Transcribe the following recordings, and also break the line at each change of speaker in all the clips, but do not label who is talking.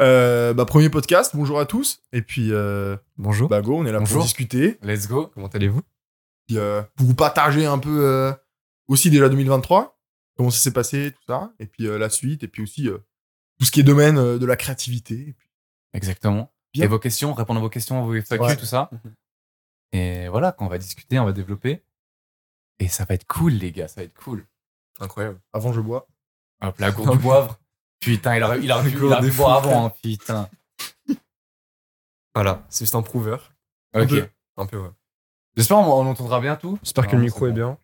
Euh, bah, premier podcast, bonjour à tous. Et puis, euh,
Bonjour.
bah, go, on est là
Bonjour.
pour discuter.
Let's go. Comment allez-vous
Puis, euh, pour vous partager un peu euh, aussi déjà 2023, comment ça s'est passé, tout ça. Et puis euh, la suite, et puis aussi euh, tout ce qui est domaine euh, de la créativité. Et puis,
Exactement.
Bien.
Et vos questions, répondre à vos questions, vos FAQ,
Ouais.
tout ça.
Mhm.
Et voilà, quand on va discuter, on va développer. Et ça va être cool, les gars, ça va être cool.
Incroyable.
avant, je bois.
Hop, la gourde du boivre. Putain, il a, il a, il a,
Gourde
pu
des
boire
fous.
avant, hein, putain.
Voilà, c'est juste un prouveur.
Un
Ok.
peu.
Un peu, ouais.
J'espère on, on entendra bien tout.
J'espère
que le micro est
bien.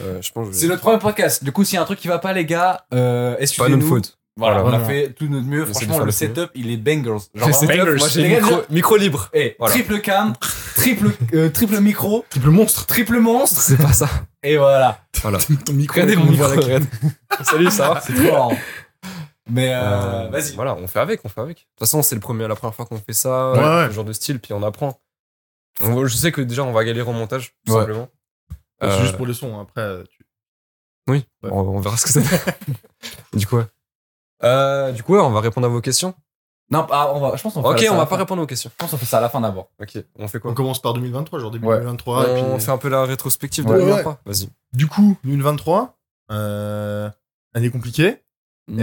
Euh, je pense que je-
C'est notre premier podcast. Du coup, s'il y a un truc qui va pas, les gars, euh,
pas
excusez-nous.
notre faute.
Voilà,
Voilà.
on a fait tout notre mieux.
J'essaie de
Franchement,
faire
le
le mieux.
setup, il est bangers. Genre,
Le
vraiment,
setup,
moi,
c'est
les gars,
micro,
je-
micro libre.
Eh,
Voilà.
Triple cam, triple, euh, triple micro,
Triple monstre.
triple monstre.
C'est pas ça.
Et voilà.
Voilà.
Ton micro.
Regardez
comment
mon
il va à
micro.
la clé.
regardez. Salut, ça va
C'est trop marrant. Mais euh,
Euh,
vas-y.
Voilà, on fait avec, on fait avec. De toute façon, c'est le premier, la première fois qu'on fait ça,
Ouais, ouais.
ce genre de style, puis on apprend. On- je sais que déjà, on va galérer au montage, tout
Ouais.
simplement.
C'est
Euh,
juste pour le son. hein. Après, euh, tu- Ouais.
On, on verra ce que ça donne. du coup, ouais. Euh, du coup, ouais, on va répondre à vos questions.
Non, ah, on va, je pense qu'on fait
Ok,
ça à
on
la
va
fin.
pas répondre aux questions.
Je pense qu'on fait ça à la fin d'abord.
Ok, on fait quoi
on commence par 2023, genre début
Ouais.
2023. et
On
puis- euh,
fait un peu la rétrospective de
Ouais,
2023. Vas-y.
Du coup, 2023, euh, année compliquée. Et
hmm.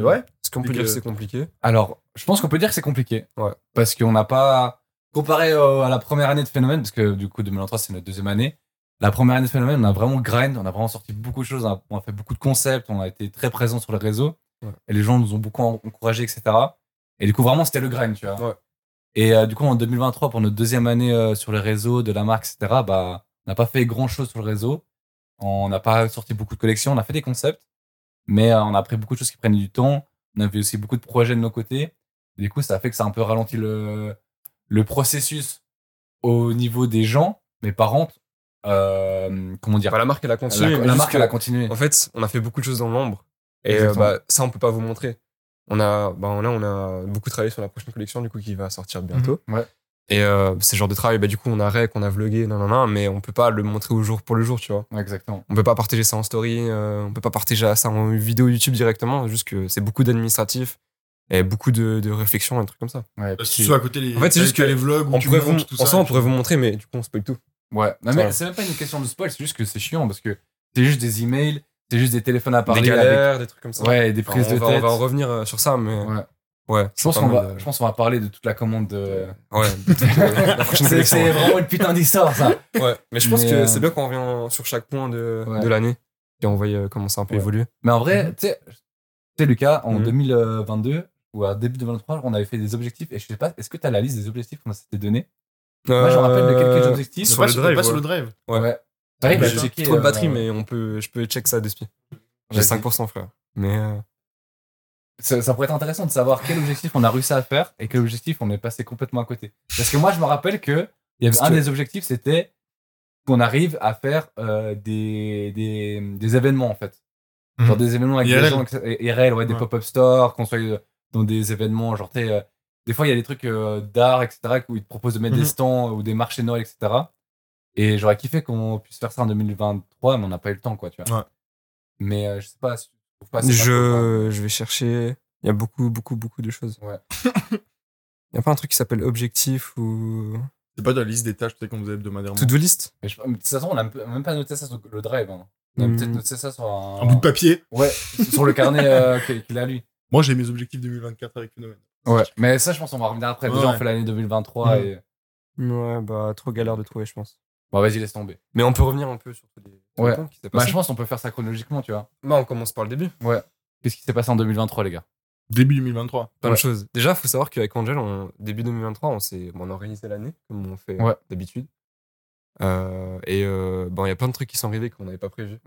Mmh.
ouais.
Est-ce qu'on
Et
peut dire
que-
que c'est compliqué
Alors, je pense qu'on peut dire que c'est compliqué.
Ouais.
Parce qu'on n'a pas. Comparé euh, à la première année de Phénomène, parce que du coup, 2023, c'est notre deuxième année. La première année de Phénomène, on a vraiment grind, on a vraiment sorti beaucoup de choses, on a, on a fait beaucoup de concepts, on a été très présent sur les réseaux.
Ouais.
Et les gens nous ont beaucoup en- encouragés, etc. Et du coup, vraiment, c'était le grind, tu vois.
Ouais.
Et euh, du coup, en 2023, pour notre deuxième année euh, sur les réseaux de la marque, etc., bah, on n'a pas fait grand chose sur le réseau. On n'a pas sorti beaucoup de collections, on a fait des concepts, mais euh, on a pris beaucoup de choses qui prennent du temps. On avait aussi beaucoup de projets de nos côtés. Et du coup, ça fait que ça a un peu ralenti le, le processus au niveau des gens. Mais par contre, euh, comment dire
Bah, La marque, elle a
la,
continué. mais
la
juste
marque,
que-
elle a continué.
En fait, on a fait beaucoup de choses dans l'ombre. Et euh,
Exactement.
bah, ça, on peut pas vous montrer. On a, bah, on a, on a beaucoup travaillé sur la prochaine collection, du coup, qui va sortir bientôt.
Mhm, Ouais.
Et euh, c'est le genre de travail, bah, du coup, on a rec, on a vlogué, nan, nan, nan, mais on peut pas le montrer au jour pour le jour, tu vois.
Ouais, Exactement.
On peut pas partager ça en story, euh, on peut pas partager ça en vidéo YouTube directement, juste que c'est beaucoup d'administratif et beaucoup de, de réflexion, un truc comme ça.
Ouais,
Parce que
puis-
ce Euh, soit à côté les,
En fait, c'est juste
t'as
que
les vlogs où
On
tu
pourrait vous,
montes tout
en
ça.
soi, on pourrait vous montrer, mais du coup, on spoil tout.
Ouais, non, mais
Voilà.
c'est même pas une question de spoil, c'est juste que c'est chiant parce que c'est juste des emails, c'est juste des téléphones à
Des
parler.
galères, des trucs comme ça.
avec- Ouais, des
Enfin,
prises
on,
de
va, on
tête.
va en revenir euh, sur ça, mais
Ouais.
ouais.
Je pense
c'est
qu'on
pas
va,
mal euh, de-
je pense qu'on va parler de toute la commande de.
Ouais, de- de la prochaine
C'est
collection.
c'est vraiment une putain d'histoire, ça.
Ouais, mais je pense
Mais,
que
euh,
c'est bien qu'on revient sur chaque point de,
Ouais.
de l'année et on voit euh, comment ça a un peu
Ouais.
évolué.
Mais en vrai, tu sais- tu sais, Lucas, en
Mhm.
2022 ou à début 2023, on avait fait des objectifs et je sais pas, est-ce que t'as la liste des objectifs qu'on s'était donné Moi, je me rappelle de quelques objectifs.
sur
Pas
le
sur-
drive,
pas sur
ouais.
le drive.
Euh, ouais.
T'arrives
Bah,
à
j'ai
checker,
trop de
euh,
batterie, mais on peut, je peux check ça dessus. J'ai
Vas-y.
5%, frère. Mais euh,
ça, ça pourrait être intéressant de savoir quel objectif on a réussi à faire et quel objectif on est passé complètement à côté. Parce que moi, je me rappelle que il y avait
Parce
un
que-
des objectifs, c'était qu'on arrive à faire euh, des, des, des événements, en fait. Genre
Mhm.
des événements avec des
IRL.
gens, etc. IRL, ouais, des
Ouais.
pop-up stores, qu'on soit euh, dans des événements, genre, tu sais, euh, des fois, il y a des trucs euh, d'art, etc., où ils te proposent de mettre
Mhm.
des stands ou des marchés Noël, etc. Et j'aurais kiffé qu'on puisse faire ça en 2023, mais on n'a pas eu le temps, quoi, tu vois.
Ouais.
Mais euh, je sais pas, si- je trouve pas, c'est pas trop, quoi.
je, je vais chercher. Il y a beaucoup, beaucoup, beaucoup de choses.
Ouais.
Il n'y a pas un truc qui s'appelle objectif ou.
C'est pas de la liste des tâches, peut-être qu'on faisait hebdomadairement.
To-do list
Mais je- mais de toute façon, on n'a même pas noté ça sur le drive. hein. On a
Hmm.
peut-être noté ça sur un,
Un bout de Ah. papier.
Ouais, sur le carnet euh, qu'il qu'il a lui.
Moi, j'ai mes objectifs 2024 avec Phénomène.
Ouais. Mais ça, je pense qu'on va revenir après. Déjà,
Ouais.
on fait l'année 2023
Hmm.
et.
Ouais, bah, trop galère de trouver, je pense.
Bon, vas-y, laisse tomber.
Mais on peut revenir un peu sur tous les tous les
Ouais.
points qui s'est
Bah,
passé.
je pense qu'on peut faire ça chronologiquement, tu vois.
Bah, on commence par le début.
Qu'est-ce qui s'est passé en 2023, les gars
Début 2023.
plein
Ouais.
de choses. Déjà, faut savoir qu'avec Angel, on, début 2023, on s'est bon, on a organisé l'année, comme on fait
Ouais.
d'habitude. Euh, et euh, bon, il y a plein de trucs qui sont arrivés qu'on n'avait pas prévu,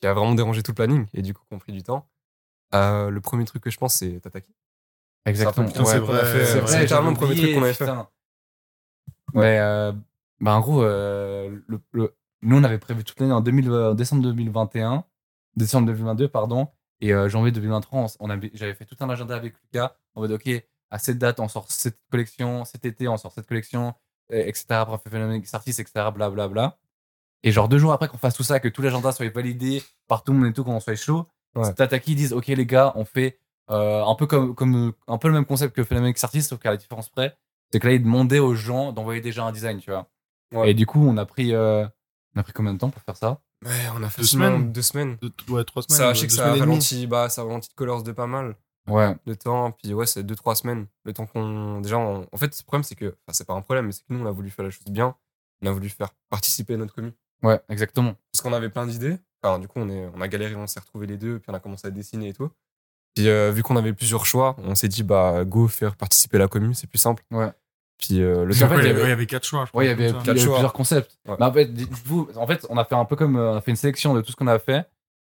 qui a vraiment dérangé tout le planning et du coup, qu'on pris du temps. Euh, le premier truc que je pense, c'est Tataki.
Exactement.
Putain, c'est
Ouais.
vrai.
fait,
C'est
euh,
vrai,
c'est
j'avais
littéralement le premier
oublié,
truc qu'on avait fait.
putain. Mais, euh, bah, en gros, euh, le- le- nous, on avait prévu toute l'année en 2000 euh, décembre 2021, décembre 2022, pardon, et euh, janvier 2023, on s- on avait- j'avais fait tout un agenda avec Lucas, en mode, OK, à cette date, on sort cette collection, cet été, on sort cette collection, et- etc. Après, on fait Phénomène X Artist, etc. Blablabla. Et genre, deux jours après qu'on fasse tout ça, que tout l'agenda soit validé par tout le monde et tout, qu'on soit chaud,
Ouais.
c'est Tataki, ils disent, OK, les gars, on fait euh, un peu comme, comme un peu le même concept que Phenomenic Artist, sauf qu'à la différence près, c'est que là, il demandait aux gens d'envoyer déjà un design, tu vois.
Ouais.
Et du coup, on a pris, euh, on a pris combien de temps pour faire ça
Ouais, on a fait
Deux
semaine-
semaines.
deux semaines.
Deux- ouais, trois semaines.
Ça,
euh,
je sais que
deux
ça a
semaines et demie.
ralenti, bah, ça a ralenti de Colors de pas mal
Ouais.
de temps. Puis ouais, c'est deux, trois semaines. Le temps qu'on. Déjà, on- en fait, le problème, c'est que. Enfin, c'est pas un problème, mais c'est que nous, on a voulu faire la chose bien. On a voulu faire participer notre commu.
Ouais, exactement.
parce qu'on avait plein d'idées. Enfin, du coup, on, est, on a galéré, on s'est retrouvés les deux, puis on a commencé à dessiner et tout. Puis euh, vu qu'on avait plusieurs choix, on s'est dit, bah, go faire participer la commune, c'est plus simple.
Ouais.
Puis euh, le
Parce qu'en
truc,
fait, il
il y
y
avait-
avait- il y avait quatre choix. je
Ouais, il y
crois,
avait,
comme
il y
ça.
avait
choix.
plusieurs concepts.
Ouais.
Mais en fait, dites-vous, en fait, on a fait un peu comme, euh, on a fait une sélection de tout ce qu'on a fait.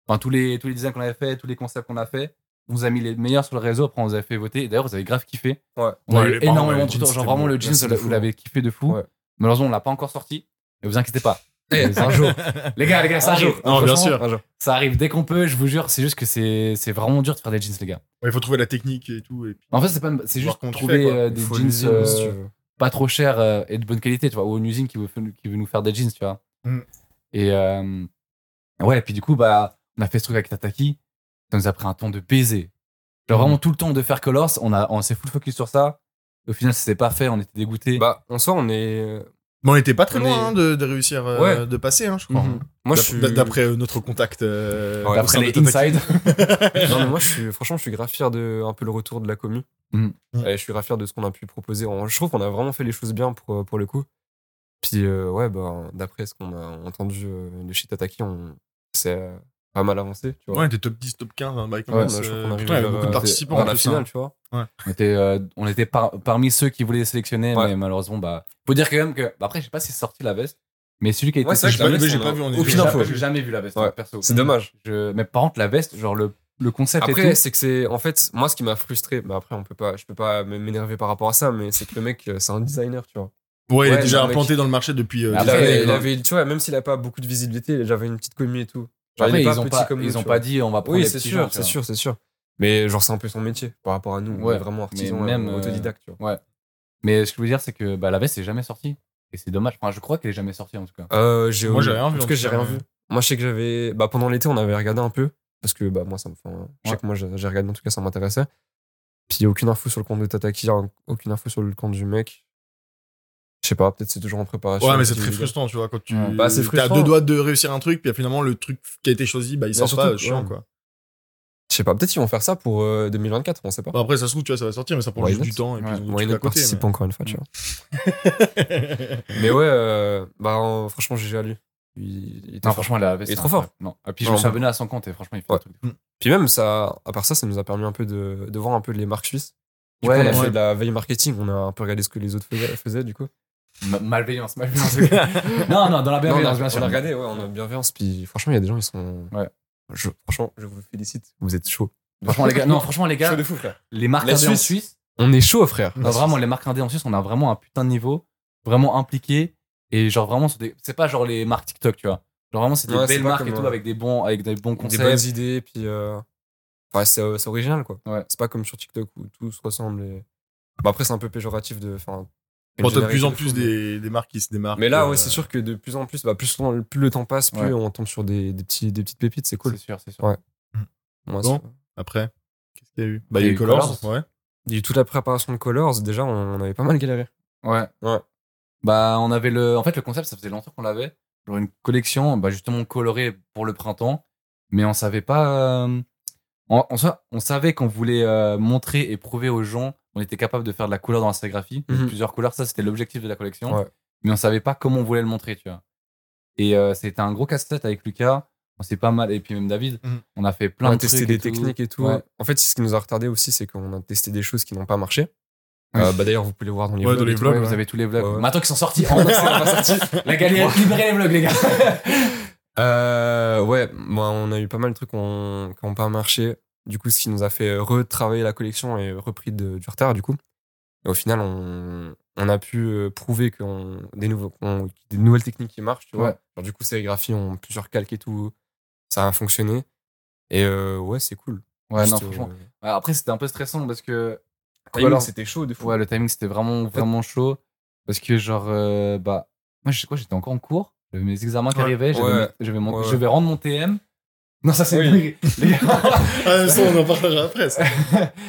Enfin, tous les, tous les designs qu'on avait fait, tous les concepts qu'on a fait. On vous a mis les meilleurs sur le réseau, après on vous a fait voter. Et D'ailleurs, vous avez grave kiffé.
Ouais.
On a
Ouais,
eu
les- pardon,
énormément
ouais, les
de
jeans,
retours. Genre
c'était
vraiment,
beau.
le
Ouais,
jeans,
c'était
vous
fou.
l'avez kiffé de fou.
Ouais.
Malheureusement, on l'a pas encore sorti. Ne vous inquiétez pas.
Eh,
Mais un jour. Les gars, les gars, ça
Un jour.
arrive.
Non, bien
Franchement,
sûr.
un jour.
Ça arrive dès qu'on peut, je vous jure. C'est juste que c'est c'est vraiment dur de faire des jeans, les gars.
Ouais, Il faut trouver la technique et tout. et puis-
En fait, c'est pas une- c'est
Voir
juste
comment tu
trouver
fais, quoi.
euh,
Il
des
faut
jeans
l'utiliser,
euh,
si tu veux.
pas trop chers euh, et de bonne qualité, tu vois, ou une usine qui veut, qui veut nous faire des jeans, tu vois.
Mm.
Et euh, ouais, et puis du coup, bah, on a fait ce truc avec Tataki. Ça nous a pris un temps de baiser. Genre vraiment tout le temps de faire Colors, on, a- on s'est full focus sur ça. Au final, ça s'est pas fait, on était dégoûté.
Bah, en soi, on est.
Mais on était pas très
On
loin
est-
hein, de, de réussir euh,
Ouais.
de passer, hein, je crois.
Mhm.
Moi, je
D'ap-
suis.
d'a- D'après euh, notre contact. euh,
Ouais,
au
D'après
sein de
les
Totaki.
inside.
non, mais moi, je suis, franchement, je suis grave fier de un peu le retour de la commu.
Mm.
Et je suis grave fier de ce qu'on a pu proposer. On- Je trouve qu'on a vraiment fait les choses bien pour, pour le coup. Puis, euh, ouais, ben, d'après ce qu'on a entendu euh, de chez Tataki, on s'est euh, pas mal avancé, tu vois.
Ouais, t'es top 10, top 15. Hein, bah,
Ouais,
ouais,
je crois qu'on
euh,
arrive
putain, il y
vers,
avait beaucoup
euh,
de participants.
on
en
à la
plus,
finale,
hein.
tu vois.
on était, euh, on était par- parmi ceux qui voulaient les sélectionner,
Ouais.
mais malheureusement, bah, faut dire quand même que, bah, après, je sais pas si c'est sorti la veste, mais celui qui a été
Ouais, c'est vrai que
J'ai pas-
la veste,
j'ai
on
pas
a
vu, on est-
J'ai
Aucune
j'ai
jamais-
info.
J'ai jamais vu la veste, hein,
Ouais.
perso.
C'est dommage.
Je- Mais par contre, la veste, genre le, le concept et
Après,
tout,
c'est que c'est. En fait, moi, ce qui m'a frustré, bah après, on peut pas, je peux pas m'énerver par rapport à ça, mais c'est que le mec, euh, c'est un designer, tu vois.
Ouais, il est
Ouais,
déjà
non, mais-
implanté dans le marché depuis. euh,
Ah,
des
il,
bah,
années,
avait,
ouais,
il
quoi.
avait- tu vois, même s'il a pas beaucoup de visibilité, il avait une petite commu et tout. Genre, il
Après,
est pas
ils ont
petit
pas,
comme nous,
ils ont
tu
pas
vois.
dit on va prendre
Oui,
les
c'est
petits
sûr,
gens, tu
c'est
vois.
sûr, c'est sûr. Mais genre, c'est un peu son métier par rapport à nous. on
Ouais,
est vraiment artisan,
mais même,
même,
euh,
autodidacte. Tu vois.
Mais ce que je veux dire, c'est que bah, la veste est jamais sortie. Et c'est dommage. Enfin, je crois qu'elle est jamais sortie en tout cas.
Euh, j'ai-
Moi, j'ai rien
en
vu,
tout
en
cas,
tout
j'ai
cas,
rien
mais-
vu. Moi, je sais que j'avais. Bah, pendant l'été, on avait regardé un peu. Parce que, bah, moi, ça me. Enfin, je sais
Ouais.
que moi, j'ai j'ai regardé, en tout cas, ça m'intéressait. Puis, aucune info sur le compte de Tataki, hein, aucune info sur le compte du mec. Je sais pas, peut-être c'est toujours en préparation.
Ouais, mais c'est
Puis,
très
les gars.
frustrant, tu vois, quand tu.
Ouais.
Bah, c'est
T'as
frustrant.
deux doigts de réussir un truc, puis finalement, le truc qui a été choisi, bah, il
Mais
sort pas,
surtout,
euh, chiant,
ouais.
quoi.
Je sais pas, peut-être ils vont faire ça pour euh, 2024, on sait pas.
Bah, après, ça se trouve, tu vois, ça va sortir, mais ça prend
Why
juste
not
du temps, et puis ils
Ouais.
ont
Bon,
d'autres
il
trucs à côté.
participe
mais-
encore une fois, tu vois. Mais ouais, euh, bah, euh, franchement, j'ai à lui. Il, il était
Ah,
Non,
fort.
franchement, la veste.
Il est
c'est
trop fort.
incroyable. Non. Et puis je
Non,
me suis
bah.
abonné à son compte et franchement, il fait
Ouais.
des trucs.
Puis même, ça, à part ça, ça nous a permis un peu de, de voir un peu les marques suisses. Du
Ouais,
coup, on a
ouais.
fait de la veille marketing, on a un peu regardé ce que les autres faisaient, faisaient, du coup.
Ma- malveillance, malveillance. non, non, dans la
Non, on, a,
bienveillance, bien sûr.
on a regardé, ouais, on a bienveillance. Puis franchement, il y a des gens, ils sont.
Ouais.
Je, franchement, je vous félicite, vous êtes chaud.
Franchement, les gars, non, franchement, les gars,
de fou, frère.
les marques
La
indées en
Suisse.
Suisse,
On est chaud, frère.
non, Bah, vraiment, les marques indées en Suisse, on a vraiment un putain de niveau, vraiment impliqué et genre vraiment, sur des- c'est pas genre les marques TikTok, tu vois. Genre vraiment, c'est des
Ouais, c'est
belles
pas
marques et
comme,
tout
euh,
avec des bons, avec des bons
Des
concepts.
bonnes idées, puis. euh, Enfin, c'est euh, c'est original, quoi.
Ouais.
C'est pas comme sur TikTok où tout se ressemble. et- Bah, après, c'est un peu péjoratif de. Enfin, une
Bon, t'as de
généralité
plus en
fous,
plus
mais-
des, des marques qui se démarquent.
Mais là,
euh,
ouais, c'est sûr que de plus en plus, bah, plus, on- plus le temps passe, plus
Ouais.
on tombe sur des, des, petits, des petites pépites, c'est cool.
C'est sûr, c'est sûr.
Ouais. Moi,
Bon.
c'est-
Après, qu'est-ce qu'il y a eu Bah,
Il y a eu
Colors,
Colors.
ouais.
Il y a eu toute la préparation de Colors, déjà, on, on avait pas mal galéré.
Ouais.
Ouais.
Bah, on avait le. En fait, le concept, ça faisait longtemps qu'on l'avait. Genre une collection, bah, justement colorée pour le printemps. Mais on savait pas. euh, En, en soi, on savait qu'on voulait euh, montrer et prouver aux gens qu'on était capable de faire de la couleur dans la sérigraphie.
Mhm.
Plusieurs couleurs, ça, c'était l'objectif de la collection.
Ouais.
Mais on savait pas comment on voulait le montrer, tu vois. Et euh, c'était un gros casse-tête avec Lucas. On s'est pas mal. Et puis même David,
Mhm.
on a fait plein
On a
de
testé
trucs
des
et tout.
techniques et tout.
Ouais.
En fait, ce qui nous a retardé aussi, c'est qu'on a testé des choses qui n'ont pas marché.
Oui.
Euh, bah, D'ailleurs, vous pouvez le voir dans les
Ouais,
vlogs
dans les
et tout.
vlogs,
Ouais,
ouais.
Vous avez tous les vlogs.
Ouais, ouais.
Maintenant qu'ils sont sortis, on pas sorti. La galère, libérez les vlogs, les gars.
Euh, ouais, moi, on a eu pas mal de trucs qui n'ont pas marché. Du coup, ce qui nous a fait retravailler la collection et repris de- du retard, du coup. Et au final, on, on a pu euh, prouver qu'on des, nouveaux, qu'on- des nouvelles techniques qui marchent, tu vois.
Ouais.
Genre, du coup, sérigraphie, on plusieurs calques et tout. Ça a fonctionné. Et euh, ouais, c'est cool.
Ouais, non,
Juste,
franchement.
euh,
Ouais, Après, c'était un peu stressant parce que
timing,
alors-
c'était chaud de fou.
ouais, le timing c'était vraiment, vraiment chaud. Parce que, genre, euh, bah, moi, je sais quoi, j'étais encore en cours, j'avais mes examens qui
Ouais.
arrivaient, j'avais
Ouais.
mes- j'avais mon-
Ouais, ouais.
je vais rendre mon TM. Non, ça c'est
Oui.
oui.
Ah, ça, on en partagera après. ça.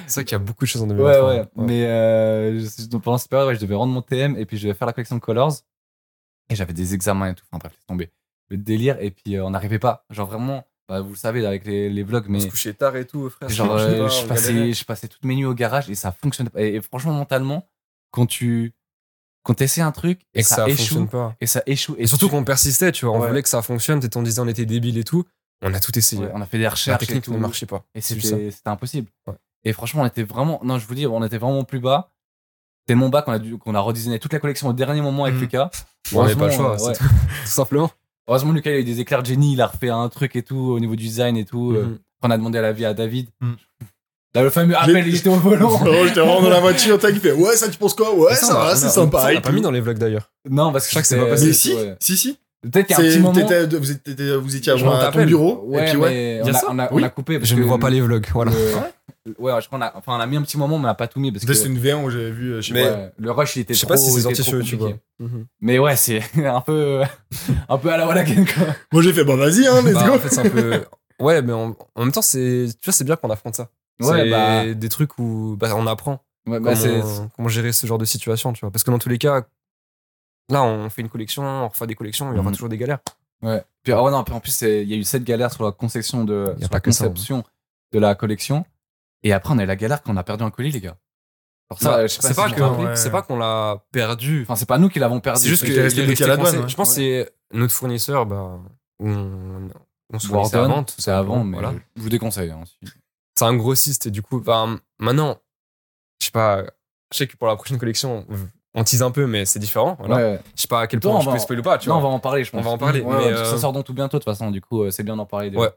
C'est vrai qu'il y a beaucoup de choses en
Ouais, ouais.
2023.
Mais euh, je- donc, pendant cette période, ouais, je devais rendre mon TM et puis je devais faire la collection de Colors. Et j'avais des examens et tout. Enfin bref, c'est tombé. Le délire. Et puis euh, on n'arrivait pas. Genre vraiment, bah, vous le savez avec les, les vlogs, mais
On se couchait tard et tout, frère.
genre,
ça marchait
euh,
pas,
je,
on
passais,
galérait.
je passais toutes mes nuits au garage et ça fonctionnait pas. Et, et franchement, mentalement, quand tu quand essaies un truc et,
Et
que ça,
ça
échoue,
fonctionne pas.
et ça échoue.
Et surtout qu'on persistait, tu vois. On
Ouais.
voulait que ça fonctionne. Peut-être on disait on était débile et tout. On a tout essayé.
Ouais, on a fait des
La
recherches et
technique
tout.
ne marchait pas.
Et
C'est
c'était c'était impossible.
Ouais.
Et franchement, on était vraiment. Non, je vous dis, on était vraiment plus bas. C'était mon bac qu'on a, dû- qu'on a redesigné toute la collection au dernier moment avec
Mhm.
Lucas.
Bon, on n'avait pas le
Heureusement,
choix, c'est
ouais.
tout. tout simplement.
Heureusement, Lucas, il a eu des éclairs de génie. Il a refait un truc et tout au niveau du design et tout. euh,
Mhm.
qu'on a demandé à la vie à David.
Mhm.
Là, le fameux appel, il était au volant.
Vraiment, Oh, J'étais vraiment dans la voiture, tac, il fait Ouais, ça, tu penses quoi
Mais
Ouais,
ça,
ça
on
va,
a- on
c'est
a-
Ça,
sympa.
on
et
l'a pas
tout.
mis dans les vlogs d'ailleurs.
non, parce que
Je crois que c'est
c'était-
pas passé.
Mais
c'était-
si,
ouais.
si, si.
Peut-être qu'il y a un
C'est-
petit moment.
t'étais- Vous étiez, vous étiez à,
Je m'en
à ton
rappelle.
bureau,
Ouais,
et puis ouais.
mais
Il y a
on, a,
ça
on, a, on
Oui.
a coupé. parce
Je ne
que
vois pas les vlogs, voilà.
le- Ouais, je crois qu'on a, enfin, on a mis un petit moment, mais on n'a pas tout mis. Parce que
C'était une V1 où j'avais vu, euh, je sais
Mais-
pas.
ouais, le rush, il était
Je sais
trop,
pas si c'est
il
sorti
était
sur
trop
YouTube.
compliqué.
ouais. Mhm.
Mais ouais, c'est un peu, un peu à la Wallaken, quoi.
Moi, j'ai fait Bon, vas-y, hein, let's
Bah,
go.
en fait, c'est un peu. Ouais, mais en, en même temps, c'est tu vois, c'est bien qu'on affronte ça.
Ouais,
C'est
bah,
des trucs où bah, on apprend
ouais, bah, c'est,
comment, comment gérer ce genre de situation, tu vois. Parce que dans tous les cas, là, on fait une collection, on refait des collections, il y aura
Mhm.
toujours des galères.
ouais. Puis, ah ouais, non, puis en plus, c'est- il y a eu cette galère sur la conception de,
Il y a
sur
pas
la
que ça,
conception de la collection. Et après, on a eu la galère quand on a perdu un colis, les gars. Alors ça,
Bah,
je sais pas
c'est
si
pas,
vous
que-
vous rappelez.
ouais.
c'est pas qu'on l'a perdu.
Enfin, c'est pas nous qui l'avons perdu.
C'est juste
il
que
était resté
il est
bloqué à la
resté coincé.
hein.
douane, ouais.
Je pense que c'est notre fournisseur, bah, on, on se fournissait à
Gordon,
vente.
c'est avant, mais
Voilà.
je vous déconseille. hein, si-
c'est un grossiste et du coup bah, maintenant je sais pas je sais que pour la prochaine collection on tease un peu mais c'est différent voilà.
Ouais, ouais.
je sais pas à quel
Toi,
point
on
je
va
peux
en-
spoiler ou pas tu
Non, on va
vois
en parler, je
On
pense.
va en parler,
Ouais,
mais,
ouais, parce que
euh,
Ça sort dans tout bientôt, de toute façon. Du coup, euh, c'est bien d'en parler. déjà.
Ouais.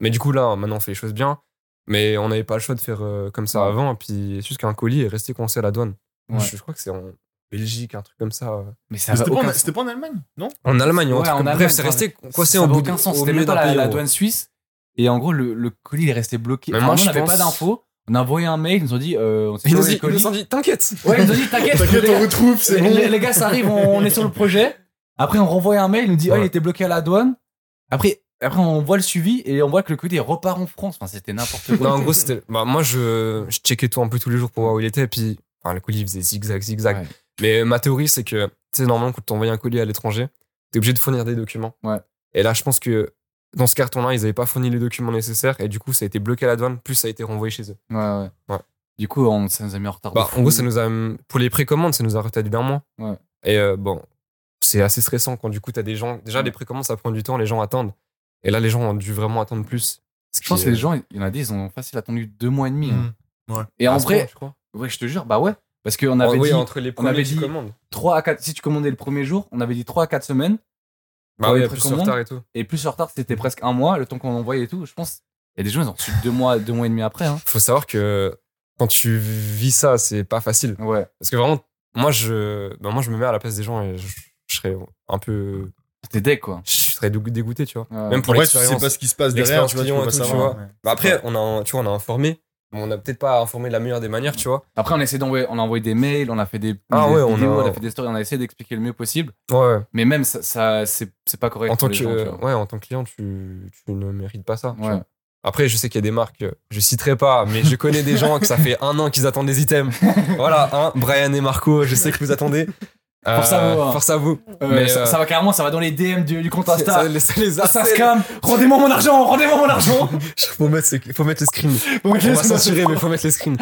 mais du coup là maintenant on fait les choses bien mais on n'avait pas le choix de faire euh, comme ça
Ouais.
avant et puis juste qu'un colis est resté coincé à la douane
Ouais.
je, je crois que c'est en Belgique un truc comme ça euh.
Mais ça
Mais
va
C'était pas,
aucun
en- c'était pas en Allemagne, non
en Allemagne
Ouais,
en tout
en
cas.
Allemagne,
bref c'est resté coincé
Ça
en
avait
bout
aucun
de-
sens.
au
C'était
milieu
même pas
d'un
la,
pays,
la
gros.
douane suisse. Et en gros, le, le colis il est resté bloqué.
Mais
Enfin,
moi,
nous,
je
on n'avait pas
pense-
d'infos. On a envoyé un mail. Ils nous ont dit, euh, on s'est
ils nous
fait le
ont dit- ils nous
colis.
ont dit t'inquiète
Ouais, ils nous ont dit, t'inquiète.
T'inquiète,
les
on
gars-
retrouve, c'est
les,
bon.
les- les gars, ça arrive. On, on est sur le projet. Après, on renvoie un mail. Ils nous dit, oh, il
Ouais.
était bloqué à la douane. Après, après, on voit le suivi et on voit que le colis il repart en France. Enfin, c'était n'importe quoi.
Non, en gros, c'était. Bah, moi, je, je checkais tout un peu tous les jours pour voir où il était. Et puis, enfin, le colis il faisait zigzag, zigzag.
Ouais.
Mais euh, ma théorie, c'est que, tu sais, normalement, quand t'envoies un colis à l'étranger, t'es obligé de fournir des documents.
Ouais.
Et là, je pense que dans ce carton-là, ils n'avaient pas fourni les documents nécessaires. Et du coup, ça a été bloqué à la douane, plus ça a été renvoyé chez eux.
Ouais, ouais.
Ouais.
Du coup, on, ça nous a mis en retard. de
Bah, en
fou.
gros, ça nous a. Pour les précommandes, ça nous a retardé d'un mois.
Ouais.
Et euh, bon, c'est assez stressant quand du coup, t'as des gens. Déjà,
Ouais.
les précommandes, ça prend du temps, les gens attendent. Et là, les gens ont dû vraiment attendre plus. Ce
Je pense
qui
que les
est- Mm.
gens, il y en a des, ils ont facile attendu deux mois et demi. hein. Et
à
en
ce point,
vrai,
je crois. Ah
ouais, je te jure, bah ouais. Parce qu'on avait
Oh, Oui,
dit
entre les premiers
avait
qui
dit-
commandent.
3 à 4, si tu commandais le premier jour, on avait dit 3 à 4 semaines,
Bah
Pour
oui,
les
plus
précommandes.
sur tard et tout.
et plus en retard, c'était presque un mois, le temps qu'on envoyait et tout. Je pense, il y a des gens, ils ont reçu 2 mois, deux mois et demi après. Hein.
Faut savoir que quand tu vis ça, c'est pas facile.
Ouais.
Parce que vraiment, moi je, ben moi, je me mets à la place des gens et je, je serais un peu.
T'es deck, quoi.
Je serais dégo- dégoûté, tu vois.
Ouais.
Même
Pour
pour
vrai, tu sais
l'expérience.
pas ce qui se passe derrière, tu vois, tu peux pas
L'expérience client et tout,
savoir.
tu
ouais.
Bah après, on a, un- tu vois, on a informé, mais on a peut-être pas informé de la meilleure des manières, tu vois.
Après, on a essayé d'envoyer, on a envoyé des mails, on a fait des,
Ah
des
ouais, on
vidéos,
a-
on a fait des stories, on a essayé d'expliquer le mieux possible.
Ouais.
Mais même, ça, ça c'est, c'est pas correct.
En tant
pour
que,
les gens, tu vois.
ouais, en tant que client, tu, tu ne mérites pas ça. tu
Ouais.
vois. Après, je sais qu'il y a des marques, euh, je citerai pas, mais je connais des gens que ça fait un an qu'ils attendent des items. Voilà, hein, Brian et Marco, je sais que vous attendez. Euh,
Force à vous, hein.
Force à vous.
Euh,
Mais,
ça,
euh,
ça va carrément, ça va dans les DM du, du compte
Ça,
Insta.
les- ça les
Ah, ça se
harcèle.
calme. Rendez-moi mon argent, rendez-moi mon argent.
faut mettre, ce- faut mettre les screens.
Bon,
On va
laisse-moi-
censurer, mais faut mettre les screens.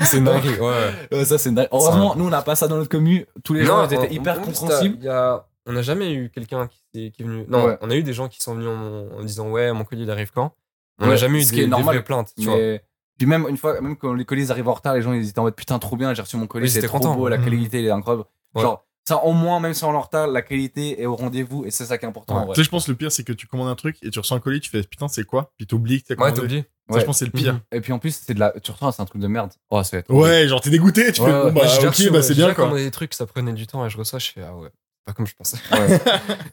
C'est dingue. Ouais, ouais.
Euh, ça, c'est dingue. Heureusement, nous, on n'a pas ça dans notre commu. Tous les gens ils étaient
en-
hyper
en plus,
compréhensibles.
t'as- y a- on n'a jamais eu quelqu'un qui, s'est- qui est venu. Non,
Ouais.
on a eu des gens qui sont venus en, en disant Ouais, mon colis il arrive quand On n'a
Ouais,
jamais eu
ce
des,
qui est
des
normal,
vraies plaintes. Tu vois.
Mais puis même une fois, même quand les colis arrivent en retard, les gens ils étaient en mode putain trop bien, j'ai reçu mon colis,
Oui,
c'était
j'étais
trop
content.
beau, la
Mhm.
qualité elle est incroyable.
Ouais.
Genre ça au moins même si on est en retard, la qualité est au rendez-vous et c'est ça qui est important.
Ouais.
en vrai.
Tu sais, je pense le pire, c'est que tu commandes un truc et tu reçois un colis, tu fais putain, c'est quoi Puis t'oublies que t'as
Ouais,
commandé.
t'as oublié.
Ça,
Ouais.
je pense, que c'est le pire.
Mhm.
Et puis en plus c'est de la, tu ressens c'est un truc de merde. Oh ça va être horrible.
Ouais, genre t'es dégoûté, tu
Ouais,
fais bon
ouais.
bah
Moi, j'ai déjà reçu,
ok, bah
Mhm. ouais,
c'est
j'ai
bien
déjà
quoi.
commandé des trucs, ça prenait du temps et je reçois, je fais Ah ouais, pas comme je pensais.
Ouais.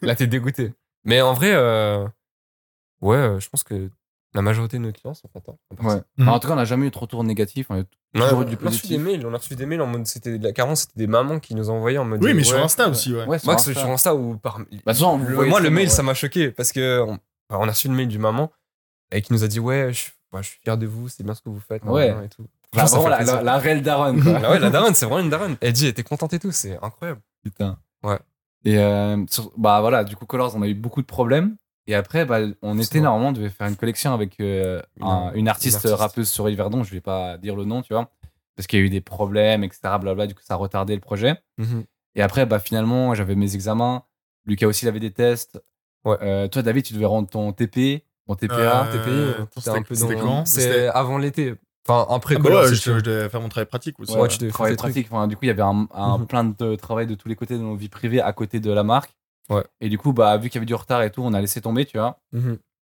Là, t'es dégoûté. Mais en vrai, euh, ouais, euh, je pense que la majorité de nos clients sont contents. à part
Ouais.
ça.
Mhm.
Enfin, en tout cas on n'a jamais eu trop de retour négatif. on est-
Non,
Toujours
on,
du
a reçu
positif.
des mails, on a reçu des mails en mode c'était de la- carrément c'était des mamans qui nous envoyaient en mode euh,
Oui, mais sur
ouais.
Insta aussi, ouais.
Ouais, sur
Moi, que
Insta.
sur Insta ou par
Bah, souvent, vous
Le-
voyez
moi,
très
le
bien,
mail,
ouais.
bah, ça m'a choqué parce que on, enfin, on a reçu le mail du maman et qui nous a dit ouais je, ouais, je suis fier de vous c'est bien ce que vous faites
Ouais.
nanana, et tout.
Là,
Franchement, ça
vraiment,
fait
la,
plaisir.
la, la réelle daronne, quoi.
Ah ouais la daronne c'est vraiment une daronne elle dit elle était contente et tout c'est incroyable
Putain.
Ouais.
Et euh, sur- bah voilà, du coup, Colors, on a eu beaucoup de problèmes. Et après, bah, on
C'est
était
vrai.
normalement, on devait faire une collection avec euh,
Une-
un- une,
une
artiste
artiste.
rappeuse sur Yverdon. Je vais pas dire le nom, tu vois, parce qu'il y a eu des problèmes, etc. Blabla, du coup, ça a retardé le projet. Et après, bah, finalement, j'avais mes examens. Lucas aussi, il avait des tests.
Ouais.
Euh, toi, David, tu devais rendre ton TP, ton TPA.
Euh,
t'es payé
Euh,
t'étais
c'était-
un peu
c'était
dans-
quand
c'est
C'était-
avant l'été enfin un pré
Ah bah ouais,
c'est
je,
sûr.
je devais faire mon travail pratique aussi.
Ouais,
Ouais.
tu devais faire
travail
tes trucs.
pratique. Enfin, du coup, il y avait un, un
Mhm.
plein de travail de tous les côtés de nos vies privées à côté de la marque.
Ouais.
Et du coup, bah, vu qu'il y avait du retard et tout, on a laissé tomber, tu vois.
Mhm.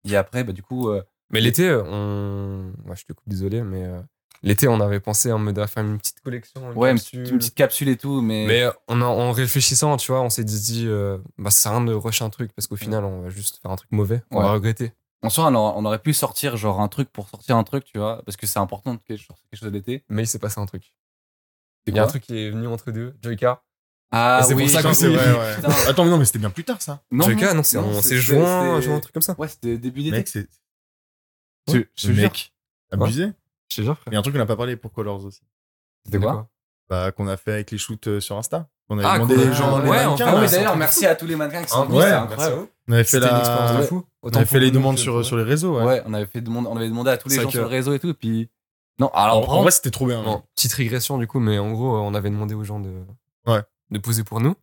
Et après, bah, du coup, euh,
mais
Mhm.
l'été on ouais, je te coupe désolé mais euh, l'été on avait pensé en mode à faire une petite collection une
ouais, une,
capsule.
petite- une petite capsule et tout, mais,
mais euh, on a- en réfléchissant tu vois on s'est dit euh, bah ça sert à rien de rusher un truc parce qu'au final on va juste faire un truc mauvais on
Ouais.
va regretter
en soi, on, aura- on aurait pu sortir genre un truc pour sortir un truc, tu vois, parce que c'est important de quelque chose, quelque chose d'été.
mais il s'est passé un truc
C'est
il y a un
quoi
truc qui est venu entre deux Joyka
Ah
Et c'est
oui,
pour ça
j'avoue,
que c'est-
ouais, ouais.
putain.
Attends, mais non, mais c'était bien plus tard ça.
Non,
Joyka non c'est on s'est joint
c'était-
joint un truc comme ça
Ouais, c'était début d'été.
Mec, c'est
Tu- je te jure.
mec abusé.
je te jure
Il y a un truc qu'on n'a pas parlé pour Colors aussi.
C'était quoi
Bah, qu'on a fait avec les shoots euh, sur Insta. On avait
Ah,
demandé
qu'on a-
les gens, les
ouais,
mannequins,
enfin,
Ah
là.
oui,
ouais,
d'ailleurs,
c'est-
merci à tous les mannequins qui sont
Ah,
venus,
ouais,
c'était
merci
incroyable.
on avait fait
C'était une expérience de
la.
fou.
On avait fait les demandes
euh,
sur, sur les réseaux.
Ouais.
ouais.
on avait fait demande, on avait demandé à tous les
C'est
gens
vrai
sur
que-
le réseau et tout, et puis non, alors
Ah,
En,
par
en vrai,
contre,
c'était trop bien. hein. ouais.
petite régression du coup, mais en gros, euh, on avait demandé aux gens de,
Ouais.
de poser pour nous.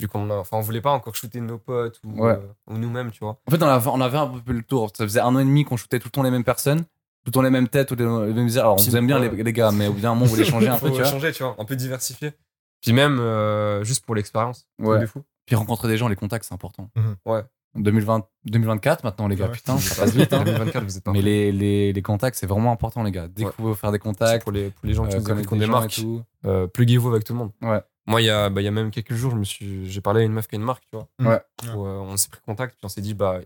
Vu qu'on a- enfin, on voulait pas encore shooter nos potes ou,
Ouais.
euh, ou nous-mêmes, tu vois.
en fait, on avait, on avait un peu fait le tour. Ça faisait un an et demi qu'on shootait tout le temps les mêmes personnes, tout le temps les mêmes têtes, tout le temps les mêmes visages. Alors, on
Puis-
vous aime bien les,
ouais.
les gars, mais au bout d'un moment, on voulait changer un peu,
Faut
tu vois.
changer, tu vois, un peu diversifier. Puis même, euh, juste pour l'expérience.
Ouais.
Truc de fou.
Puis rencontrer des gens, les contacts, c'est important.
Mhm.
Ouais.
2020, 2024 maintenant, les gars,
Ouais.
putain, ça passe vite. hein.
2024, vous êtes un
mais
peu-
les, les, les contacts, c'est vraiment important, les gars. Dès
Ouais.
que vous pouvez faire des
c'est
contacts,
pour les, pour les gens qui
euh,
nous écoutent,
connaître
qu'on
des
des
gens et
marques,
tout.
euh, pluguez-vous avec tout le monde.
Ouais.
Moi, il y, a, bah, il y a même quelques jours, je me suis- j'ai parlé à une meuf qui a une marque, tu vois.
Mm. Ouais.
Où, euh, on s'est pris contact, puis on s'est dit, bah,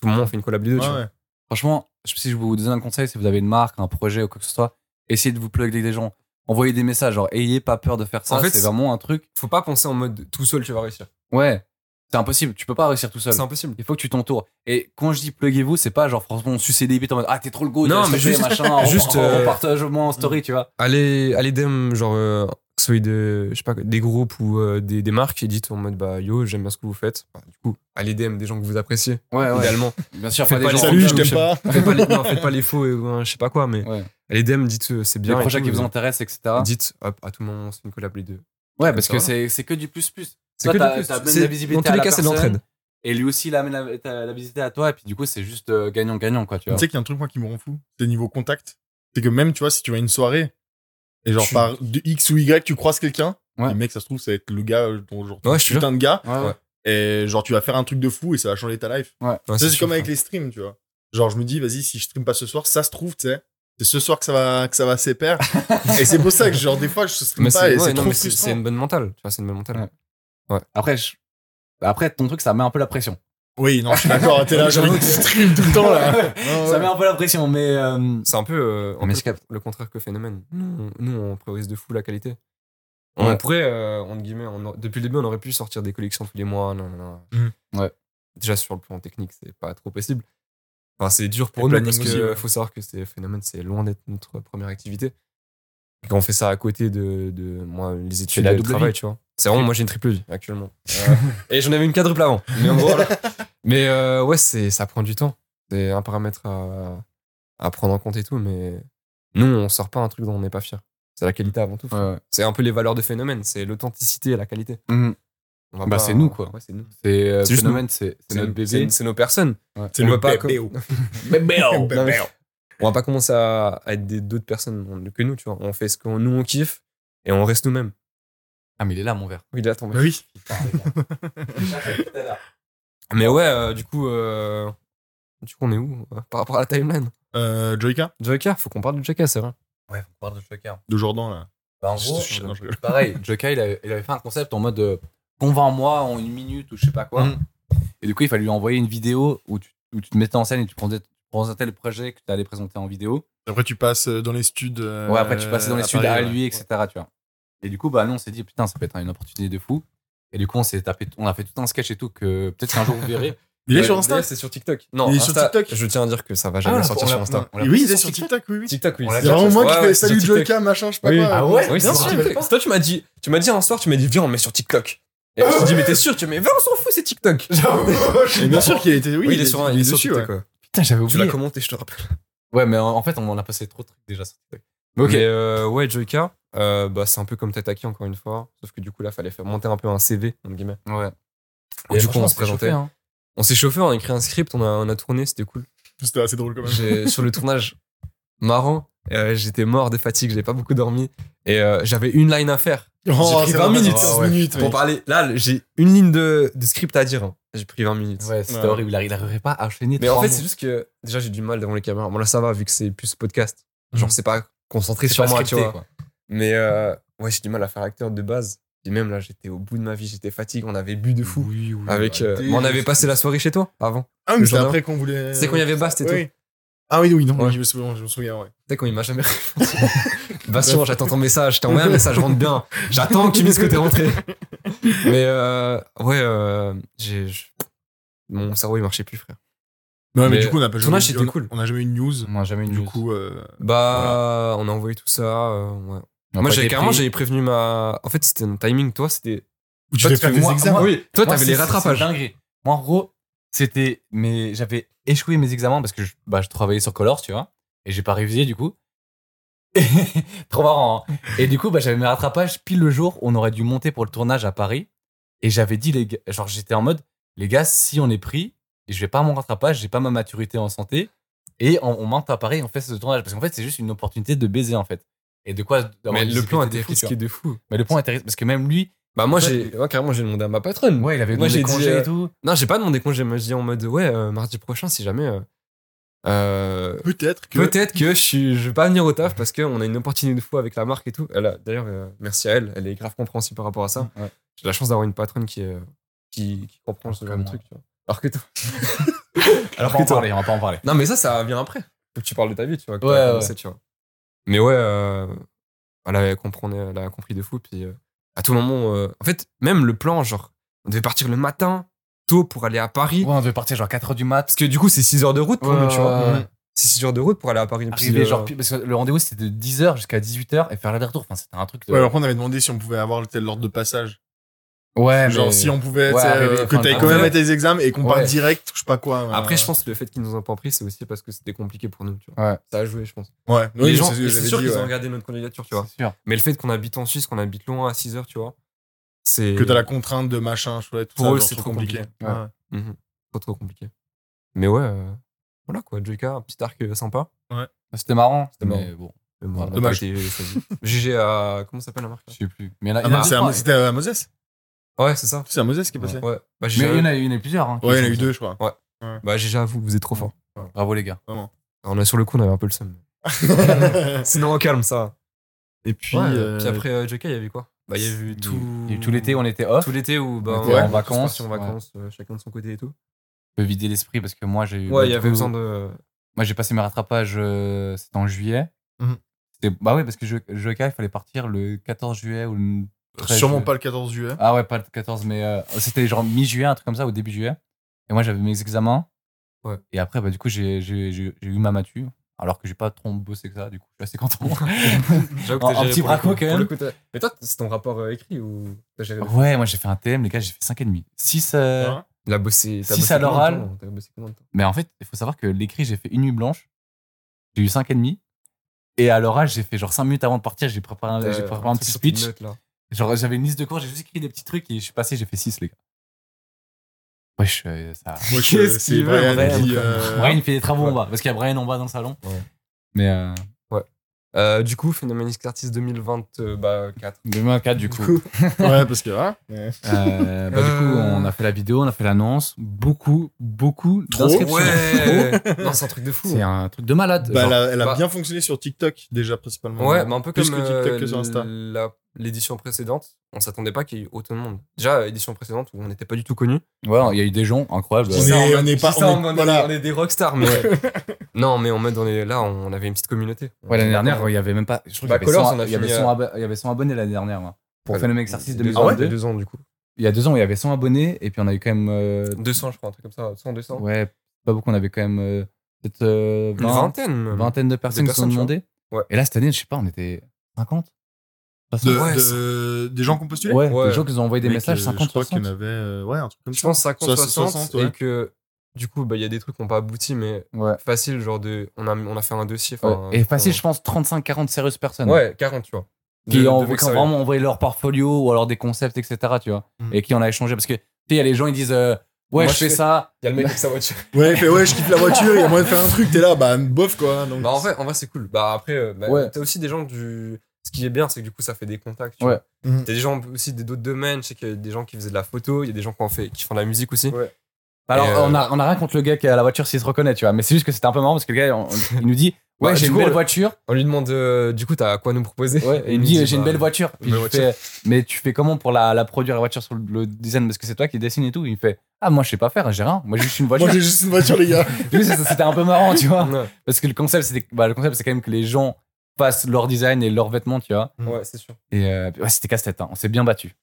tout le monde fait une collab des deux, tu
Ouais,
vois.
ouais.
Franchement, je- si je vous donne un conseil, si vous avez une marque, un projet ou quoi que ce soit, essayez de vous plugger des gens. Envoyez des messages, genre, ayez pas peur de faire ça.
En fait,
c'est
c'est-
vraiment un truc.
Faut pas penser en mode tout seul, tu vas réussir.
Ouais, c'est impossible. Tu peux pas réussir tout seul.
C'est impossible.
Il faut que tu t'entoures. Et quand je dis pluguez-vous, c'est pas genre franchement sucer des bits en mode ah t'es trop le go,
Non,
t'as
mais
chopé,
juste-
machin,
juste,
on, on-
euh,
on partage au moins en story, tu vois.
allez, allez DM, genre, euh, que ce soit de, je sais pas, des groupes ou euh, des, des marques et dites en mode, bah yo, j'aime bien ce que vous faites. Bah, du coup, allez DM des gens que vous appréciez,
Ah Ouais, ouais.
idéalement.
Bien sûr,
Fais
pas des
pas
gens
les
Salut, je
rentable,
t'aime
je
pas.
faites, pas les, non, faites pas les faux et euh, je sais pas quoi, mais
Ouais.
allez DM, dites euh, c'est
des
bien. et
projets
tout,
qui vous
euh,
intéressent, etc.
Dites, hop, à tout moment, on se fait une collab les deux.
Ouais, parce
ça
que
va.
c'est c'est que du plus plus.
C'est
Toi,
que du
t'as-
plus.
t'as même
C'est-
la visibilité
Dans tous
à
les
la
cas, c'est de
personne.
l'entraide.
Et lui aussi, il amène la, ta- la visite à toi, et puis du coup, c'est juste euh, gagnant-gagnant, quoi, tu
Tu
vois.
sais qu'il y a un truc, moi, qui me rend fou. C'est niveau contact. C'est que même, tu vois, si tu vas à une soirée et genre
Tu-
par de X ou Y, tu croises quelqu'un.
Ouais.
Et mec, ça se trouve, ça va être le gars, euh, dont genre,
Ouais, je te jure.
putain de gars.
Ouais, ouais.
Et genre, tu vas faire un truc de fou et ça va changer ta life.
Ouais,
Ça, c'est
Ah, sûr, hein.
comme avec les streams, tu vois. Genre, je me dis, vas-y, si je stream pas ce soir, ça se trouve, tu sais. C'est ce soir que ça va, que ça va s'épaire. et c'est pour ça que, genre, des fois, je stream
Mais
pas
c'est
et
ouais,
c'est
non,
trop
mais c'est- c'est
frustrant.
une bonne mentale. Tu vois, c'est une bonne mentale.
Ouais. Après, je- après, ton truc, ça met un peu la pression.
Oui, non, je suis d'accord. T'es là, j'ai envie de stream tout le temps, là.
ça met un peu la pression, mais. euh,
C'est un peu euh, un
Mais
peu
je capte.
le contraire que phénomène. Nous, on- nous, on priorise de fou la qualité. On
Ouais.
pourrait, euh, entre guillemets, on aur- depuis le début, on aurait pu sortir des collections tous les mois. Non, non, non.
Mhm. Ouais.
Déjà, sur le plan technique, c'est pas trop possible. Enfin, c'est dur
Et
pour nous
planning
parce qu'il
aussi, ouais.
faut savoir que c'est phénomène, c'est loin d'être notre première activité. Et Quand on fait ça à côté de, de moi, les études
la
et le
double
travail,
vie.
tu vois. C'est vraiment, moi, j'ai une triple vie actuellement. Euh, et j'en avais une quadruple avant. Mais en gros, voilà. Mais euh, ouais, c'est, ça prend du temps. C'est un paramètre à, à prendre en compte et tout, mais nous, on sort pas un truc dont on n'est pas fier. C'est la qualité avant tout.
ouais, ouais.
C'est un peu les valeurs de phénomène, c'est l'authenticité et la qualité.
Mhm.
On va
Bah,
pas-
c'est nous, quoi.
Ouais, c'est nous.
C'est euh,
C'est juste
phénomène, c'est c'est
C'est
notre
nous.
bébé.
C'est, c'est nos personnes.
C'est
On
le
veut pas
bébé.
Bébé.
Non, mais- on va pas commencer à, à être des, d'autres personnes que nous, tu vois. On fait ce qu'on nous on kiffe et on reste nous-mêmes.
Ah, mais il est là, mon verre.
Oui, là, tombé.
Bah oui.
Mais ouais, euh, du coup, euh, du coup, on est où euh, par rapport à la timeline
Euh, Joyka,
Joker, faut qu'on parle de Joker, c'est vrai.
Ouais, on parle de Joker.
de Jordan, là.
Bah, en
Je-
gros,
je- non, je-
pareil, Joker, il avait, il avait fait un concept en mode euh, convainc-moi en une minute ou je sais pas quoi.
Mm.
Mhm.
Et du coup, il fallait lui envoyer une vidéo où tu, où tu te mettais en scène et tu prenais, tu présentais le projet que tu allais présenter en vidéo.
Après, tu passes euh, dans les studs. euh,
ouais, après, tu passais dans les
à
studios
Paris,
à
ouais.
lui, etc. Tu vois. Et du coup, bah, nous, on s'est dit, putain, ça peut être une opportunité de fou. Et du coup, on s'est tapé, on a fait tout un sketch et tout que peut-être qu'un jour vous verrez.
Il est
Ouais,
sur Insta
d'ailleurs, C'est sur TikTok. Non,
Il est sur
Insta,
TikTok.
Je tiens à dire que ça va jamais
Ah,
sortir
on
sur
l'a-
Insta.
on
Et
l'a-
Oui, il
sur
est sur
TikTok
TikTok, oui, oui.
TikTok, oui.
On l'a
Il y a vraiment moi
Ouais,
qui
ouais,
fais
sur
salut
TikTok.
Joyka, machin, je sais pas
Oui.
quoi.
Ah ouais
Bien
Oui, c'est
sûr,
sur
il
TikTok.
fait pas.
Parce que Toi, tu m'as dit, tu m'as dit un soir, tu m'as dit, viens, on met sur TikTok. Et je me suis dit, mais t'es sûr Tu m'as dit, mais va, on s'en fout, c'est TikTok.
Et bien sûr qu'il a été. Oui,
Oui, il est sur un, il est sur
dessus,
TikTok,
ouais.
quoi.
Putain, j'avais
Tu l'as
oublié.
commenté, je te rappelle.
Ouais, mais en en fait, on en a passé trop de trucs déjà sur TikTok. Mais ok.
Mais, euh, ouais, Joyka, euh, bah, c'est un peu comme Tataki encore une fois. Sauf que du coup, là, fallait faire monter un peu un CV, entre guillemets.
Ouais.
Et du coup, on se présentait.
hein.
On s'est chauffé, on a écrit un script, on a, on a tourné, c'était cool.
C'était assez drôle quand même.
J'ai- sur le tournage, marrant, euh, j'étais mort de fatigue, j'avais pas beaucoup dormi. Et euh, j'avais une line à faire.
Oh,
pris
c'est
20
vrai,
minutes.
15
Ah ouais.
minutes,
Pour
mec.
parler, là, j'ai une ligne de, de script à dire. hein. J'ai pris 20 minutes.
Ouais, c'était
Ouais.
horrible. Il arri- il arriverait pas à enchaîner.
Mais en
trois
fait,
mots.
c'est juste que déjà, j'ai du mal devant les caméras. Bon, là, ça va, vu que c'est plus podcast. Genre,
Mhm.
c'est pas concentré
C'est
sur
pas
moi,
scripté,
tu vois.
quoi.
Mais euh, ouais, j'ai du mal à faire acteur de base. Et même là, j'étais au bout de ma vie, j'étais fatigué, on avait bu de fou.
Oui, oui,
Avec,
ouais.
euh,
t'es-
mais on avait passé la soirée chez toi avant.
Ah, mais
Le
c'est
jardin.
après qu'on
Euh,
voulait.
C'est quand il y avait Bast et tout.
Oui. Ah oui, oui, non,
Ouais.
oui, je, me souviens, je me souviens, ouais.
Tu sais, quand il m'a jamais répondu. Bastien, j'attends ton message, je t'ai envoyé un message, rentre bien. J'attends que tu me dises que t'es rentré. Mais euh, ouais, euh, j'ai. je- Mon cerveau, il marchait plus, frère.
Non, mais,
Mais
du coup, on n'a pas
tournage,
jamais eu-
c'était
on-
cool.
On n'a jamais eu une news.
On n'a jamais eu une
Du
news.
coup, euh,
Bah, on a envoyé tout ça. euh, ouais.
On a
Moi,
pas
j'ai
été
carrément,
pris.
j'avais prévenu ma. En fait, c'était un timing. Toi, c'était.
où tu
Toi,
devais
tu
faire
fais
des
moi-
examens.
moi-
oui, toi,
Moi,
t'avais
c'est-
les
c'est-
rattrapages.
c'est une dinguerie. Moi, en gros, c'était. Mais j'avais échoué mes examens parce que je, bah, je travaillais sur Colors, tu vois. Et j'ai pas révisé, du coup. Trop marrant. hein. Et du coup, bah, j'avais mes rattrapages pile le jour où on aurait dû monter pour le tournage à Paris. Et j'avais dit, les gars, genre, j'étais en mode, les gars, si on est pris, et je vais pas à mon rattrapage, j'ai pas ma maturité en santé. Et on, on monte à Paris et on fait ce tournage. Parce qu'en fait, c'est juste une opportunité de baiser, en fait. Et de quoi. d'avoir
Mais
une
le plan
discipline
était
de
fou,
fou,
ce
tu
qui est
vois.
de fou.
Mais le plan était. Parce que même lui,
Bah, moi,
Toi,
j'ai. ouais, carrément, j'ai demandé à ma patronne.
ouais, il avait
Moi,
demandé
j'ai dit,
congé
euh,
et tout.
Non, j'ai pas demandé congé. Moi, je dis en mode, ouais, euh, mardi prochain, si jamais. euh, euh,
Peut-être que.
Peut-être que je, suis, je vais pas venir au taf parce qu'on a une opportunité de fou avec la marque et tout. Elle a- D'ailleurs, euh, merci à elle, elle est grave compréhensible par rapport à ça.
Ouais.
J'ai la chance d'avoir une patronne qui, est- euh, qui, qui comprend ce genre de
Comme
truc. tu vois. Alors que toi.
Alors
que
on va pas en
toi-
parler, on va pas en parler.
Non, mais ça, ça vient après. Faut que tu parles de ta vie, tu vois. que
Ouais,
t'as
ouais.
commencé, tu vois. Mais ouais, euh, elle, a elle a compris de fou. Puis euh, à tout moment, euh, en fait, même le plan, genre, on devait partir le matin, tôt pour aller à Paris.
Ouais, on devait partir genre 4h du mat.
Parce que du coup, c'est 6 heures de route pour
Ouais,
nous, tu
ouais,
vois.
ouais.
C'est 6 heures de route pour aller à Paris. Puis,
Arriver
euh,
genre pi- parce que le rendez-vous c'était de 10h jusqu'à 18h et faire l'aller-retour. Enfin, c'était un truc de
Ouais, alors après, on avait demandé si on pouvait avoir tel ordre de passage.
Ouais,
Genre,
mais-
si on pouvait, tu
Ouais,
sais,
arriver,
euh, que
enfin,
t'ailles quand même
arriver.
à tes examens et qu'on
Ouais.
parte direct, je sais pas quoi. euh,
Après, je pense que le fait qu'ils nous ont pas pris, c'est aussi parce que c'était compliqué pour nous. Tu vois.
Ouais.
Ça a joué, je pense.
Ouais, oui,
les
c'est
gens,
ce que
et
j'avais
c'est sûr
dit,
qu'ils
ouais.
ont regardé notre candidature, tu vois.
c'est sûr.
Mais le fait qu'on habite en Suisse, qu'on habite loin à 6 heures, tu vois, c'est
Que t'as la contrainte de machin, je sais pas, tout
Pour
ça,
eux,
genre,
c'est trop compliqué.
Ouais.
trop trop compliqué. Mais ouais, euh, voilà quoi. Joyka, un petit arc euh, sympa.
Bah, C'était marrant,
C'était marrant.
mais bon,
Mais bon,
Voilà.
on a
Dommage.
pas été euh, choisi. GG à. Comment s'appelle la marque
je sais plus. Mais il y en a, il
Ah,
y en
bah,
a deux, hein.
c'est à-
trois,
C'était à Moses
là Ouais, c'est ça.
C'est à Moses qui est passé.
Ouais.
mais
Bah,
il y
GG,
en a, il y en a plusieurs. hein, qui
Ouais, il y en a
sont-
eu deux, je crois.
bah, GG à vous, vous êtes trop fort.
Bravo les gars.
On a sur le coup, on avait un peu le seum. Sinon, on calme ça.
Et puis.
Puis,
euh,
puis après euh, Joyka, il y avait quoi Bah, il y a eu tout.
Il y a eu tout l'été, on était off.
Tout l'été où bah,
On
était en
tous
vacances,
partis en
ouais.
vacances, euh, chacun de son côté et tout.
On peut vider l'esprit parce que moi j'ai eu.
Ouais, il y
beaucoup-
avait besoin de.
Moi j'ai passé mes rattrapages, euh, c'était en juillet.
Mhm.
C'était- Bah ouais, parce que je, je il fallait partir le 14 juillet ou le 13
Sûrement
juillet.
pas le 14 juillet.
Ah ouais, pas le 14, mais euh, c'était genre mi-juillet, un truc comme ça, au début juillet. Et moi, j'avais mes examens.
Ouais.
Et après, bah, du coup, j'ai j'ai- j'ai- j'ai eu ma matu, alors que j'ai pas trop bossé que ça, du coup, je suis assez content.
J'avoue que t'as
Un- un
géré
petit
pour le
braco,
coup.
quand
Pour le
même. Oh.
coup, t'as- Mais toi, c'est ton rapport euh, écrit ou t'as géré
ouais, moi, j'ai fait un TM, les gars, j'ai fait 5,5. 6.
Hein
Il a bossé.
Si c'est à l'oral.
T'as bossé combien de temps
euh, Mais en fait, il faut savoir que l'écrit, j'ai fait une nuit blanche, j'ai eu 5,5. Et à l'oral, j'ai fait genre 5 minutes avant de partir, j'ai préparé, un- j'ai
Euh, T'as-
préparé un petit
sur tes
speech.
notes, là.
Genre, j'avais une liste de cours, j'ai juste écrit des petits trucs et je suis passé, j'ai fait 6, les gars. Wesh, euh, ça.
Moi, je-
Qu'est-ce
c'est
qu'il veut,
Brian
Brian,
qui,
quoi.
euh,
Brian, il fait des travaux
Ouais.
en bas, parce qu'il y a Brian en bas dans le salon.
Ouais.
Mais. euh,
Euh, du coup, Phénomène Artist 2024.
2024 du coup.
Ouais, parce que. hein, mais-
Euh, bah, du coup,
Euh.
on a fait la vidéo, on a fait l'annonce. Beaucoup, beaucoup
Trop,
d'inscriptions.
Non, c'est un truc de fou.
C'est un truc de malade.
Bah,
Genre,
elle a, elle a
bah-
bien fonctionné sur TikTok, déjà, principalement.
Ouais, bah, mais un peu
Plus
comme
que TikTok que sur
euh,
Insta.
la- l'édition précédédente. On s'attendait pas qu'il y ait autant de monde. Déjà, euh, édition précédente où on n'était pas du tout connus.
Ouais, il y a eu des gens incroyables.
On
Je dis ça
est-
en mode-
on est
je
pas-
dis ça
on
en
est-
mode,
voilà.
on est des rockstars, mais non, mais en mode, on est là, on avait une petite communauté.
Ouais, l'année dernière, il y avait même pas. Je trouve
Bah,
qu'il y avait
Colors,
100
on a
il y avait
fini à-
100 abo- il y avait 100 abonnés l'année dernière. moi. Pour
Ah,
Phénomène Exercice
deux ans,
2022.
deux ans, du coup.
il y a deux ans, il y avait 100 abonnés, et puis on a eu quand même. euh,
200, je crois, un truc comme ça. 100, 200.
ouais, pas beaucoup, on avait quand même euh, peut-être euh,
Une
20,
vingtaine. même.
vingtaine de personnes qui se sont
personnes, tu vois.
demandées.
Ouais.
Et là, cette année, je sais pas, on était 50
De,
Ouais,
de- des gens qui ont postulé
Ouais,
Ouais.
les gens qui nous ont envoyé des
Mec,
messages,
euh,
50
Je crois qu'il y en
60.
avait. euh, ouais, un truc comme
Je
ça.
pense 50, 60,
60, ouais.
et que du coup, bah, il y a des trucs qui n'ont pas abouti, mais
Ouais.
facile, genre de. On a, on a fait un dossier.
Ouais.
enfin,
Et
enfin,
facile, je pense, 35-40 sérieuses personnes.
Ouais, 40, tu vois.
qui
De-
ont
de mecs
qui ont
sérieux.
vraiment envoyé leur portfolio ou alors des concepts, etc. Tu vois,
Mm.
et qui en a échangé parce que tu sais, il y a les gens ils disent euh, ouais
Moi,
je
je
fais
fais-
ça.
Il y a le mec avec sa voiture.
Ouais, il fait, ouais, je kiffe la voiture, il y a moyen de faire un truc, t'es là, bah, bof quoi. Donc,
Bah, en vrai, en vrai c'est cool. Bah, après, euh, bah,
Ouais.
t'as aussi des gens du. Ce qui est bien, c'est que du coup, ça fait des contacts. tu
Ouais.
vois.
Mhm.
T'as des gens aussi des- d'autres domaines. Je sais qu'il y a des gens qui faisaient de la photo, il y a des gens qui, ont fait, qui font de la musique aussi.
Ouais. Alors
euh,
on a on a rien contre le gars qui a la voiture s'il se reconnaît, tu vois, mais c'est juste que c'était un peu marrant parce que le gars on- il nous dit ouais
Bah,
j'ai
du
une
coup,
belle
on-
voiture,
On lui demande, euh, du coup, t'as quoi à nous proposer
ouais, et il me dit euh, j'ai une
bah,
belle voiture. Puis
belle
je fais, mais tu fais comment pour la, la produire la voiture sur le, le design parce que c'est toi qui dessine et tout. Il me fait ah moi je sais pas faire, j'ai rien, moi j'ai juste une voiture.
moi j'ai juste une voiture, les gars.
Lui, ça- ça- c'était un peu marrant, tu vois,
Ouais,
parce que le concept c'était bah, le concept c'est quand même que les gens fassent leur design et leurs vêtements, tu vois.
ouais, c'est sûr.
Et euh, ouais, c'était casse-tête, hein. on s'est bien battu.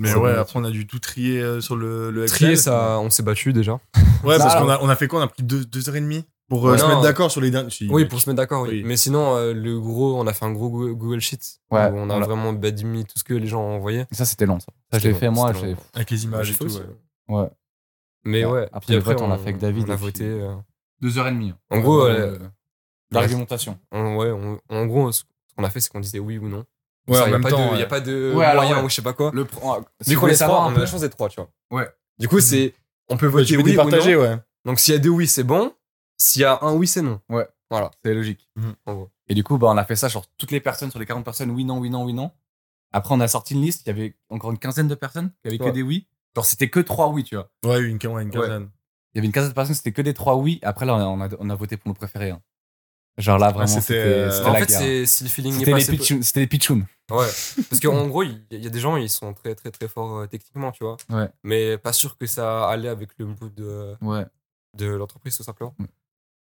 Mais
C'est
ouais,
bon.
après on a dû tout trier euh, sur le, le Excel.
Trier, ça, on s'est battu déjà.
Ouais, parce
Ah,
qu'on a, on a fait quoi On a pris deux, deux heures et demie pour euh,
Ouais,
se
non.
mettre d'accord sur les derniers. Si,
Oui, pour se mettre d'accord, oui.
Oui.
Mais sinon, euh, le gros, on a fait un gros Go- Google Sheet.
Ouais.
Où on a
Voilà.
vraiment badmi tout ce que les gens ont envoyé.
Et Ça, c'était long, ça. Ça, je
C'était
l'ai
long,
fait, moi.
c'était
j'ai-
long.
Avec les images
Je
et
fais
Bah, tout.
aussi.
ouais.
Ouais.
Mais
Ouais.
ouais.
Après,
puis
le vote, on l'a fait avec David
On a
et puis-
voté. euh,
Deux heures et demie.
En gros,
euh,
euh,
l'argumentation.
on- ouais, on- en gros, ce qu'on a fait, c'est qu'on disait oui ou non.
Ouais, en
il n'y a,
même
pas
temps,
de- y a
ouais.
pas de
Ouais, alors,
moyen
ouais.
ou je sais pas quoi.
Le pr- ah, si
Du
vous
coup, on
voulez
est trois, on
un
a
peu-
la chance d'être trois, tu vois.
Ouais.
Du coup, c'est. On peut
Ouais,
voter
tu peux
oui ou
départager,
non.
ouais.
Donc, s'il y a deux oui, c'est bon. S'il y a un oui, c'est non.
c'est logique.
Mhm.
En gros.
Et du coup, bah, on a fait ça sur toutes les personnes, sur les 40 personnes, oui, non, oui, non, oui, non. Après, on a sorti une liste, il y avait encore une quinzaine de personnes qui avaient
Ouais.
que des oui. Genre, c'était que trois oui, tu vois.
Ouais, une, quin- une quinzaine.
Il y avait une quinzaine de personnes, c'était que des trois oui. Après, là, on a, on a, on a voté pour nos préférés. hein. Genre là, vraiment,
c'était,
c'était
euh,
c'était
En
la
fait,
guerre.
c'est si le feeling est
C'était les
passé.
pitchouns. C'était les pitchouns.
Ouais. Parce qu'en gros, il y, a- il y a des gens, ils sont très, très, très forts euh, techniquement, tu vois.
Ouais.
Mais pas sûr que ça allait avec le mood de,
Ouais.
de l'entreprise, tout simplement.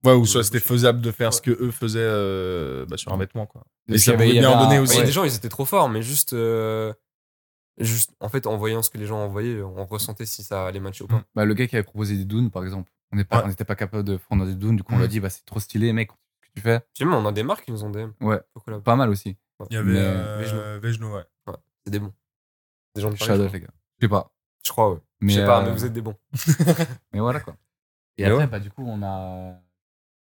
Ouais, ou soit c'était faisable de faire
Ouais.
ce que eux faisaient euh, bah, sur un vêtement, quoi. Et
Parce
ça
qu'il y avait-
pouvait
il y
bien
avait
en donner
un-
aussi.
Mais
ouais.
des gens, ils étaient trop forts, mais juste. euh, Juste, en fait, en voyant ce que les gens envoyaient, on ressentait si ça allait matcher ou pas.
Bah, le gars qui avait proposé des dunes, par exemple, on n'est pas-
Ouais.
on n'était pas capable de fournir des dunes, du coup on
Mhm.
lui a dit bah, c'est trop stylé, mec, ce que tu fais.
Puis même, on a des marques qui nous ont DM.
Ouais.
Faut collaborer.
Pas mal aussi.
Il y avait
Mais-
euh, Vejno, ouais.
C'est des bons. Des gens de Paris,
Shadow,
je crois.
les gars. Je sais pas.
Je crois, ouais.
Mais,
je sais pas,
euh,
mais vous êtes des bons.
mais voilà quoi. Et
Mais
après,
ouais.
bah, du coup, on a.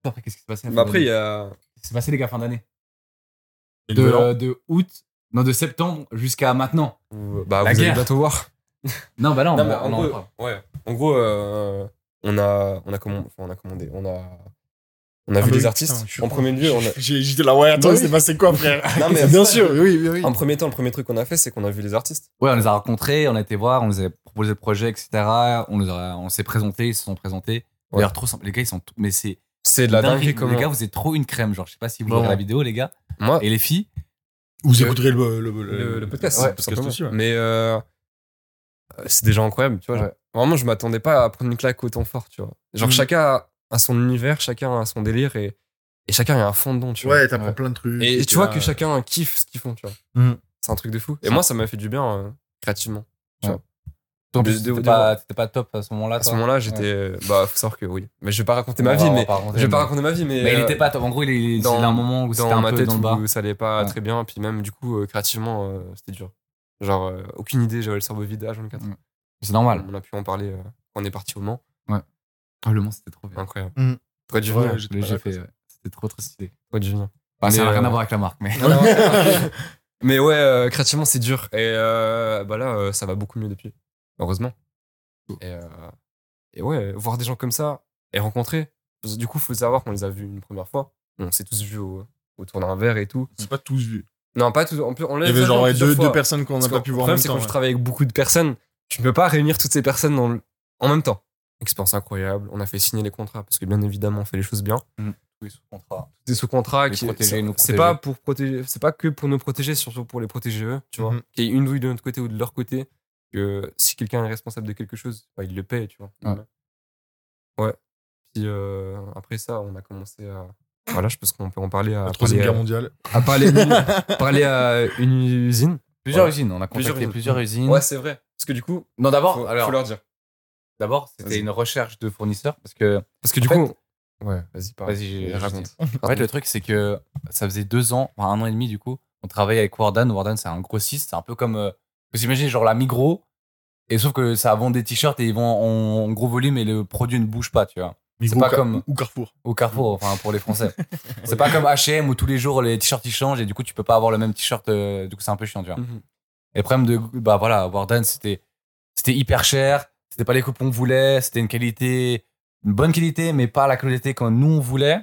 Après, qu'est-ce qui s'est passé la fin
Bah après,
d'année
il y a.
Qu'est-ce qui s'est passé, les gars, fin d'année
Et
de,
Nouvel An.
euh, de août, non, de septembre jusqu'à maintenant.
où,
La
Bah, vous allez
guerre.
bientôt voir.
Non, bah là, on,
Non, mais
on
en
en
gros-
parle.
Ouais. En gros, euh, on a, on a, commandé, enfin, on a commandé. On a, on a
Ah
vu
bah
des
oui,
artistes.
putain, je suis-
en premier lieu, on a-
J'ai- J'étais là, ouais, attends,
Bah
il
oui.
s'est passé quoi, frère
Non, mais-
Bien sûr, oui, oui, oui.
en premier temps, le premier truc qu'on a fait, c'est qu'on a vu les artistes.
Ouais, on les a rencontrés, on a été voir, on les a proposé le projet, etc. On, les a- on s'est présentés, ils se sont présentés.
Ouais.
D'ailleurs, trop simple. Les gars, ils sont. tout- Mais c'est.
C'est de la
dingue,
dinguerie. Comment...
Les gars, vous êtes trop une crème. Genre, je sais pas si vous
Bon.
regardez la vidéo, les gars.
Moi,
Et les filles.
Vous
Le-
écouterez le, le,
Euh,
le, le podcast,
Ouais,
tout
podcast
simplement.
aussi, ouais.
Mais euh, euh, c'est des gens incroyables, tu vois.
Ouais. Mm.
Vraiment, je m'attendais pas à prendre une claque autant fort, tu vois. Genre,
Mhm.
chacun a- a son univers, chacun a son délire et, et chacun a un fond dedans, tu vois.
Ouais, t'apprends
Ouais.
plein de trucs.
Et, tu
etc.
vois que chacun kiffe ce qu'ils font, tu vois.
Mm.
C'est un truc de fou. Et
Ça.
moi, ça m'a fait du bien euh, créativement.
Toi, en
De-
plus,
de-
t'étais
de-
pas, t'étais pas top à ce moment-là.
À ce
toi.
moment-là, j'étais. Bah, faut savoir que oui. Mais je vais pas raconter ma
On va-
vie,
on va
mais.
pas raconter,
Je vais pas
mais-
raconter ma vie, mais.
Mais il
euh,
était pas top. En gros, il, il,
dans-
il a un moment où c'était
dans
un
ma
peu
tête
dans le bas.
où ça allait pas
Ouais.
très bien. Puis même, du coup, euh, créativement, euh, c'était dur. Genre, euh, aucune idée, j'avais le cerveau vide à 24.
Mm. C'est normal.
On a pu en parler. euh, on est parti au Mans.
Ah, le Mans, c'était trop bien.
Incroyable.
Mm.
T'aurais dû
Ouais,
venir.
j'étais
Le
pas là,
GP, ouais. c'était trop trop stylé.
T'aurais dû venir.
Enfin, ça
Mais,
n'a rien
euh,
à voir avec la marque, mais.
Non, non. mais ouais, euh, créativement, c'est dur. Et euh, bah là, euh, ça va beaucoup mieux depuis. Heureusement. Et, euh, et ouais, voir des gens comme ça et rencontrer. Parce que Du coup, faut savoir qu'on les a vus une première fois. On s'est tous vus au, autour d'un verre et tout.
C'est pas tous vus.
Non, pas tous. En plus, on
Il
les
y
a
avait
vus
genre ouais,
plusieurs
deux,
fois.
deux personnes qu'on n'a
Parce
pas
que
pu
le
voir en
problème,
même
c'est
temps.
quand je
ouais.
travaille avec beaucoup de personnes, tu ne peux pas réunir toutes ces personnes dans le- en même temps. Expérience incroyable. On a fait signer les contrats parce que bien évidemment, on fait les choses bien.
Oui, sous contrat.
des sous contrat
Les
qui
protéger,
c'est
nous
c'est
protéger.
pas pour protéger c'est pas que pour nous protéger c'est surtout pour les protéger eux tu vois
Mhm.
qu'il y ait une douille de notre côté ou de leur côté que si quelqu'un est responsable de quelque chose bah, il le paie tu vois
Ouais.
Ouais. puis euh, après ça on a commencé à voilà je pense qu'on peut en parler à,
La troisième
parler
guerre
à-
mondiale.
à parler à une- parler à une usine
Plusieurs
Ouais.
usines, on a contacté
Plusieurs
plusieurs, usines.
ouais c'est vrai parce que du coup,
Non, d'abord,
faut,
alors,
faut leur dire.
d'abord,
Vas-y.
c'était une recherche de fournisseurs parce que,
Parce que du
en
coup, ouais, vas-y, parle.
vas-y, j'ai- raconte.
raconte.
En fait, le truc, c'est que ça faisait deux ans, enfin un an et demi du coup, on travaillait avec Wardan. Wardan, c'est un grossiste. C'est un peu comme. Euh, vous imaginez, genre la Migros, et sauf que ça vend des t-shirts et ils vendent en, en gros volume et le produit ne bouge pas, tu vois.
Migros
pas
Car-
comme-
Ou Carrefour.
Au Carrefour, enfin pour les Français. c'est pas comme HM où tous les jours les t-shirts ils changent et du coup tu peux pas avoir le même t-shirt, euh, du coup c'est un peu chiant, tu vois.
Mhm.
Et le problème de. Bah voilà, Warden, c'était c'était hyper cher, c'était pas les coupons qu'on voulait, c'était une qualité, une bonne qualité, mais pas la qualité qu'on nous on voulait.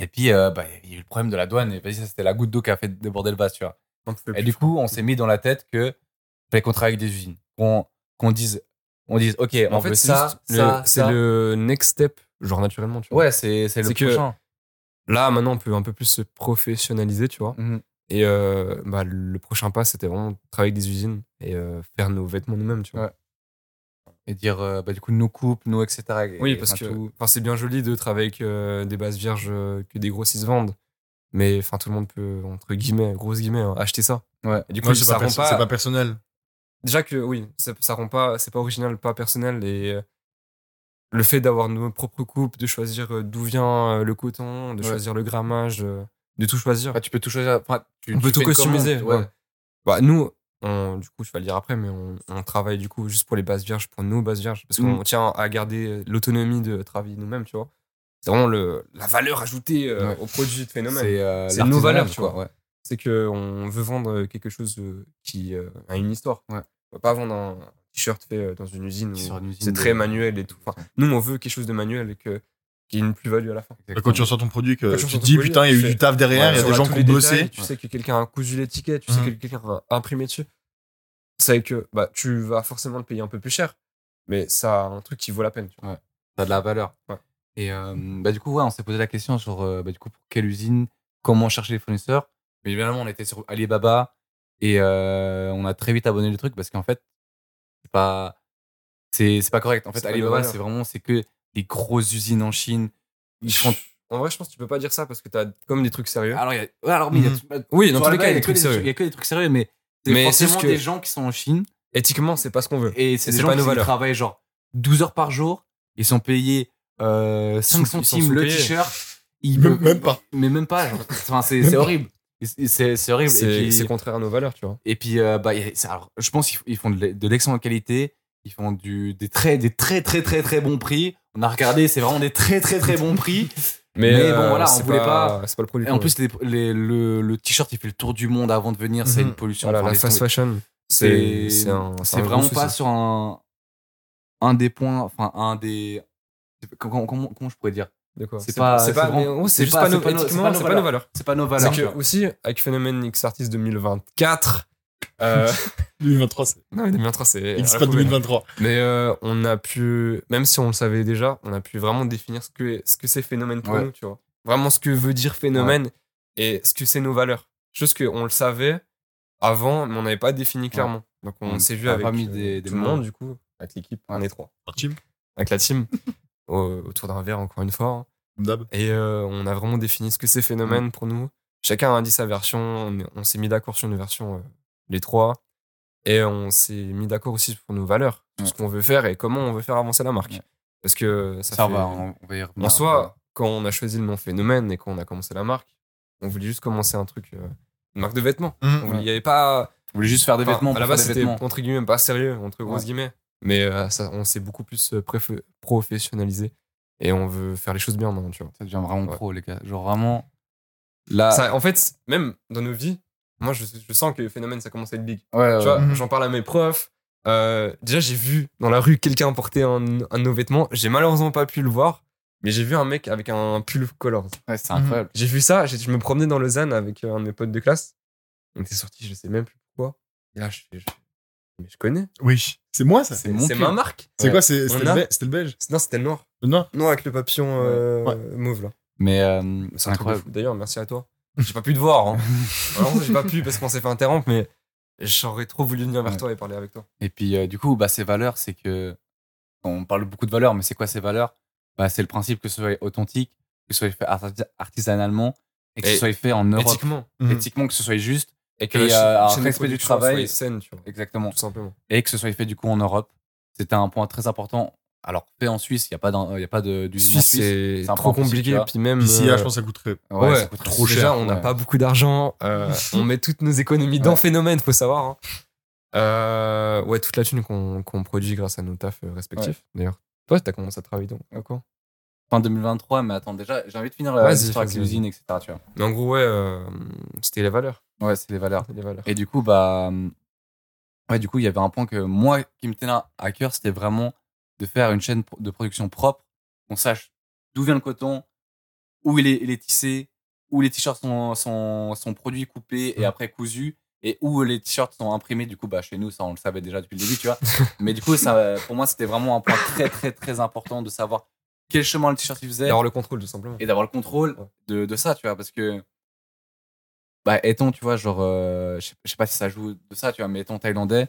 Et puis, euh, bah, il y a eu le problème de la douane, et vas-y, ça, c'était la goutte d'eau qui a fait déborder le vase, tu vois.
On pouvait
Et
plus.
du coup, on s'est mis dans la tête que fallait qu'on travaille avec des usines, qu'on qu'on dise, on dise, ok, on
En fait,
veut ça,
c'est juste
ça,
le- c'est
ça.
le next step, genre naturellement, tu vois.
Ouais, c'est c'est le
C'est que-
prochain.
Là, maintenant, on peut un peu plus se professionnaliser, tu vois.
Mhm.
Et euh, bah, le prochain pas, c'était vraiment de travailler avec des usines et euh, faire nos vêtements nous-mêmes, tu vois.
Ouais. Et dire, euh, bah, du coup, nos coupes, nos, etc. Et-
Oui, parce
enfin,
que
tout.
enfin, c'est bien joli de travailler avec euh, des bases vierges euh, que des grossistes vendent. Mais enfin, tout le monde peut, entre guillemets, grosses guillemets, hein, acheter ça.
Ouais.
Et du coup,
Moi, c'est
ça
pas,
rend
perso-
pas,
c'est pas personnel.
Déjà que, oui, ça, ça rend pas. C'est pas original, pas personnel. Et euh, le fait d'avoir nos propres coupes, de choisir euh, d'où vient euh, le coton, de
Ouais.
choisir le grammage, euh, de tout choisir.
Enfin, tu peux tout choisir. Enfin, tu,
on
tu
peut tout
fais une commande,
customiser.
ouais. euh,
ouais. Bah, nous, on- du coup, je vais le dire après, mais on, on travaille du coup juste pour les bases vierges, pour nos bases vierges, parce
Mm.
qu'on tient à garder euh, l'autonomie de travailler nous-mêmes, tu vois. C'est vraiment le, la valeur ajoutée euh,
Ouais.
au produit de phénomène.
C'est euh,
C'est nos valeurs,
l'artisanat,
tu vois.
quoi, ouais.
C'est qu'on veut vendre quelque chose euh, qui euh, a une histoire.
Ouais.
On va pas vendre un t-shirt fait euh, dans une usine.
Qui
où
sort d'une usine
C'est
de-
très manuel et tout. Enfin, nous, on veut quelque chose de manuel et que, qui ait une plus-value à la fin.
Quand tu reçors ton produit,
Quand
que
tu
tu
reçors
te
ton
dis,
produit,
putain, il y a
tu
eu
fais-
du taf derrière, il y a
Sur
des gens
tous
qui
les
ont bossé.
détails, Tu sais que quelqu'un a cousu l'étiquette, tu sais
Mmh.
Mhm.
que quelqu'un a imprimé dessus. C'est que bah, tu vas forcément le payer un peu plus cher, mais ça a un truc qui vaut la peine. tu vois.
T'as de la valeur.
Ouais.
Et euh, bah, du coup, ouais, on s'est posé la question sur euh, bah, du coup, pour quelle usine, comment chercher les fournisseurs. Mais évidemment, on était sur Alibaba et euh, on a très vite abonné le truc parce qu'en fait, c'est pas, c'est, c'est pas correct. En fait,
C'est pas nos
Alibaba,
valeurs.
c'est vraiment c'est que les grosses usines en Chine. Ils font...
En vrai, je pense que tu peux pas dire ça parce que tu as comme des trucs sérieux.
Alors, il y a- ouais, alors, mais il y a- bah,
Mhm.
oui,
sur
dans tous les
Alibaba,
cas, il y
que
a des trucs
Il y
sérieux.
a que des trucs sérieux, mais c'est
Mais c'est
forcément
juste que-
des gens qui sont en Chine
Éthiquement, c'est pas ce qu'on veut.
et c'est des
c'est
gens
pas nos
qui
valeurs.
travaillent genre 12 heures par jour. Ils sont payés euh, 5
Sous- ils sont
centimes le
sous-payés.
t-shirt. Ils
Même
peuvent-
même pas.
mais même pas genre. enfin c'est c'est horrible Et c'est c'est horrible et
C'est
puis,
c'est contraire à nos valeurs, tu vois.
et puis, euh, bah, y a- ça- alors, je pense qu'ils f- ils font de l'e- de l'excellente qualité ils font du des très des très très très très bons prix on a regardé c'est vraiment des très très très bons prix Mais bon, voilà, on
c'est
voulait
C'est pas le produit.
et en
qu'on
plus les- les- le, le t-shirt il fait le tour du monde avant de venir c'est
Mhm.
une pollution
veut. voilà,
Enfin,
la
laisse
fast
tomber.
fashion,
c'est
c'est c'est un- c'est
c'est
un
vraiment
gros
pas
souci.
sur un un des points enfin un des comment, comment, comment je pourrais dire
De quoi
c'est pas-
c'est
c'est
pas.
vraiment-
mais en gros,
c'est
C'est juste
pas-
pas
c'est
nos
pas nos- c'est
éthiquement,
pas nos
c'est pas nos
valeurs.
valeurs.
c'est pas nos valeurs
C'est que aussi, avec Phénomène X Artist 2024, euh,
2023, c'est-
Non, mais 2023, c'est.
existe
à la
pas
poubelle.
2023.
Mais euh, on a pu, même si on le savait déjà, on a pu vraiment définir ce que ce que c'est phénomène pour
Ouais.
nous, tu vois. Vraiment ce que veut dire phénomène et ce que c'est nos valeurs. Juste qu'on le savait avant, mais on n'avait pas défini clairement. Donc on,
On
s'est vu
a
avec
pas mis
euh,
des- des
tout le
mots.
monde, du coup, avec l'équipe. On est trois.
Par team,
Avec la team, au- autour d'un verre, encore une fois. hein.
comme d'hab.
Et euh, on a vraiment défini ce que c'est phénomène
Mm.
pour nous. Chacun a dit sa version. On, on s'est mis d'accord sur une version, euh, les trois. Et on s'est mis d'accord aussi pour nos valeurs, sur ce qu'on veut faire et comment on veut faire avancer la marque.
Ouais.
Parce que ça,
ça, on
fait-
va on, on va y revenir
en soi, quand on a choisi le nom phénomène et qu'on a commencé la marque, on voulait juste commencer un truc, euh, une marque de vêtements.
Mhm.
On voulait- Il n'y avait pas.
on voulait juste faire des
enfin,
vêtements
à la
pour
base,
faire des
c'était
vêtements.
entre guillemets pas sérieux, entre grosses
Ouais.
guillemets. Mais euh, ça, on s'est beaucoup plus euh, préf- professionnalisé et on veut faire les choses bien maintenant, tu vois.
Ça devient vraiment
Ouais.
pro, les gars. Genre vraiment. Là.
Ça, en fait, même dans nos vies, moi, je, je sens que le phénomène, ça commence à être big.
Ah ouais,
Tu vois,
Mhm.
j'en parle à mes profs. Euh, déjà, j'ai vu dans la rue quelqu'un porter un, un de nos vêtements. J'ai malheureusement pas pu le voir, mais j'ai vu un mec avec un pull Colors.
c'est incroyable.
J'ai vu ça, j'ai- je me promenais dans Lausanne avec euh, un de mes potes de classe. On était sortis, je sais même plus pourquoi. Et là, je fais. je- Mais je connais.
Oui, c'est moi ça.
mon
C'est
pull.
ma marque.
C'est
Ouais.
quoi c'est-
On
C'était
a-
le, Be- c'était le belge
Non, c'était le noir.
Non.
Noir avec le papillon euh, mauve, là.
Mais euh,
C'est
c'est
un truc de
incroyable.
fou. D'ailleurs, merci à toi. J'ai pas pu te voir. Hein. Vraiment, j'ai pas pu parce qu'on s'est fait interrompre, mais j'aurais trop voulu venir vers
Ouais.
toi et parler avec toi.
Et puis, euh, du coup, bah, ces valeurs, c'est que. On parle beaucoup de valeurs, mais c'est quoi ces valeurs bah, C'est le principe que ce soit authentique, que ce soit fait arti- artisanalement et que
Et
ce soit fait en Europe.
Éthiquement.
Mhm.
Mm-hmm. Éthiquement, que ce soit juste et
Que
qu'il y
la
a un
chaîne de
respect du
production soit
travail.
saine, tu vois,
Exactement.
tout simplement.
Et que ce soit fait du coup en Europe. C'était un point très important. Alors, fait en Suisse, il n'y a pas, d'un- il y a pas de- d'usine en
Suisse,
Suisse.
c'est
c'est un
trop
peu compliqué,
compliqué.
tu
Puis même.
Ici, là, ah, je
euh,
pense que ça coûterait.
Ouais, ça
ouais,
coûte
trop
déjà,
cher,
on n'a
ouais.
pas beaucoup d'argent. euh, on met toutes nos économies dans
Ouais.
Phénomène, faut savoir. hein. Euh, ouais, toute la thune qu'on qu'on produit grâce à nos tafs euh, respectifs. D'ailleurs, toi, t'as commencé à travailler donc quoi
fin 2023, mais attends, déjà, j'ai envie de finir la
Vas-y,
l'histoire avec
vas-y,
l'usine, etc. Tu vois.
Mais en gros, ouais, euh, c'était les valeurs.
Ouais, c'est les valeurs.
Les valeurs.
Et du coup, bah. euh, Ouais, du coup, il y avait un point que moi, qui me tenait à cœur, c'était vraiment de faire une chaîne pro- de production propre, qu'on sache d'où vient le coton, où il est, il est tissé, où les t-shirts sont, sont, sont produits, coupés et
Mhm.
après cousus, et où les t-shirts sont imprimés. Du coup, bah, chez nous, ça, on le savait déjà depuis le début, tu vois. Mais du coup, ça, pour moi, c'était vraiment un point très, très, très important de savoir quel chemin le t-shirt il faisait.
D'avoir le contrôle, tout simplement.
et d'avoir le contrôle
Ouais.
de, de ça, tu vois, parce que bah, étant, tu vois, genre, euh, je sais- je sais pas si ça joue de ça, tu vois, mais étant thaïlandais,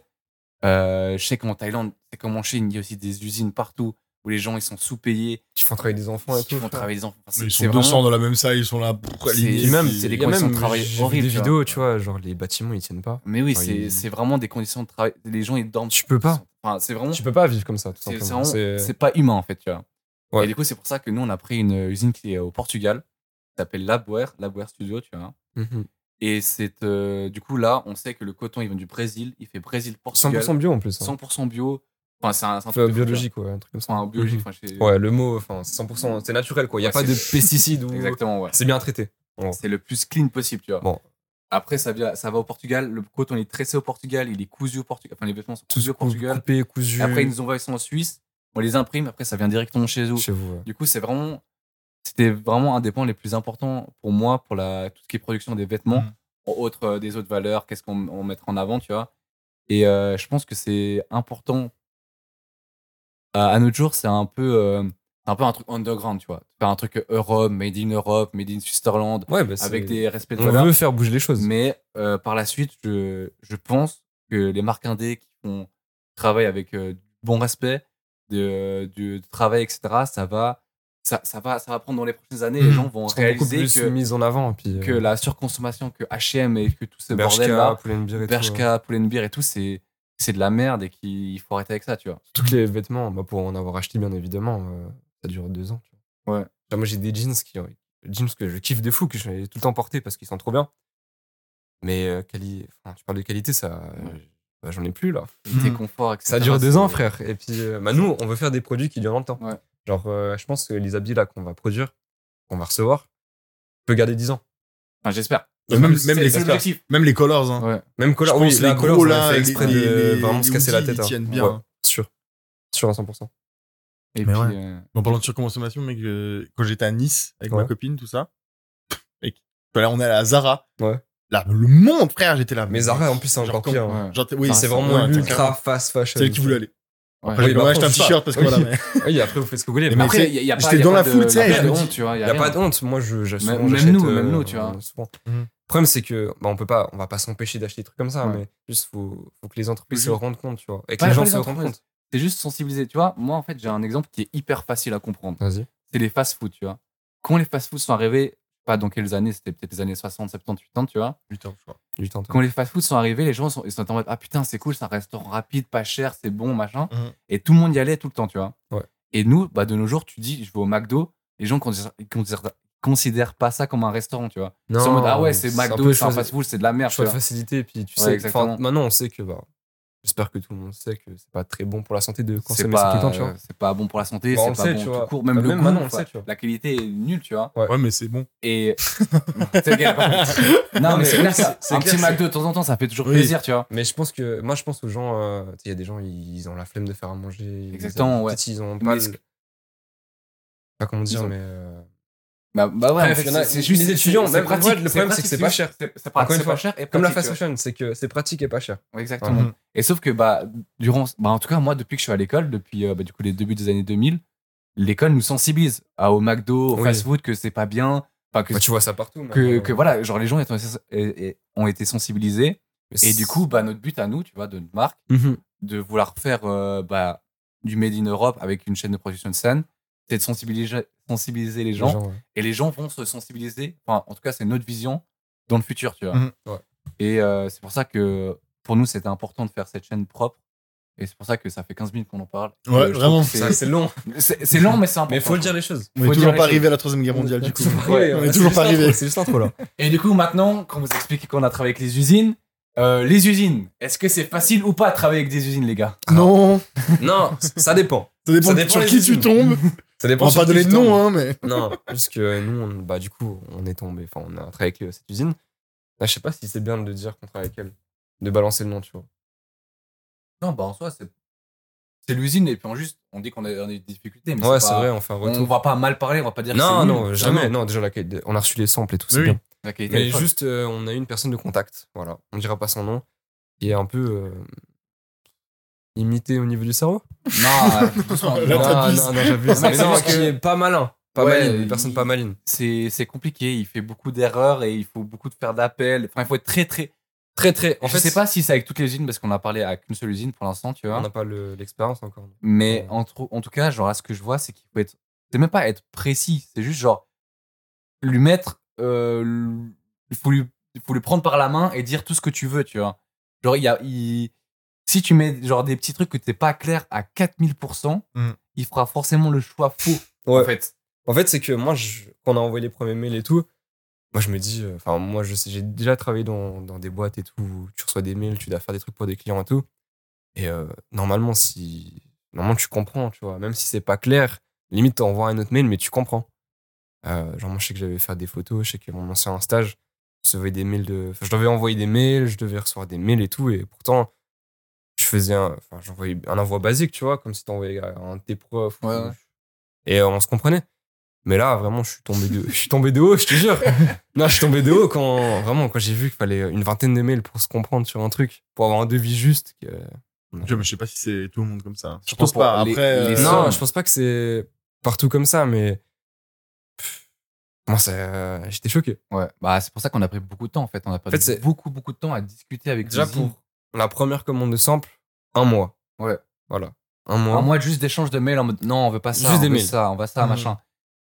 euh, je sais qu'en Thaïlande, c'est comme en Chine, il y a aussi des usines partout où les gens ils sont sous-payés,
Qui font travailler des enfants et
ils
tout.
font
frère.
travailler les enfants. Enfin, c'est-
Ils
c'est
sont
vraiment-
200 dans la même salle, ils sont là. brrr,
C'est-
alignés,
Et même,
puis-
c'est des
Il y a
conditions de
même-
travail
j'ai vu
horribles,
Des
tu vois.
vidéos, tu vois, genre les bâtiments, ils tiennent pas.
Mais oui,
Enfin,
c'est
Ah, ils-
c'est vraiment des conditions de travail. Les gens ils dorment.
Tu peux pas.
Enfin, c'est vraiment.
Tu peux pas vivre comme ça, tout
C'est c'est
simplement.
vraiment-
C'est-
c'est pas humain en fait, tu vois.
Ouais.
Et du coup, c'est pour ça que nous, on a pris une euh, usine qui est au Portugal, qui s'appelle Labware, Labware Studio, tu vois.
Mhm.
Et c'est euh, du coup là, on sait que le coton, il vient du Brésil, il fait Brésil Portugal, 100%,
100% bio en plus. hein.
bio. Enfin, c'est un, c'est un
Enfin,
truc de fou,
biologique, ouais, un truc comme
tu vois.
ça.
Enfin, biologique.
Mhm.
enfin, chez-
Ouais, le mot, enfin, c'est 100%, c'est naturel, quoi. Il n'y a
Ouais,
pas de
c'est-
pesticides ou.
Exactement, ouais.
C'est bien traité. Bon.
C'est le plus clean possible, tu vois.
Bon.
Après, ça, vient, ça va au Portugal. Le coton, il est tressé au Portugal, il est cousu au Portugal. Enfin, les vêtements sont cousus au Portugal.
Coupé, cousu.
Et après, ils nous envoient, ils sont en Suisse. On les imprime. Après, ça vient directement chez nous.
Chez vous. ouais.
Du coup, c'est vraiment, c'était vraiment un des points les plus importants pour moi pour la tout ce qui est production des vêtements,
Mhm.
en autre euh, des autres valeurs, qu'est-ce qu'on on mettra en avant, tu vois. Et euh, je pense que c'est important. À, à notre jour, c'est un peu, euh, c'est un peu un truc underground, tu vois. Faire un truc euh, Europe, made in Europe, made in Switzerland,
Ouais, bah, c'est-
avec des respects de
On
valeurs.
veut faire bouger les choses.
Mais euh, par la suite, je, je pense que les marques indées qui font travail avec euh, du bon respect, de, du travail, etc., ça va, ça, ça va, ça va prendre dans les prochaines années. Les
Mhm.
gens vont
Ils seront beaucoup
réaliser
plus
que,
mis en avant. Puis, euh,
que la surconsommation, que HM et que tout ce
Bershka,
bordel-là,
Pull&Bear et tout, ouais.
Bershka, Pull&Bear et tout, c'est c'est de la merde et qu'il faut arrêter avec ça, tu vois.
Mmh.
Tous les vêtements, bah, pour en avoir acheté, bien évidemment, euh, ça dure deux ans. tu vois.
Ouais.
Genre, moi, j'ai des jeans qui euh, jeans que je kiffe de fou, que je vais tout le temps porter parce qu'ils sont trop bien. Mais euh, quali- enfin, tu parles de qualité, ça, bah, j'en ai plus là.
Tes
Mhm.
conforts, etc.
Ça dure deux
c'est-
ans, frère. Et puis, euh, bah, nous, on veut faire des produits qui durent longtemps.
Ouais.
Genre, euh, je pense que les habits là qu'on va produire, qu'on va recevoir, peut garder 10 ans.
Enfin, j'espère.
Même- même
C'est-
les-
c'est l'objectif.
Même les colors. Hein.
Ouais.
Même
Je
Color,
pense
oui,
que
là,
les
Color,
gros,
on a
là,
fait
les-
exprès
les-
de
les-
vraiment se
les
casser la
hoodies,
tête.
ils
hein.
tiennent bien.
Ouais, sûr. Sûr à 100%.
Et
Mais
puis,
ouais.
euh,
En parlant de surconsommation, mec, je- quand j'étais à Nice avec
Ouais.
ma copine, tout ça, mec, voilà, on est à la Zara.
Ouais.
Là, le monde, frère, j'étais là.
Mais Zara, en plus, c'est
Genre
encore
comme-
pire. hein.
ouais.
Genre, t'es- oui,
Zara,
C'est
c'est-
vraiment
ouais,
ultra
carrément.
fast fashion.
C'est elle qui voulait aller.
Ouais.
Après,
Oui,
j'ai
bah,
pas acheté un
après,
t-shirt parce que
oui.
voilà. mais-
Oui, après, vous faites ce que vous voulez.
Et
mais
mais
Après,
c'est-
il y a- il y a pas-
j'étais
il y a
dans
pas
la
de-
foule, tu
il y a
sais,
pas
je
de
me dis-
honte, tu vois, il y
Il
a
n'y a
rien.
pas de honte. Moi, je j'achète
Même-
souvent,
même
j'achète,
nous, même nous, tu vois.
souvent.
Mhm.
Le problème, c'est que bah, on peut pas, on va pas s'empêcher d'acheter des trucs comme ça,
Ouais.
mais juste faut, faut que les entreprises se
Oui.
rendent compte, tu vois, et que
Pas-
les
pas
gens
les
se rendent
entreprises.
compte.
C'est juste sensibiliser. Tu vois, moi, en fait, j'ai un exemple qui est hyper facile à comprendre.
Vas-y.
C'est les fast-food, tu vois. Quand les fast-food sont arrivés, pas dans quelles années, c'était peut-être les années 60, 70, 80, tu vois.
Putain, je crois.
Du temps.
Quand les fast-food sont arrivés, les gens sont, ils sont en mode Ah putain, c'est cool, c'est un restaurant rapide, pas cher, c'est bon, machin.
Mhm.
Et tout le monde y allait tout le temps, tu vois.
Ouais.
Et nous, bah, de nos jours, tu dis Je vais au McDo, les gens considèrent, considèrent- considèrent pas ça comme un restaurant, tu vois. Ils sont en mode Ah ouais, c'est
un
McDo,
peu
c'est un
choisi-
fast-food, c'est de la merde, tu
choix de
vois.
facilité, puis tu
Ouais,
sais.
exactement.
enfin, Maintenant, on sait que, bah, j'espère que tout le monde sait que c'est pas très bon pour la santé de
C'est
consommer ça tout
pas,
le temps, tu vois.
euh, c'est pas bon pour la santé,
Bah, on le
c'est pas
sait,
bon
tu
tout
vois.
court, même
Bah,
le
même
goût,
maintenant, on le
quoi.
sait, tu vois.
La qualité est nulle, tu vois.
Ouais, mais c'est bon.
Et. C'est clair. non, mais c'est clair, ça.
c'est
Un
clair,
petit
c'est-
McDo de temps en temps, ça fait toujours
Oui.
plaisir, tu vois.
Mais je pense que, moi, je pense aux gens, euh, tu sais, il y a des gens, ils ont la flemme de faire à manger. ils-
Exactement, ouais.
peut-être Ils ont pas
Mais ce
le- Pas comment dire,
ont-
mais. euh,
Bah, bah ouais,
Bref,
en fait,
il y en a-
c'est- c'est
les
juste.
étudiants,
c'est
même,
pratique,
ouais, le problème,
pratique,
c'est que c'est pas cher.
C'est c'est
Encore
pratique,
une
c'est
fois,
pas cher et
Comme la
pratique,
fast Mm. fashion, c'est que c'est pratique et pas cher.
tu vois. Exactement.
Mhm.
Et sauf que, bah, durant. Bah, en tout cas, moi, depuis que je suis à l'école, depuis euh, bah, du coup les débuts des années 2000, l'école nous sensibilise à, au McDo, au
Oui.
fast-food, que c'est pas bien. Enfin, que,
Bah, tu vois ça partout.
que,
maintenant.
que voilà, genre les gens étant- et- et- ont été sensibilisés.
Mais
Et
c'est-
du coup, bah, notre but à nous, tu vois, de notre marque,
Mhm.
de vouloir faire euh, bah, du Made in Europe avec une chaîne de production de scène, c'est de sensibiliser, sensibiliser les gens.
gens, ouais.
Et les gens vont se sensibiliser, enfin, en tout cas, c'est notre vision dans le futur, tu vois.
Mhm.
Ouais.
Et euh, c'est pour ça que pour nous, c'était important de faire cette chaîne propre. Et c'est pour ça que ça fait 15 minutes qu'on en parle.
Ouais,
Euh, je trouve
vraiment.
que
Ça,
C'est
C'est long,
c'est- c'est long, mais c'est important.
mais faut le dire les choses.
On
Faut
est toujours
dire
pas
les
arrivé à la troisième guerre mondiale du coup.
Ouais,
on
ouais,
est
c'est
toujours
juste
pas
l'intro,
arrivé.
C'est juste l'intro là.
Et du coup, maintenant, quand vous expliquez qu'on a travaillé avec les usines, euh, les usines, est-ce que c'est facile ou pas de travailler avec des usines, les gars
Ah Non,
Non, ça dépend.
ça dépend,
Ça
de
dépend
sur
des
qui tu
usines.
tombes.
Ça
On
dépend.
va pas
sur qui
donner de
tu tombes.
nom, hein, mais.
Non, juste que nous, on- bah, du coup, on est tombé. Enfin, on a travaillé avec euh, cette usine. Là, je sais pas si c'est bien de dire qu'on travaille avec elle, de balancer le nom, tu vois.
Non, bah en soi, c'est c'est l'usine et puis on juste, on dit qu'on a, on a des difficultés. Mais
Ouais, c'est
pas-
vrai, on fait un
On
retour.
va pas mal parler, on va pas dire que
Non,
c'est
non,
nul.
jamais.
Vraiment.
Non, déjà, la qualité- on a reçu les samples et tout, c'est
Oui,
bien.
La qualité
Mais
est folle.
juste, euh, on a eu une personne de contact, voilà. On dira pas son nom, qui est un peu euh, imité au niveau du cerveau.
Non, euh, doucement,
Là,
Non,
non,
t'as
non,
dit-
non, j'abuse. Mais
c'est
non,
juste
qui
que-
est pas malin. Pas
Ouais,
maline, une
il-
personne pas maline.
c'est c'est compliqué. Il fait beaucoup d'erreurs et il faut beaucoup de faire d'appels. Enfin, il faut être très, très.
Très, très. En
je
fait,
sais pas si c'est avec toutes les usines parce qu'on a parlé à qu'une seule usine pour l'instant, tu vois.
On n'a pas le- l'expérience encore.
Mais
Ouais.
en, trou- en tout cas, genre, là, ce que je vois, c'est qu'il faut être. C'est même pas être précis, c'est juste genre. Lui mettre. euh, l- Il faut lui, il faut lui prendre par la main et dire tout ce que tu veux, tu vois. Genre, il y a. il- Si tu mets genre des petits trucs que t'es pas clair à 4000%,
Mm.
il fera forcément le choix faux, en
Mmh. Ouais.
fait.
En fait, c'est que moi, je- quand on a envoyé les premiers mails et tout, moi, je me dis, euh, enfin, moi, je sais, j'ai déjà travaillé dans, dans des boîtes et tout, où tu reçois des mails, tu dois faire des trucs pour des clients et tout. Et euh, normalement, si. Normalement, tu comprends, tu vois. Même si c'est pas clair, limite, t'envoies un autre mail, mais tu comprends. Euh, genre, moi, je sais que j'avais fait des photos, je sais que mon ancien stage, je recevais des mails de. enfin, je devais envoyer des mails, je devais recevoir des mails et tout, et pourtant. Je faisais un, enfin, j'envoyais un envoi basique, tu vois, comme si t'envoyais à un de tes profs. ou-
Ouais, ouais.
Et euh, on se comprenait. Mais là, vraiment, je suis tombé de, je suis tombé de haut, je te jure. Non, je suis tombé de haut quand, vraiment, quand j'ai vu qu'il fallait une vingtaine de mails pour se comprendre sur un truc, pour avoir un devis juste. que-
Je mais je sais pas si c'est tout le monde comme ça. hein. Je
Surtout
pense pas.
pour les-
Après,
les
euh,
sommes.
non,
Non, je pense pas que c'est partout comme ça, mais. Pff, Moi, ça, euh, j'étais choqué.
Ouais, bah c'est pour ça qu'on a pris beaucoup de temps en fait. On a perdu
fait, c'est-
beaucoup beaucoup de temps à discuter avec
Déjà,
l'usine.
pour la première commande de sample, un mois.
Ouais.
Voilà. Un
un
mois.
mois de juste d'échanges de mails en mode non on veut pas ça,
Hein Juste
on
des
veut
mails. Mmh.
ça, on va ça
Mhm.
machin.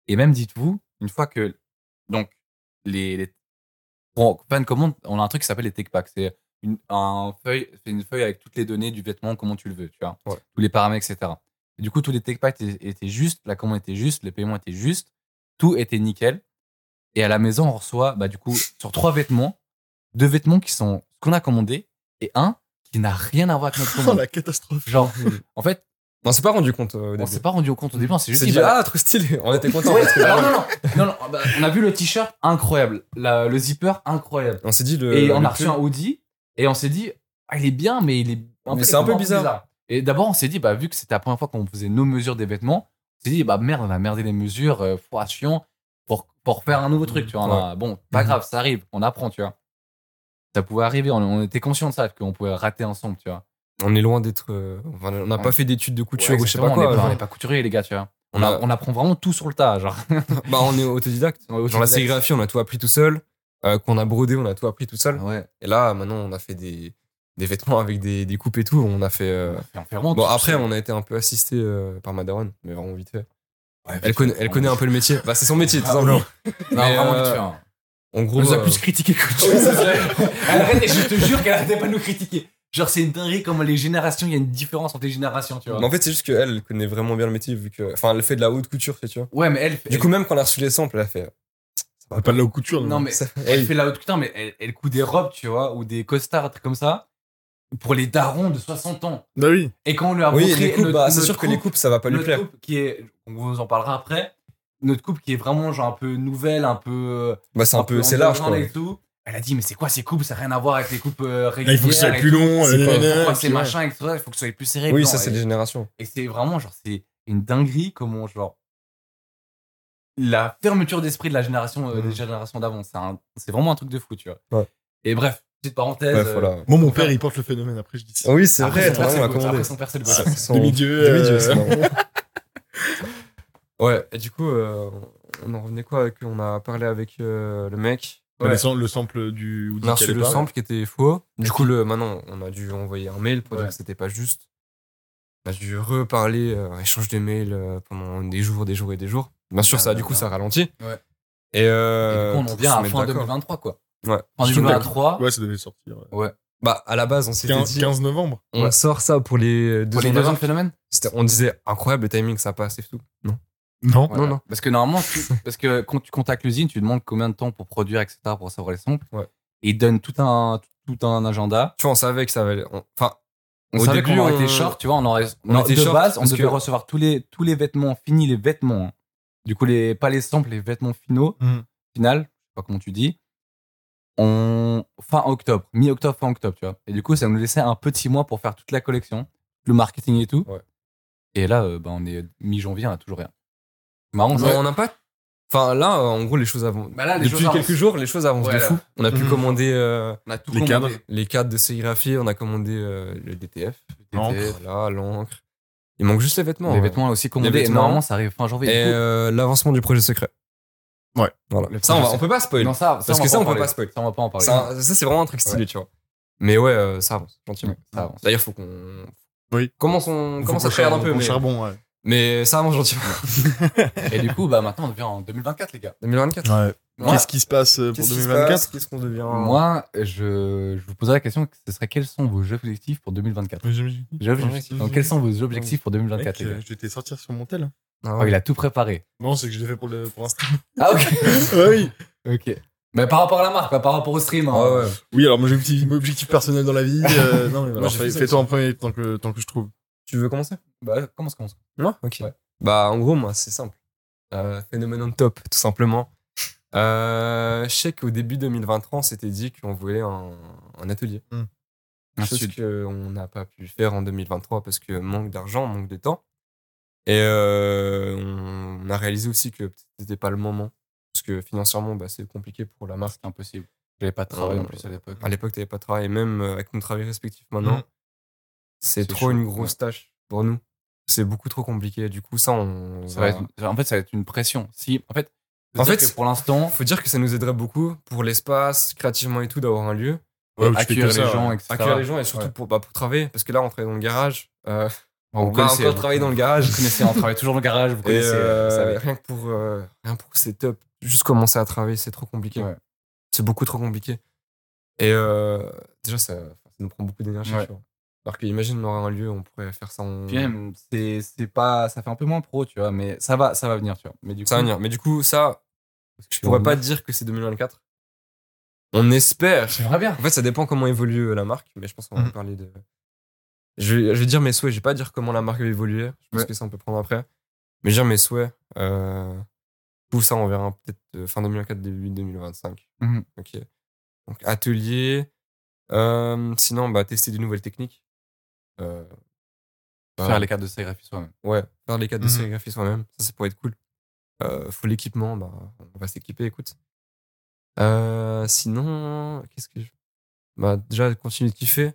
Et même dites-vous une fois que donc les, les pour plein de commandes on a un truc qui s'appelle les tech packs. C'est une un feuille c'est une feuille avec toutes les données du vêtement comment tu le veux tu vois
Ouais.
tous les paramètres etc. Et du coup tous les tech packs étaient, étaient justes, la commande était juste, les paiements étaient justes, tout était nickel. Et à la maison on reçoit bah du coup sur trois vêtements deux vêtements qui sont ce qu'on a commandé et un qui n'a rien à voir avec notre
oh,
commande.
la catastrophe.
Genre en fait
On s'est pas rendu compte euh, au
on
début.
s'est pas rendu compte au début, on s'est
On
juste
s'est
dit,
dit,
bah,
ah, trop stylé. On était contents.
ouais,
parce que
alors
là,
non, non, non, non, bah, on a vu le t-shirt incroyable, la- le zipper incroyable.
on s'est dit le.
et on
Euh, le
a reçu
pull.
un hoodie et on s'est dit, ah, il est bien, mais il est
Mais
fait,
c'est un peu
vraiment
bizarre.
Et d'abord, on s'est dit, bah, vu que c'était la première fois qu'on faisait nos mesures des vêtements, on s'est dit, bah merde, on a merdé les mesures, euh, fouah, chiant, pour, pour faire un nouveau truc, tu vois. on a- bon, pas
Mhm.
grave, ça arrive, on apprend, tu vois. Ça pouvait arriver, on, on était conscient de ça, qu'on pouvait rater ensemble, tu vois.
On est loin d'être. euh, enfin, on n'a
Ouais.
pas fait d'études de couture
Ouais,
ou je sais pas
exactement,
quoi.
on est
genre.
on est pas couturier, les gars, tu vois. On,
On
a-
a-
on apprend vraiment tout sur le tas, genre.
Bah, on est autodidacte.
Ouais,
Genre la
autodidacte.
sérigraphie, on a tout appris tout seul. Euh, qu'on a brodé, on a tout appris tout seul.
Ouais.
Et là, maintenant, on a fait des, des vêtements avec des, des coupes et tout. On a fait. euh,
Et on fait vraiment
Bon,
tout
après,
ça.
on a été un peu assisté euh, par Madaron, mais vraiment vite fait.
Ouais,
Elle connaît, elle connaît un peu le métier. Bah, c'est son métier, tout
Ah,
simplement.
Non,
mais,
vraiment
euh,
vite fait, hein.
En gros. euh,
critiqué que Arrête, et je te jure qu'elle arrêtait pas de nous critiquer. Genre, c'est une dinguerie comme les générations, il y a une différence entre les générations, tu vois.
mais en fait, c'est juste qu'elle elle connaît vraiment bien le métier, vu que. Enfin, elle fait de la haute couture, tu vois.
Ouais, mais elle,
Du
elle-
coup, même quand on a reçu les samples, elle a fait.
Ah, Pas de la haute couture.
non, mais
ça-
elle
Oui.
fait la haute couture, mais elle, elle coud des robes, tu vois, ou des costards, un truc comme ça, pour les darons de 60 ans.
Bah oui.
Et quand on lui a
Oui,
montré
les coupes,
notre-
bah, c'est
notre
sûr que les
coupe,
coupes, ça va pas lui
notre
plaire.
couple qui est, on vous en parlera après, notre couple qui est vraiment genre un peu nouvelle, un peu, euh,
Bah, c'est un peu. C'est large, quoi.
underground et tout. Elle a dit mais c'est quoi ces coupes Ça n'a rien à voir avec les coupes euh,
Là,
régulières.
il faut que ce soit
et
plus
tout.
long.
C'est
euh,
pas-
nanana,
Pourquoi
puis
c'est
ouais.
machin, etc. Il faut que ce soit plus serré.
Oui,
dedans.
ça, c'est
et,
des générations.
et c'est vraiment genre c'est une dinguerie comment genre la fermeture d'esprit de la génération euh,
Mhm.
des générations d'avant. C'est un- C'est vraiment un truc de fou, tu vois.
Ouais.
Et bref, petite parenthèse.
Bref,
euh,
voilà.
Moi, mon père, il porte le phénomène. Après, je dis ça.
Oui, c'est
Après,
vrai,
son
t'as
père, c'est
raison, on
le
l'a
gosse.
commandé.
Après, son père, c'est le gosse.
Son- son-
Demi-dieu.
Demi-dieu,
euh,
c'est marrant. Ouais, et du coup, euh, on en revenait quoi Qu'on a parlé avec euh, le mec.
t'as le sam- Le sample du.
On a reçu le
sample.
sample qui était faux. Du coup, le, maintenant, on a dû envoyer un mail pour
Ouais.
dire que c'était pas juste. On a dû reparler, euh, échange de mails euh, pendant des jours, des jours et des jours. Bien sûr,
Ah,
ça,
bien,
du coup,
bien.
ça ralentit.
Ouais.
Et,
Et du
euh,
coup, on en
pour
vient
se
à
mettre
fin
d'accord.
2023, quoi.
Ouais.
En
Surtout
2023,
Ouais, ça devait sortir. ouais.
Bah, à la base, on s'était
15,
dit,
15 novembre.
on
Ouais.
sort ça pour les deux
pour les
ans,
deux
deux
ans
ans.
de phénomène
C'était- On disait, incroyable le timing, ça passe et tout. Non.
Non.
Voilà.
non.
Parce que normalement, tu- parce que quand tu contactes l'usine, tu demandes combien de temps pour produire, etc., pour savoir les samples.
Ouais.
Et ils donnent tout un, tout un agenda.
Tu vois, on savait que ça allait. on- Enfin,
On
Au
savait
début,
qu'on aurait
on-
été short, tu vois, on aurait,
on
non,
était
de
short
base, on
parce
devait
que-
recevoir tous les, tous les vêtements, fini les vêtements. hein. Du coup, les, pas les samples, les vêtements finaux,
Mhm.
final, je sais pas comment tu dis. On, fin octobre, mi-octobre, fin octobre, tu vois. Et du coup, ça nous laissait un petit mois pour faire toute la collection, le marketing et tout.
Ouais.
Et là, euh, bah, on est mi-janvier, on a toujours rien. Marrant, ça.
on n'a pas. Enfin, là, euh, en gros, les choses avancent.
Bah là, les
Depuis
choses
quelques
avancent.
jours, les choses avancent
Ouais,
de fou.
là.
On a pu
Mhm.
commander euh,
On a tout
Les
commandé.
cadres.
les cadres de sérigraphie, on a commandé euh, le DTF,
L'encre.
voilà, l'encre. Il manque juste les vêtements.
les
hein.
vêtements aussi commandés.
Les
Et
vêtements.
normalement, ça arrive fin
Et
janvier. Du coup,
euh, l'avancement du projet secret.
Ouais.
Voilà.
Le
Ça, on,
projet
va- on peut pas spoil.
non, ça,
euh, parce
va
que ça,
en
on peut
parler.
pas spoiler.
Ça, on va pas en parler.
Ça, ça, c'est vraiment un truc stylé, tu vois. Mais ouais, euh, ça avance, gentiment.
Ça avance.
D'ailleurs, faut qu'on.
Oui.
Commence, on...
Faut
commence à
qu'on
traîner un
charbon-
peu,
qu'on
mais...
charbon, ouais.
mais ça avance gentiment.
Et du coup, bah, maintenant, on devient en 2024, les gars.
2024.
Moi,
Qu'est-ce qui se passe euh, pour
Qu'est-ce qui se
2024
passe Qu'est-ce qu'on devient
moi, je, je vous poserai la question ce serait quels sont vos objectifs pour 2024 J'ai objectif- Donc, quels sont vos objectifs pour 2024,
Mec,
les gars
euh, je vais te sortir sur mon tel. hein.
Ah
Oh,
ouais.
il a tout préparé.
Non, c'est que je l'ai fait pour, le, pour un stream.
Ah, ok.
oui.
ok. Mais par rapport à la marque, pas par rapport au stream. hein.
Ah ouais.
Oui, alors mon objectif, mon objectif personnel dans la vie. euh, non, mais
Moi,
alors,
j'ai
fais-
fait ça
fais-toi en premier tant que, tant que je trouve.
Tu veux commencer
Bah, commence, commence.
Moi Ok.
Ouais.
Bah, en gros, moi, c'est simple. Euh, phénomène on top, tout simplement. Euh, je sais qu'au début 2023, on s'était dit qu'on voulait un, un atelier.
Hmm.
Un
Chose
stud.
qu'on n'a pas pu faire en 2023 parce que manque d'argent, manque de temps. Et euh, on a réalisé aussi que c'était pas le moment. Parce que financièrement, bah, c'est compliqué pour la marque.
C'est impossible. J'avais
Ah,
pas de travail en plus à l'époque.
À l'époque, t'avais pas de travail. Et même euh, avec nos travail respectifs maintenant,
Mm.
c'est
C'est
trop
chaud,
une grosse tâche pour nous. C'est beaucoup trop compliqué. Du coup, ça, on.
Ça va être- en fait, ça va être une pression. Si, en fait,
Ah, En
en fait
fait,
pour l'instant,
Faut dire que ça nous aiderait beaucoup pour l'espace, créativement et tout, d'avoir un lieu.
Ouais, tu fais
accueillir
que
les
ça,
gens, etc.
Accueillir les gens et surtout
Ouais.
pour, bah, pour travailler. Parce que là, on travaille dans le garage. Euh,
Bon, vous
on va
connaissez,
encore
vous-
travailler dans le garage.
Vous connaissez, on travaille toujours dans le garage, vous
Et
connaissez.
euh,
vous savez.
rien que pour, euh, rien pour ces top, juste commencer à travailler, c'est trop compliqué.
Ouais.
C'est beaucoup trop compliqué. Et euh, déjà, ça, ça nous prend beaucoup d'énergie.
Ouais.
tu vois. Alors que, imagine, on aurait un lieu, on pourrait faire ça en.
Puis même, c'est c'est pas, ça fait un peu moins pro, tu vois, mais ça va, ça va venir, tu vois. Mais du coup,
Ça va venir. Mais du coup, ça, je pourrais pas te dire que c'est 2024. On espère.
J'aimerais bien.
En fait, ça dépend comment évolue euh, la marque, mais je pense qu'on va
Mhm.
parler de. Je vais, je vais dire mes souhaits, je vais pas dire comment la marque va évoluer, je pense
Ouais.
que ça on peut prendre après. Mais je vais dire mes souhaits, euh, tout ça on verra peut-être euh, fin 2024, début 2025.
Mhm.
Ok. Donc atelier, euh, sinon bah, tester des nouvelles techniques. Euh, bah,
Faire les cartes de sérigraphie soi-même.
Ouais, faire les cadres
Mhm.
de sérigraphie soi-même, ça, ça pourrait être cool. Euh, faut l'équipement, bah, on va s'équiper, écoute. Euh, sinon, qu'est-ce que je... Bah, déjà, continuer de kiffer.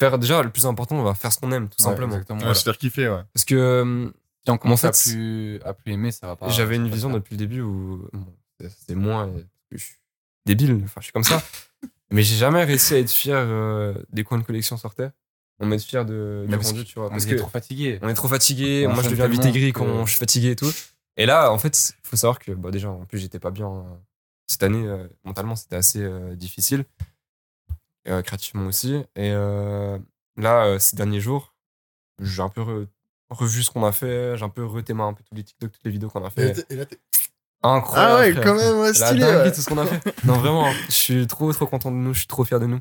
Faire, déjà, le plus important, on va faire ce qu'on aime, tout simplement.
Exactement.
Ouais, Se faire kiffer, ouais.
Parce que euh,
Si on commence
En
à,
fait,
plus, à plus aimer, ça va Bah, pas.
j'avais une
ça va
vision
pas.
depuis le début où bon, c'est- c'est moins, euh, je suis débile, enfin, je suis comme ça. Mais j'ai jamais réussi à être fier euh, des coins de collection sortaient. On m'est fier de,
Mais
du
parce
rendu,
que-
tu vois.
On
parce
était
que-
trop fatigué.
on est trop fatigué,
On
moi je
enchaîne
deviens vite
tellement
aigri
que-
quand je suis fatigué et tout. Et là, en fait, faut savoir que bah, déjà, en plus, j'étais pas bien euh, cette année, euh, mentalement, c'était assez euh, difficile, euh, créativement aussi. Et euh, là, euh, ces derniers jours, j'ai un peu re- revu ce qu'on a fait, j'ai un peu retémé un peu tous les TikTok, toutes les vidéos qu'on a fait. Incroyable!
Ah ouais,
frère.
quand même, ouais,
La
stylé.
dinguerie,
ouais.
tout ce qu'on a fait. Non, vraiment, hein. je suis trop, trop content de nous, je suis trop fier de nous.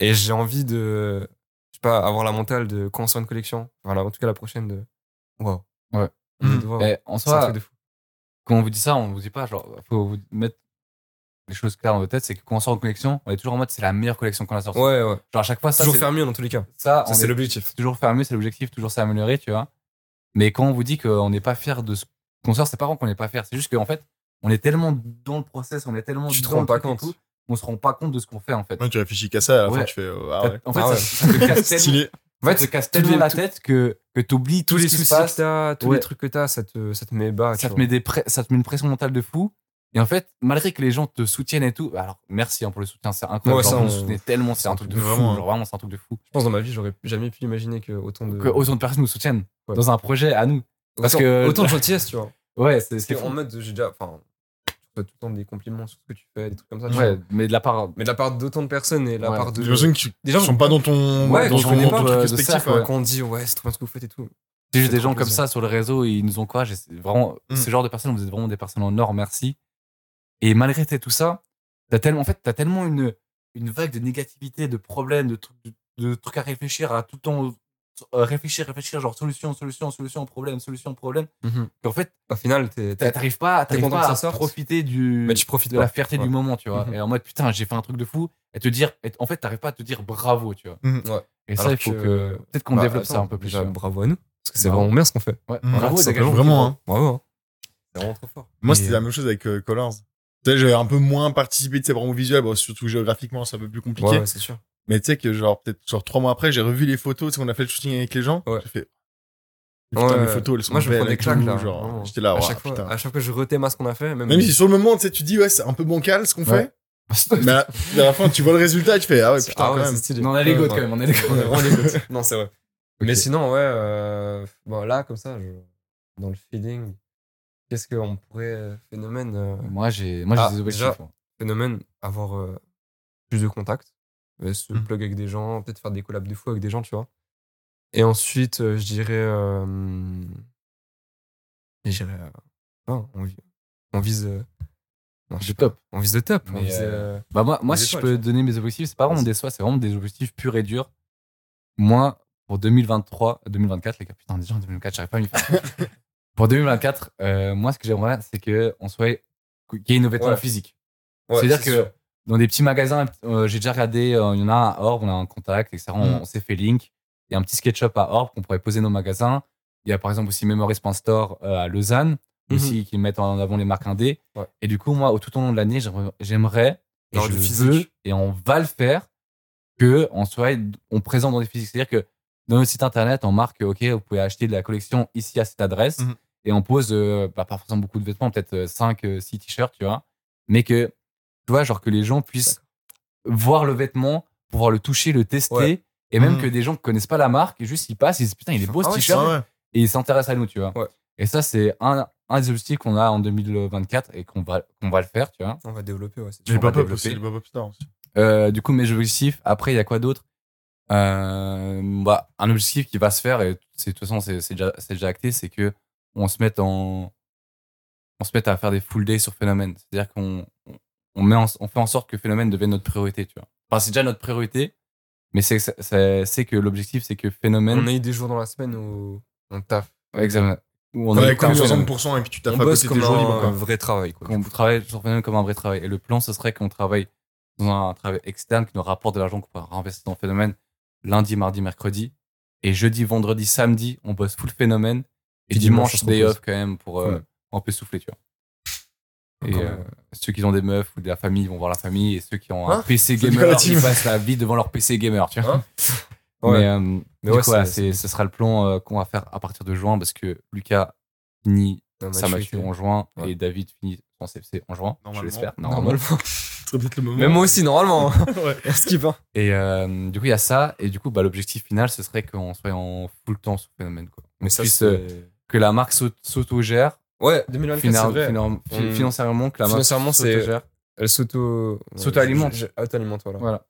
Et j'ai envie de, je sais pas, avoir la mentale de construire une collection. Voilà, en tout cas, la prochaine de. Waouh. Mmh.
Ouais.
De-
Mm.
waouh.
Eh, en
C'est un
soi,
truc de fou.
quand on vous dit ça, on vous dit pas, genre, faut vous mettre les choses claires dans votre tête, c'est que quand on sort une collection, on est toujours en mode, c'est la meilleure collection qu'on a sortie.
Ouais, ouais.
Genre, à chaque fois, ça,
Toujours
c'est-
faire mieux dans tous les cas.
ça,
Ça,
on
c'est
est-
l'objectif.
toujours faire mieux, c'est l'objectif, toujours s'améliorer, tu vois. Mais quand on vous dit qu'on n'est pas fier de ce qu'on sort, c'est pas vraiment qu'on n'est pas fier, c'est juste qu'en fait, on est tellement dans le process, on est tellement
Tu te
dans
rends
le
pas
truc et
compte.
tout, on se rend pas compte de ce qu'on fait en fait.
Ouais, tu réfléchis qu'à ça, à la
Ouais.
fin, tu fais. euh, ah ouais.
En fait,
Ah ouais.
ça, ça te casse tellement,
Stylé.
En
ça te
fait,
casse
tous les-
tellement la
tous-
tête que, que tu oublies
tous les
ce qui
soucis
se passe,
que t'as, tous
Ouais.
les trucs que t'as, ça te, ça te met bas.
ça
tu
te,
vois.
met des pré- ça te met une pression mentale de fou. Et en fait, malgré que les gens te soutiennent et tout, alors merci hein, pour le soutien, c'est incroyable.
Ouais,
genre,
ça,
vous nous
on-
soutenez tellement, c'est un truc de fou.
Vraiment, hein.
genre, vraiment, c'est un truc de fou.
Je pense dans ma vie, j'aurais jamais pu imaginer que autant de.
Que autant de personnes nous soutiennent
Euh. Ouais.
dans un projet à nous. parce
autant-
que-
Autant de gentillesse, tu vois.
Ouais, c'est
Parce
c'est
que
fou.
en mode, j'ai déjà. Enfin, je reçois reçois tout le temps des compliments sur ce que tu fais, des trucs comme ça. tu vois.
Ouais, mais de la part.
Mais de la part d'autant de personnes et de la
Ouais.
part de.
Des personnes qui
Des gens
sont pas dans ton,
Ouais,
dans
que je
ton,
connais
dans
pas,
ton
euh, de
respectif.
cercle,
ouais.
ouais.
Qu'on dit, ouais, c'est trop bien ce que vous faites et tout.
C'est juste
C'est
des gens
trop
comme
plaisir.
ça sur le réseau, ils nous encouragent. et c'est Vraiment,
Mm.
ce genre de personnes, vous êtes vraiment des personnes en or, merci. Et malgré tout ça, t'as tellement, en fait, t'as tellement une, une vague de négativité, de problèmes, de trucs, de, de trucs à réfléchir, à tout le temps euh, réfléchir, réfléchir, genre solution, solution, solution, problème, solution, problème. Qu'en fait,
Au final, t'es.
t'a-
Mhm. t'es-
t'arrives pas, t'arrives
content que
pas
ça
à
sorte.
profiter du,
Mais tu profites
de la
pas.
fierté
Ouais.
du moment, tu vois.
Mhm.
Et en mode, putain, j'ai fait un truc de fou. Et te dire, et en fait, t'arrives pas à te dire bravo, tu vois.
Mhm.
Ouais.
Et ça,
Alors
il faut
que-
que. Peut-être qu'on
Bah,
développe
attends,
ça un peu plus.
déjà,
tu vois.
Bravo à nous. Parce que c'est
Bravo.
vraiment bien ce qu'on fait.
Ouais.
Mhm.
Bravo,
Ouais,
les gars.
Vraiment, hein.
Bravo. hein. C'est vraiment trop fort.
Moi,
Et,
c'était
euh,
la même chose avec euh, Colors. Tu sais, j'avais un peu moins participé de ces promos visuels, bon, surtout géographiquement, c'est un peu plus compliqué.
Ouais, ouais, c'est sûr.
Mais tu sais que, genre, peut-être genre trois mois après, j'ai revu les photos, tu sais, on a fait le shooting avec les gens.
Ouais.
J'ai fait.
Ouais,
Putain, les
ouais.
photos, elles sont
Moi, je me
belles
prends des
avec
claques,
nous,
là,
genre,
vraiment.
J'étais là,
à,
ouais,
chaque fois,
Ah,
Ah,
putain.
à chaque fois, je rethéma ce qu'on a fait. Même,
Même si sur le moment, tu sais, tu dis, ouais, c'est un peu bancal ce qu'on
Ouais.
fait. Mais à la- à la fin, tu vois le résultat et tu fais, ah ouais, putain,
Ah
quand
ouais, c'est
même.
stylé.
Non, on a les
Ouais,
goats
ouais.
quand même, on a les goats.
On est vraiment les goats. Non, c'est vrai. Mais
Ok.
sinon, ouais, euh, bon, là, comme ça, je- dans le feeling, qu'est-ce qu'on pourrait. euh, Phénomène, euh,
Moi, j'ai moi, j'ai
Ah,
des objectifs.
déjà.
moi.
phénomène avoir euh, plus de contacts, euh, se
Mhm.
plug avec des gens, peut-être faire des collabs de fou avec des gens, tu vois. Et ensuite, euh, je dirais. euh, je dirais. euh, ah, on, vi- on vise. euh, non, je
Du
sais pas.
top.
On vise le top. on
Mais,
vise,
euh,
euh,
Bah, moi, moi
Des
si je
étoiles,
peux
tu
donner mes objectifs, c'est pas vraiment
Vas-y.
des soins, c'est vraiment des objectifs purs et durs. Moi, pour 2023, 2024, les gars, putain, déjà en 2024, j'arrive pas à m'y faire. pour 2024, euh, moi, ce que j'aimerais, c'est qu'on soit. qu'il y ait une vêtement
Ouais.
physique.
ouais,
C'est-à-dire que
sûr.
dans des petits magasins, euh, j'ai déjà regardé, euh, il y en a un à Orbe, on a un contact, etc. On,
Mm.
Mhm.
on s'est fait link. Il y a un petit SketchUp à Orbe qu'on pourrait poser dans nos magasins. Il y a par exemple aussi Memory Span Store euh, à Lausanne,
Mhm.
aussi qui mettent en avant les marques indées.
Ouais.
Et du coup, moi, au- tout au long de l'année, j'aimerais- j'aimerais, et
Dans
je
du
veux,
physique.
et on va le faire, que on soit, on présente dans des physiques. C'est-à-dire que dans notre site internet, on marque, OK, vous pouvez acheter de la collection ici à cette adresse.
Mm-hmm.
Mhm.
Et on pose, euh, bah, pas forcément beaucoup de vêtements, peut-être euh, 5, 6 t-shirts, tu vois. Mais que tu vois, genre que les gens puissent voir le vêtement, pouvoir le toucher, le tester,
Ouais. Mm.
et même
Mhm.
que des gens qui connaissent pas la marque, juste ils passent, ils disent putain, il est beau ce
Ah ouais,
t-shirt,
Ah ouais.
et ils s'intéressent à nous, tu vois.
Ouais.
Et ça, c'est un, un des objectifs qu'on a en 2024 et qu'on va, qu'on va le faire, tu vois.
On va développer, ouais. c'est
J'ai
On
le
sûr.
va
pop-up
développer.
aussi, le pop-up star aussi.
Euh, du coup, mes objectifs, après, il y a quoi d'autre Euh, bah, Un objectif qui va se faire, et c'est- de toute façon, c'est c'est déjà, c'est déjà acté, c'est que on se mette en. On se mette à faire des full days sur Phénomène. C'est-à-dire qu'on on- on met en- on fait en sorte que Phénomène devienne notre priorité, tu vois. Enfin, c'est déjà notre priorité, mais c'est- c'est c'est que l'objectif, c'est que
On
Phénomène.
a eu des jours dans la semaine où on taffe.
Ouais, exactement. Où on
Ouais,
a
comme
comme
60% et puis tu t'as
On
fait à
bosse
côté
comme
tes jours libres,
un
quoi.
vrai travail, quoi.
qu'on travaille sur Phénomène comme un vrai travail. Et le plan, ce serait qu'on travaille dans un travail externe qui nous rapporte de l'argent qu'on pourra réinvestir dans le Phénomène lundi, mardi, mercredi. Et jeudi, vendredi, samedi, on bosse full Phénomène. Et
Puis dimanche,
dimanche,
on se
day
repose.
off quand même pour euh,
Ouais.
un peu souffler, tu vois. Et
Quand
euh,
même.
ceux qui ont des meufs ou de la famille vont voir la famille. Et ceux qui ont un
Hein
PC
C'est quoi
gamer,
la
ils
team
passent la vie devant leur PC gamer, tu vois.
Hein Ouais.
Mais, euh, du
ouais,
coup, voilà, c'est-
c'est-
ce sera le plan euh, qu'on va faire à partir de juin parce que Lucas finit
Un
ça
match
match
avec-
en juin
Ouais.
et David finit son CFC en juin, je
Normalement.
l'espère, normalement.
Normalement.
Ce serait peut-être le moment.
Mais moi aussi, normalement.
Ouais.
Est-ce qu'il va
Et euh, du coup, il y a ça, et du coup, bah, l'objectif final, ce serait qu'on soit en full temps sur Phénomène. Quoi.
Mais ça,
puisse,
c'est.
Que la marque s'aut- s'auto-gère,
Ouais, 2024, c'est
finan-
vrai.
finan- fi-
On-
financièrement, que la marque
Financièrement, c'est.
s'auto-gère.
Elle s'auto.
S'auto-alimente.
Je- je- Auto-alimente, voilà.
Voilà, Mm.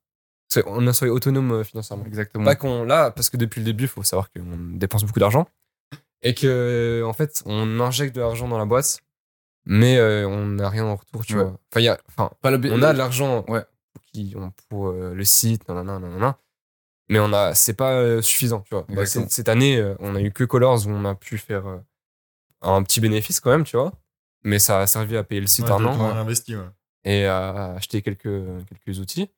C'est- On a soyé autonome euh, financièrement.
exactement.
Pas qu'on. Là, parce que depuis le début, il faut savoir qu'on dépense beaucoup d'argent. Et que, en fait, on injecte de l'argent dans la boîte, mais euh, on n'a rien en retour, tu
Ouais.
vois. Enfin, il y a- enfin,
Pas l'obje-
on a de l'argent
Ouais.
pour, qui, on- pour euh, le site, nanana, nanana. Mais on a, c'est pas euh, suffisant, tu vois. Bah,
Exactement.
c'est- cette année, euh, on a eu que Colors où on a pu faire euh, un petit bénéfice quand même, tu vois. Mais ça a servi à payer le site
Ouais,
un
de-
an
de- investi, ouais.
et à acheter quelques, quelques outils.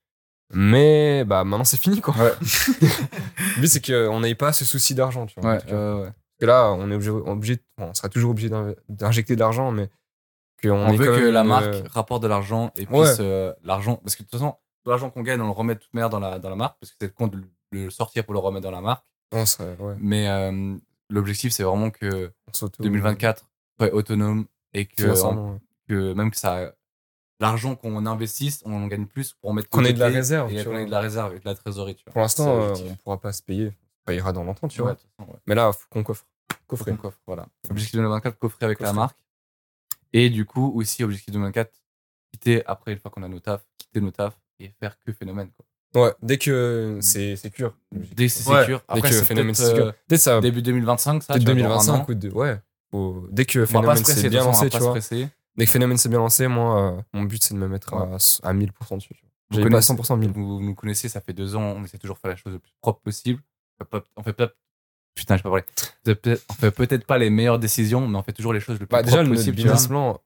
Mais bah, maintenant, c'est fini, quoi. le but, c'est qu'on n'ait pas ce souci d'argent, tu vois.
Ouais,
en tout cas.
euh, ouais.
Parce que là, on est obligé, obligé bon, on sera toujours obligé d'in- d'injecter de l'argent, mais qu'on
On,
ait
veut
quand
que
même euh,
la
une-
marque rapporte de l'argent et puisse
Ouais.
euh, l'argent. Parce que de toute façon, tout l'argent qu'on gagne, on le remet de toute manière dans la, dans la marque, parce que c'est le compte de le sortir pour le remettre dans la marque.
On serait- ouais,
Mais euh, l'objectif, c'est vraiment que
on s'auto-
2024 soit autonome et que,
financièrement, ouais.
que même que ça l'argent qu'on investisse on en gagne plus pour en mettre
Qu'on ait de la
côté
réserve,
et
tu
qu'on
vois.
ait de la réserve et de la trésorerie tu vois
Pour
C'est
l'instant, euh,
l'objectif.
on pourra pas se payer. Ça ira dans longtemps, tu
Ouais,
vois.
de toute façon, ouais. euh,
Mais là, faut qu'on coffre.
Faut qu'on
Coffrer.
coffre, voilà objectif 2024 coffrer avec la
Coffrer.
marque et du coup aussi objectif 2024 quitter après, une fois qu'on a nos tafs, quitter nos tafs et faire que phénomène. Quoi.
Ouais, dès que c'est c'est cure.
Dès que c'est
Ouais.
sécure,
Dès
après,
que
c'est
phénomène
peut-être,
c'est
euh,
cure. Dès que ça
début 2025, ça.
peut-être
tu vois, dans un
2025
an.
ou deux. Ouais. Faut- Dès que
On va pas
phénomène
se presser,
s'est
de
bien
toute façon, on va
lancé, tu
pas se
vois.
presser.
Dès que phénomène s'est bien lancé, moi, euh, mon but c'est de me mettre à, à 1000% dessus. tu vois.
Vous
J'avais pas
connaissez-
100% 1000.
Vous nous connaissez, ça fait deux ans, on essaie toujours de faire la chose le plus propre possible. On fait pas- On fait peut-être. Putain, je peux pas parler. On fait peut-être- On fait peut-être pas les meilleures décisions, mais on fait toujours les choses le plus
Bah, déjà,
propre
le
possible. tu vois.
business plan,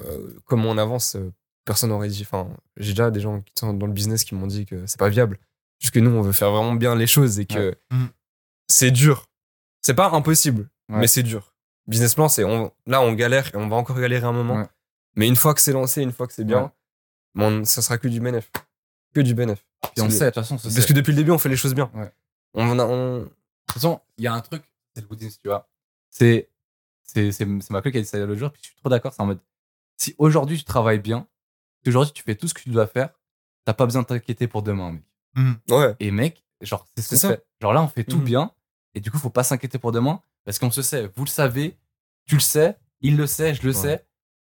euh, comme on avance, euh, personne n'aurait dit. Enfin, j'ai déjà des gens qui sont dans le business qui m'ont dit que c'est pas viable. Juste que nous, on veut faire vraiment bien les choses et que
Mm.
c'est dur. C'est pas impossible,
Mmh. Ouais.
mais c'est dur. Business plan, c'est on, là, on galère et on va encore galérer un moment.
Ouais.
Mais une fois que c'est lancé, une fois que c'est bien,
Ouais.
bon, ça sera que du bénéf. Que du bénéf.
Puis on
Parce que-
sait, de toute façon, on se
Parce
sait.
que depuis le début, on fait les choses bien.
Ouais.
On, en a- on-
De toute façon, il y a un truc, c'est le bouddhisme, tu vois. C'est, c'est, c'est, c'est ma clé qui a dit ça l'autre jour, puis je suis trop d'accord, c'est en mode, si aujourd'hui tu travailles bien, si aujourd'hui tu fais tout ce que tu dois faire, t'as pas besoin de t'inquiéter pour demain, mec.
Ouais.
Et mec, genre, c'est ce
C'est
qu'on
ça.
fait. Genre là, on fait tout
Mhm.
bien, et du coup, faut pas s'inquiéter pour demain, parce qu'on se sait, vous le savez, tu le sais, il le sait, je le
Ouais.
sais,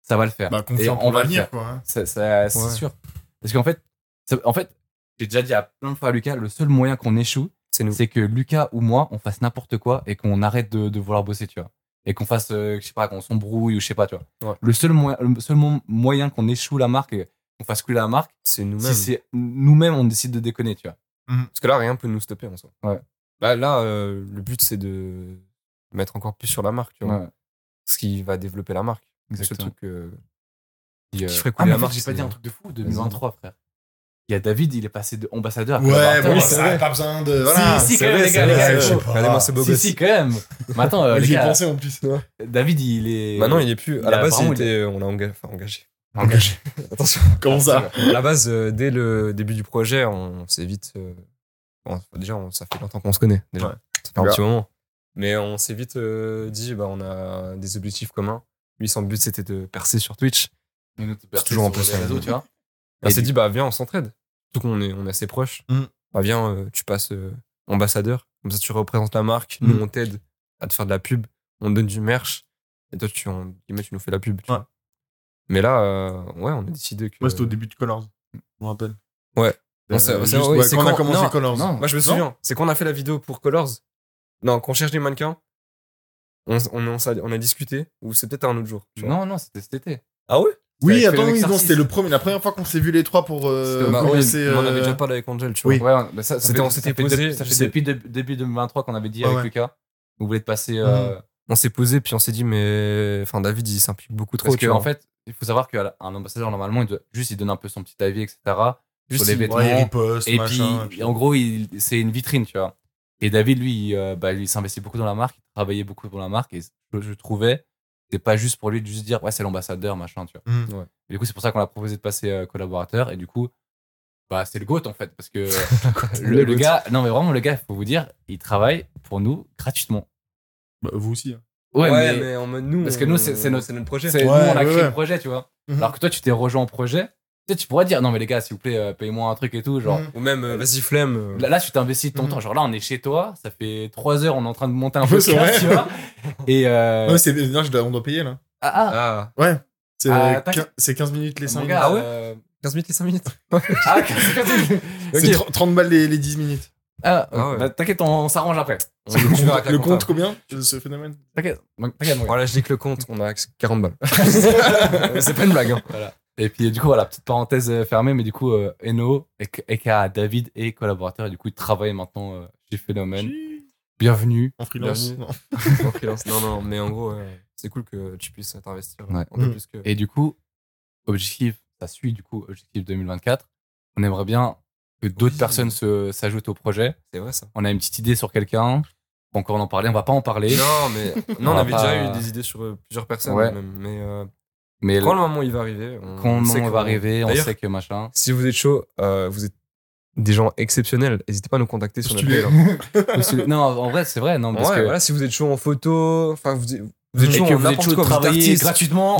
ça va le faire.
Bah,
et
confiant
on
pour
va le faire.
l'avenir, quoi. hein.
Ça- ça- C'est
Ouais.
sûr. Parce qu'en fait, ça- en fait, j'ai déjà dit à plein de fois à Lucas, le seul moyen qu'on échoue,
C'est nous.
c'est que Lucas ou moi, on fasse n'importe quoi et qu'on arrête de, de vouloir bosser, tu vois. Et qu'on fasse, euh, je sais pas, qu'on s'embrouille ou je sais pas, tu vois.
Ouais.
Le seul, moyen- le seul mo- moyen qu'on échoue la marque et qu'on fasse couler la marque,
C'est nous-mêmes.
si c'est nous-mêmes, on décide de déconner, tu vois.
Parce que là, rien peut nous stopper en soi.
Ouais.
Bah, là, euh, le but, c'est de mettre encore plus sur la marque, tu vois. Ce qui va développer la marque. C'est le seul
Exactement.
truc euh,
Puis, euh,
qui ferait
Ah, mais
couler la
en fait,
marque.
j'ai pas
c'est-
dit un truc de fou, 2023, frère. Il y a David, il est passé de ambassadeur à
Ouais,
collaborateur.
bon,
oui,
ça
c'est vrai.
pas besoin de. Voilà.
Si, si,
C'est
quand même,
vrai,
les gars,
c'est
les
vrai,
gars.
je sais pas. Regardez-moi ce beau
Si,
gosse.
si, quand même. Mais attends, euh, les
J'y ai
gars,
pensé en plus.
David, il est.
Maintenant, Bah il est plus. À
Il a
la base, il
vraiment-
était. euh, On l'a enga- enfin, engagé.
engagé.
Attention.
Comment ça
à la base, euh, dès le début du projet, on s'est vite. euh, bon, déjà, on- ça fait longtemps qu'on se connaît. Déjà.
Ouais. Bah.
Ça fait un
Ouais.
petit moment. Mais on s'est vite euh, dit, bah, on a des objectifs communs. Lui, son but, c'était de percer sur Twitch.
Une autre personne
toujours en
sur les
plus,
réseaux,
ouais.
tu vois.
On
Et
s'est
du-
dit, bah viens, on s'entraide. Surtout qu'on est, on est assez proches.
Mm.
Bah viens, euh, tu passes euh, ambassadeur. Comme ça, tu représentes la marque. Nous,
Mm.
on t'aide à te faire de la pub. On te donne du merch. Et toi, tu, en- guillemets, tu nous fais la pub. tu
Ouais.
vois. Mais là, euh, ouais, on a décidé que.
Moi, c'était au début de Colors. Je me rappelle.
Euh, Ouais.
Euh,
On s'est- on s'est-
juste,
oui,
ouais,
c'est
quand on a
quand-
commencé
non,
Colors.
non.
Moi, je me
Non
souviens. C'est qu'on a fait la vidéo pour Colors. Non, qu'on cherche des mannequins. On, s- on, on s'est- on a discuté. Ou c'est peut-être un autre jour. tu vois.
Non, non, c'était cet été.
Ah ouais
Oui,
Avec
attends,
Félix
oui, non,
Artis.
c'était le premier, la première fois qu'on s'est vu les trois pour euh,
C'était-
Bah, on,
commencer.
on en
euh,
avait déjà parlé avec Angel, tu
oui.
vois.
Ouais, on- bah ça, ça
C'était-
fait,
on s'était
ça fait
posé,
depuis- ça
je
fait
sais-
depuis de- début 2023 qu'on avait dit
Ouais,
avec
ouais.
Lucas. On voulait te passer. euh,
On s'est posé, puis on s'est dit, mais. Enfin, David, il s'implique beaucoup trop.
parce
tu
que,
vois.
en fait, il faut savoir qu'un ambassadeur, normalement, il doit, juste il donne un peu son petit avis, etc. sur
Juste,
les
il-
vêtements.
Ouais, il riposte,
et,
machin, et
puis, en gros, il- c'est une vitrine, tu vois. Et David, lui, il, euh, bah, lui, il s'investit beaucoup dans la marque, il travaillait beaucoup pour la marque. Et je, je trouvais, c'est pas juste pour lui de juste dire, ouais, c'est l'ambassadeur, machin, tu vois.
Mm.
Ouais.
Et du coup, c'est pour ça qu'on a proposé de passer euh, collaborateur. Et du coup, bah, c'est le GOAT en fait. Parce que le, le
goat.
gars, non, mais vraiment, le gars, faut vous dire, il travaille pour nous gratuitement.
Bah, vous aussi. hein.
Ouais, mais,
en mode nous.
Parce que nous, c'est- c'est notre-
projet.
c'est- nous,
Ouais,
on a
ouais,
créé
ouais.
le projet, tu vois.
Mhm.
Alors que toi, tu t'es rejoint au projet. Tu sais, tu pourrais dire, non, mais les gars, s'il vous plaît, euh, payez-moi un truc et tout. Genre,
Mm.
Ou même, euh, vas-y, flemme. euh,
Là, là, tu t'investis de ton
Mhm.
temps. Genre là, on est chez toi, ça fait trois heures, on est en train de monter un
Ouais, c'est
podcast,
vrai.
tu vois. Et euh,
Non, mais c'est- non, je dois- on doit payer là.
ah, ah,
Ah,
C'est
Ah, tac.
quin- c'est 15 minutes les 5
mon
minutes.
gars,
Ah ouais
euh,
15 minutes et 5 minutes.
ah, qu'est-ce que-
C'est
Ok.
tr- 30 balles les, les 10 minutes.
Ah,
Ah ouais.
bah, t'inquiète, on, on s'arrange après.
On- tu verras avec la
le
compta.
compte combien euh, ce phénomène
T'inquiète, t'inquiète, mon gars.
Oh, là, je dis que le compte, on a 40 balles. c'est pas une blague. Hein.
Et puis, du coup, voilà, petite parenthèse euh, fermée, mais du coup, euh, Eno, aka David, est collaborateur, et du coup, il travaille maintenant euh, chez Phénomène. Bienvenue.
En freelance. non.
En freelance. Non, non, mais en gros, ouais, c'est cool que tu puisses t'investir
Ouais.
un peu
Mm.
plus que.
Et du coup, objectif, ça suit, du coup, objectif 2024. On aimerait bien que d'autres
Oui.
personnes se- s'ajoutent au projet.
C'est vrai, ça.
On a une petite idée sur quelqu'un. Pas encore en parler, on va pas en parler.
Non, mais non, on
va
avait
pas-
déjà eu des idées sur euh, plusieurs personnes.
Ouais.
Même, mais euh,
mais
quand le moment il va arriver, on,
quand
sait
on
qu'on-
va arriver, on
D'ailleurs,
sait que machin.
Si vous êtes chaud, euh, vous êtes des gens exceptionnels. N'hésitez pas à nous contacter sur notre
Postulez.
mail. hein.
Parce que- non, en vrai, c'est vrai, non, parce
Ouais,
que.
voilà, si vous êtes chaud en photo, enfin, vous, êtes- vous êtes
Et
chaud
que
en
vous êtes
n'importe
chaud de
quoi, vous êtes
travailler
artiste.
gratuitement.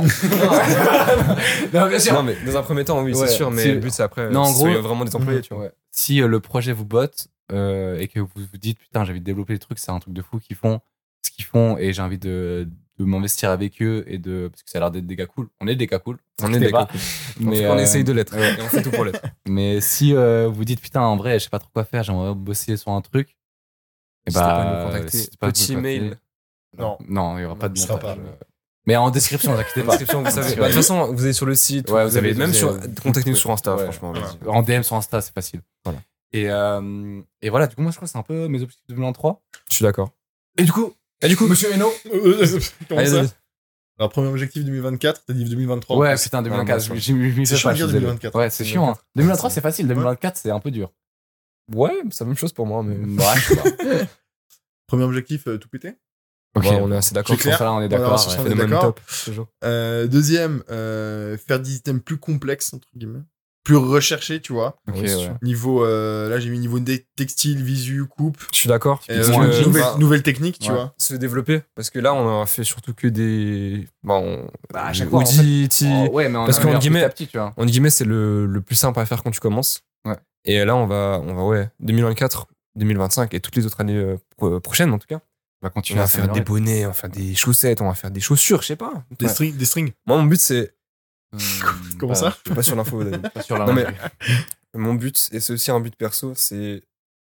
non, bien sûr.
Non, mais dans un premier temps, oui,
Ouais,
c'est sûr,
c'est-
mais le but, c'est après,
Non,
non,
en gros-
soyez vraiment des employés, tu vois.
Ouais. Si euh, le projet vous botte euh, et que vous vous dites putain j'ai envie de développer des trucs, c'est un truc de fou qu'ils font, ce qu'ils font et j'ai envie de, de m'investir avec eux et de. Parce que ça a l'air d'être des gars cool. On est des gars cool.
On est des
pas.
gars
Mais,
on
euh,
essaye de l'être.
ouais.
Et on fait tout pour l'être.
Mais si euh, vous dites putain, en vrai, je sais pas trop quoi faire, j'aimerais bosser sur un truc. Eh Et
N'hésitez pas à nous contacter.
n'hésitez pas à nous
Petit
contacter.
mail.
Non.
Non, il y aura pas de
ce sera
montage.
pas,
euh. Mais en description, ne vous inquiétez
En
pas.
description, vous savez.
Ouais.
Bah, de toute façon, vous allez sur le site.
Ouais,
vous,
vous
avez,
avez-
même
vous
sur.
avez-
Contactez-nous
Ouais.
sur Insta,
Ouais.
franchement.
Ouais.
vas-y.
En DM sur Insta, c'est facile.
Voilà.
Et, euh, et voilà, du coup, moi, je crois que c'est un peu mes objectifs 2023.
Je suis d'accord.
Et du coup,
Et du coup,
monsieur Hénaud Comment
allez,
ça
allez.
Alors, premier objectif 2024, t'as dit 2023.
ouais, putain, 2024.
Ouais,
j'ai- j'ai- j'ai mis
C'est
ça,
chiant de
je
dire
suis désolé.
2024.
Ouais, c'est chiant. hein. 2023, c'est facile. 2024, c'est un peu dur.
Ouais, c'est la même chose pour moi, mais.
Ouais, je sais pas.
Premier objectif, euh, tout péter.
Ok.
Ouais, on est assez d'accord.
C'est
Sur
clair.
ça, on est
On aura
d'accord.
sur ça,
ouais.
on
C'est le
est
même
d'accord.
top. toujours.
Euh, deuxième, euh, faire des items plus complexes, entre guillemets. Plus recherchés, tu vois.
Ok,
Oui, c'est
ouais.
sûr.
Niveau, euh, là, j'ai mis niveau des- textile, visu, coupe.
Je suis d'accord.
Et,
Parce
euh,
Typiquement,
que,
un jean,
nouvelle,
bah,
nouvelle technique, tu
Ouais.
vois.
se développer parce que là on a fait surtout que des bah, on-
Bah, à chaque fois, en fait,
Audi, T-
Oh, ouais, mais on
Parce
a
qu'en
l'air
guillemets-
petit à petit, tu vois.
entre guillemets, c'est le, le plus simple à faire quand tu commences.
Ouais.
Et là, on va, on va, ouais, 2024, 2025 et toutes les autres années euh, pro- prochaines, en tout cas.
On va
on
continuer
va
à
faire des bonnets, on va faire des chaussettes, on va faire des chaussures, je sais pas.
Des
Ouais.
strings, des strings.
Moi, mon but, c'est.
Hmm, Bah,
Comment ça
Je suis pas sur l'info, David.
Pas sur la
Non, mais-
lingerie.
Mon but, et c'est aussi un but perso, c'est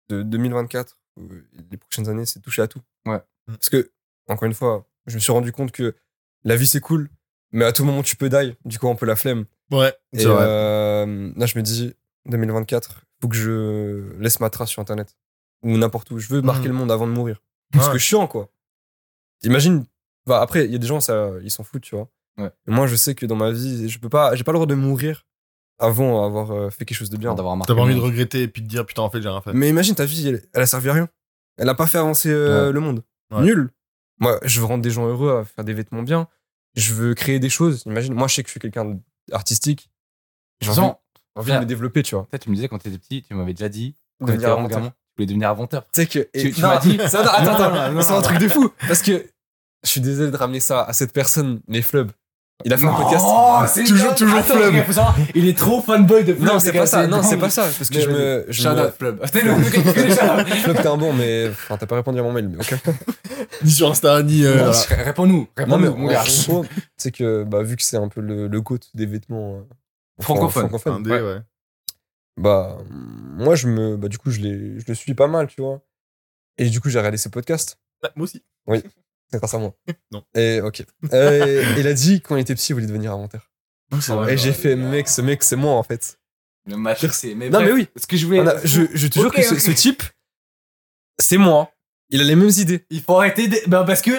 de 2024, euh, les prochaines années, c'est toucher à tout.
Ouais.
Parce que, encore une fois, je me suis rendu compte que la vie, c'est cool, mais à tout moment, tu peux die. Du coup, on peut la flemme.
Ouais,
Et
c'est vrai.
euh, là, je me dis, 2024, faut que je laisse ma trace sur Internet. Ou n'importe où. Je veux marquer
Mhm.
le monde avant de mourir. Parce
Ouais.
que chiant, quoi. T'imagines. Bah, après, il y a des gens, ça, ils s'en foutent, tu vois.
Ouais.
Et moi, je sais que dans ma vie, je peux pas, j'ai pas le droit de mourir avant avoir euh, fait quelque chose de bien.
D'avoir marqué
T'as pas
le
envie de
monde.
regretter et puis de dire, putain, en fait, j'ai rien fait.
Mais imagine, ta vie, elle, elle a servi à rien. Elle a pas fait avancer euh, le monde.
Ouais.
Nul. Moi, je veux rendre des gens heureux à faire des vêtements bien. Je veux créer des choses. Imagine, moi, je sais que je suis quelqu'un d'artistique. J'ai
De toute
envie-
façon,
envie de me développer, tu vois.
peut-être tu me disais quand t'étais petit, tu m'avais déjà dit. Quand
Devenir
t'étais vraiment
inventeur.
gamin, tu voulais devenir inventeur.
Tu sais que.
Tu- tu
non,
m'as dit-
ça, non, attends,
Non, non,
attends,
non,
c'est un
non.
truc de fou. Parce que je suis désolé de ramener ça à cette personne, mais Flub, il a fait un podcast.
podcast.
Toujours- toujours Flub.
Il est trop fanboy de Flub.
Non, c'est pas ça, non, c'est pas ça. Parce que
Mais
je me. je
Shout
me-
out Flub. T'es le mec qui fait les shout-outs.
Flub, t'es un bon, mais. Enfin, t'as pas répondu à mon mail, mais ok.
Ni sur Insta, ni. euh, voilà.
Ré- Réponds-nous,
Non, mais
réponds-nous, mon
en
gars.
gros, c'est que, bah, vu que c'est un peu le, le goût des vêtements. euh,
Francophone.
Un dé,
Ouais.
ouais.
bah moi je me bah du coup je les je le suis pas mal tu vois et du coup j'ai regardé ses podcasts
Ah, Moi aussi.
c'est grâce à moi
Non.
et ok Euh, il a dit quand il était petit il voulait devenir inventeur
c'est
vrai.
et j'ai fait mec ce mec c'est moi en fait
Le match, c'est.
Non,
bref,
mais oui.
Ce que je voulais.
On a- je, je te jure
Ok,
que ce,
ok.
ce type c'est moi il a les mêmes idées
Il faut arrêter. de- Ben, parce que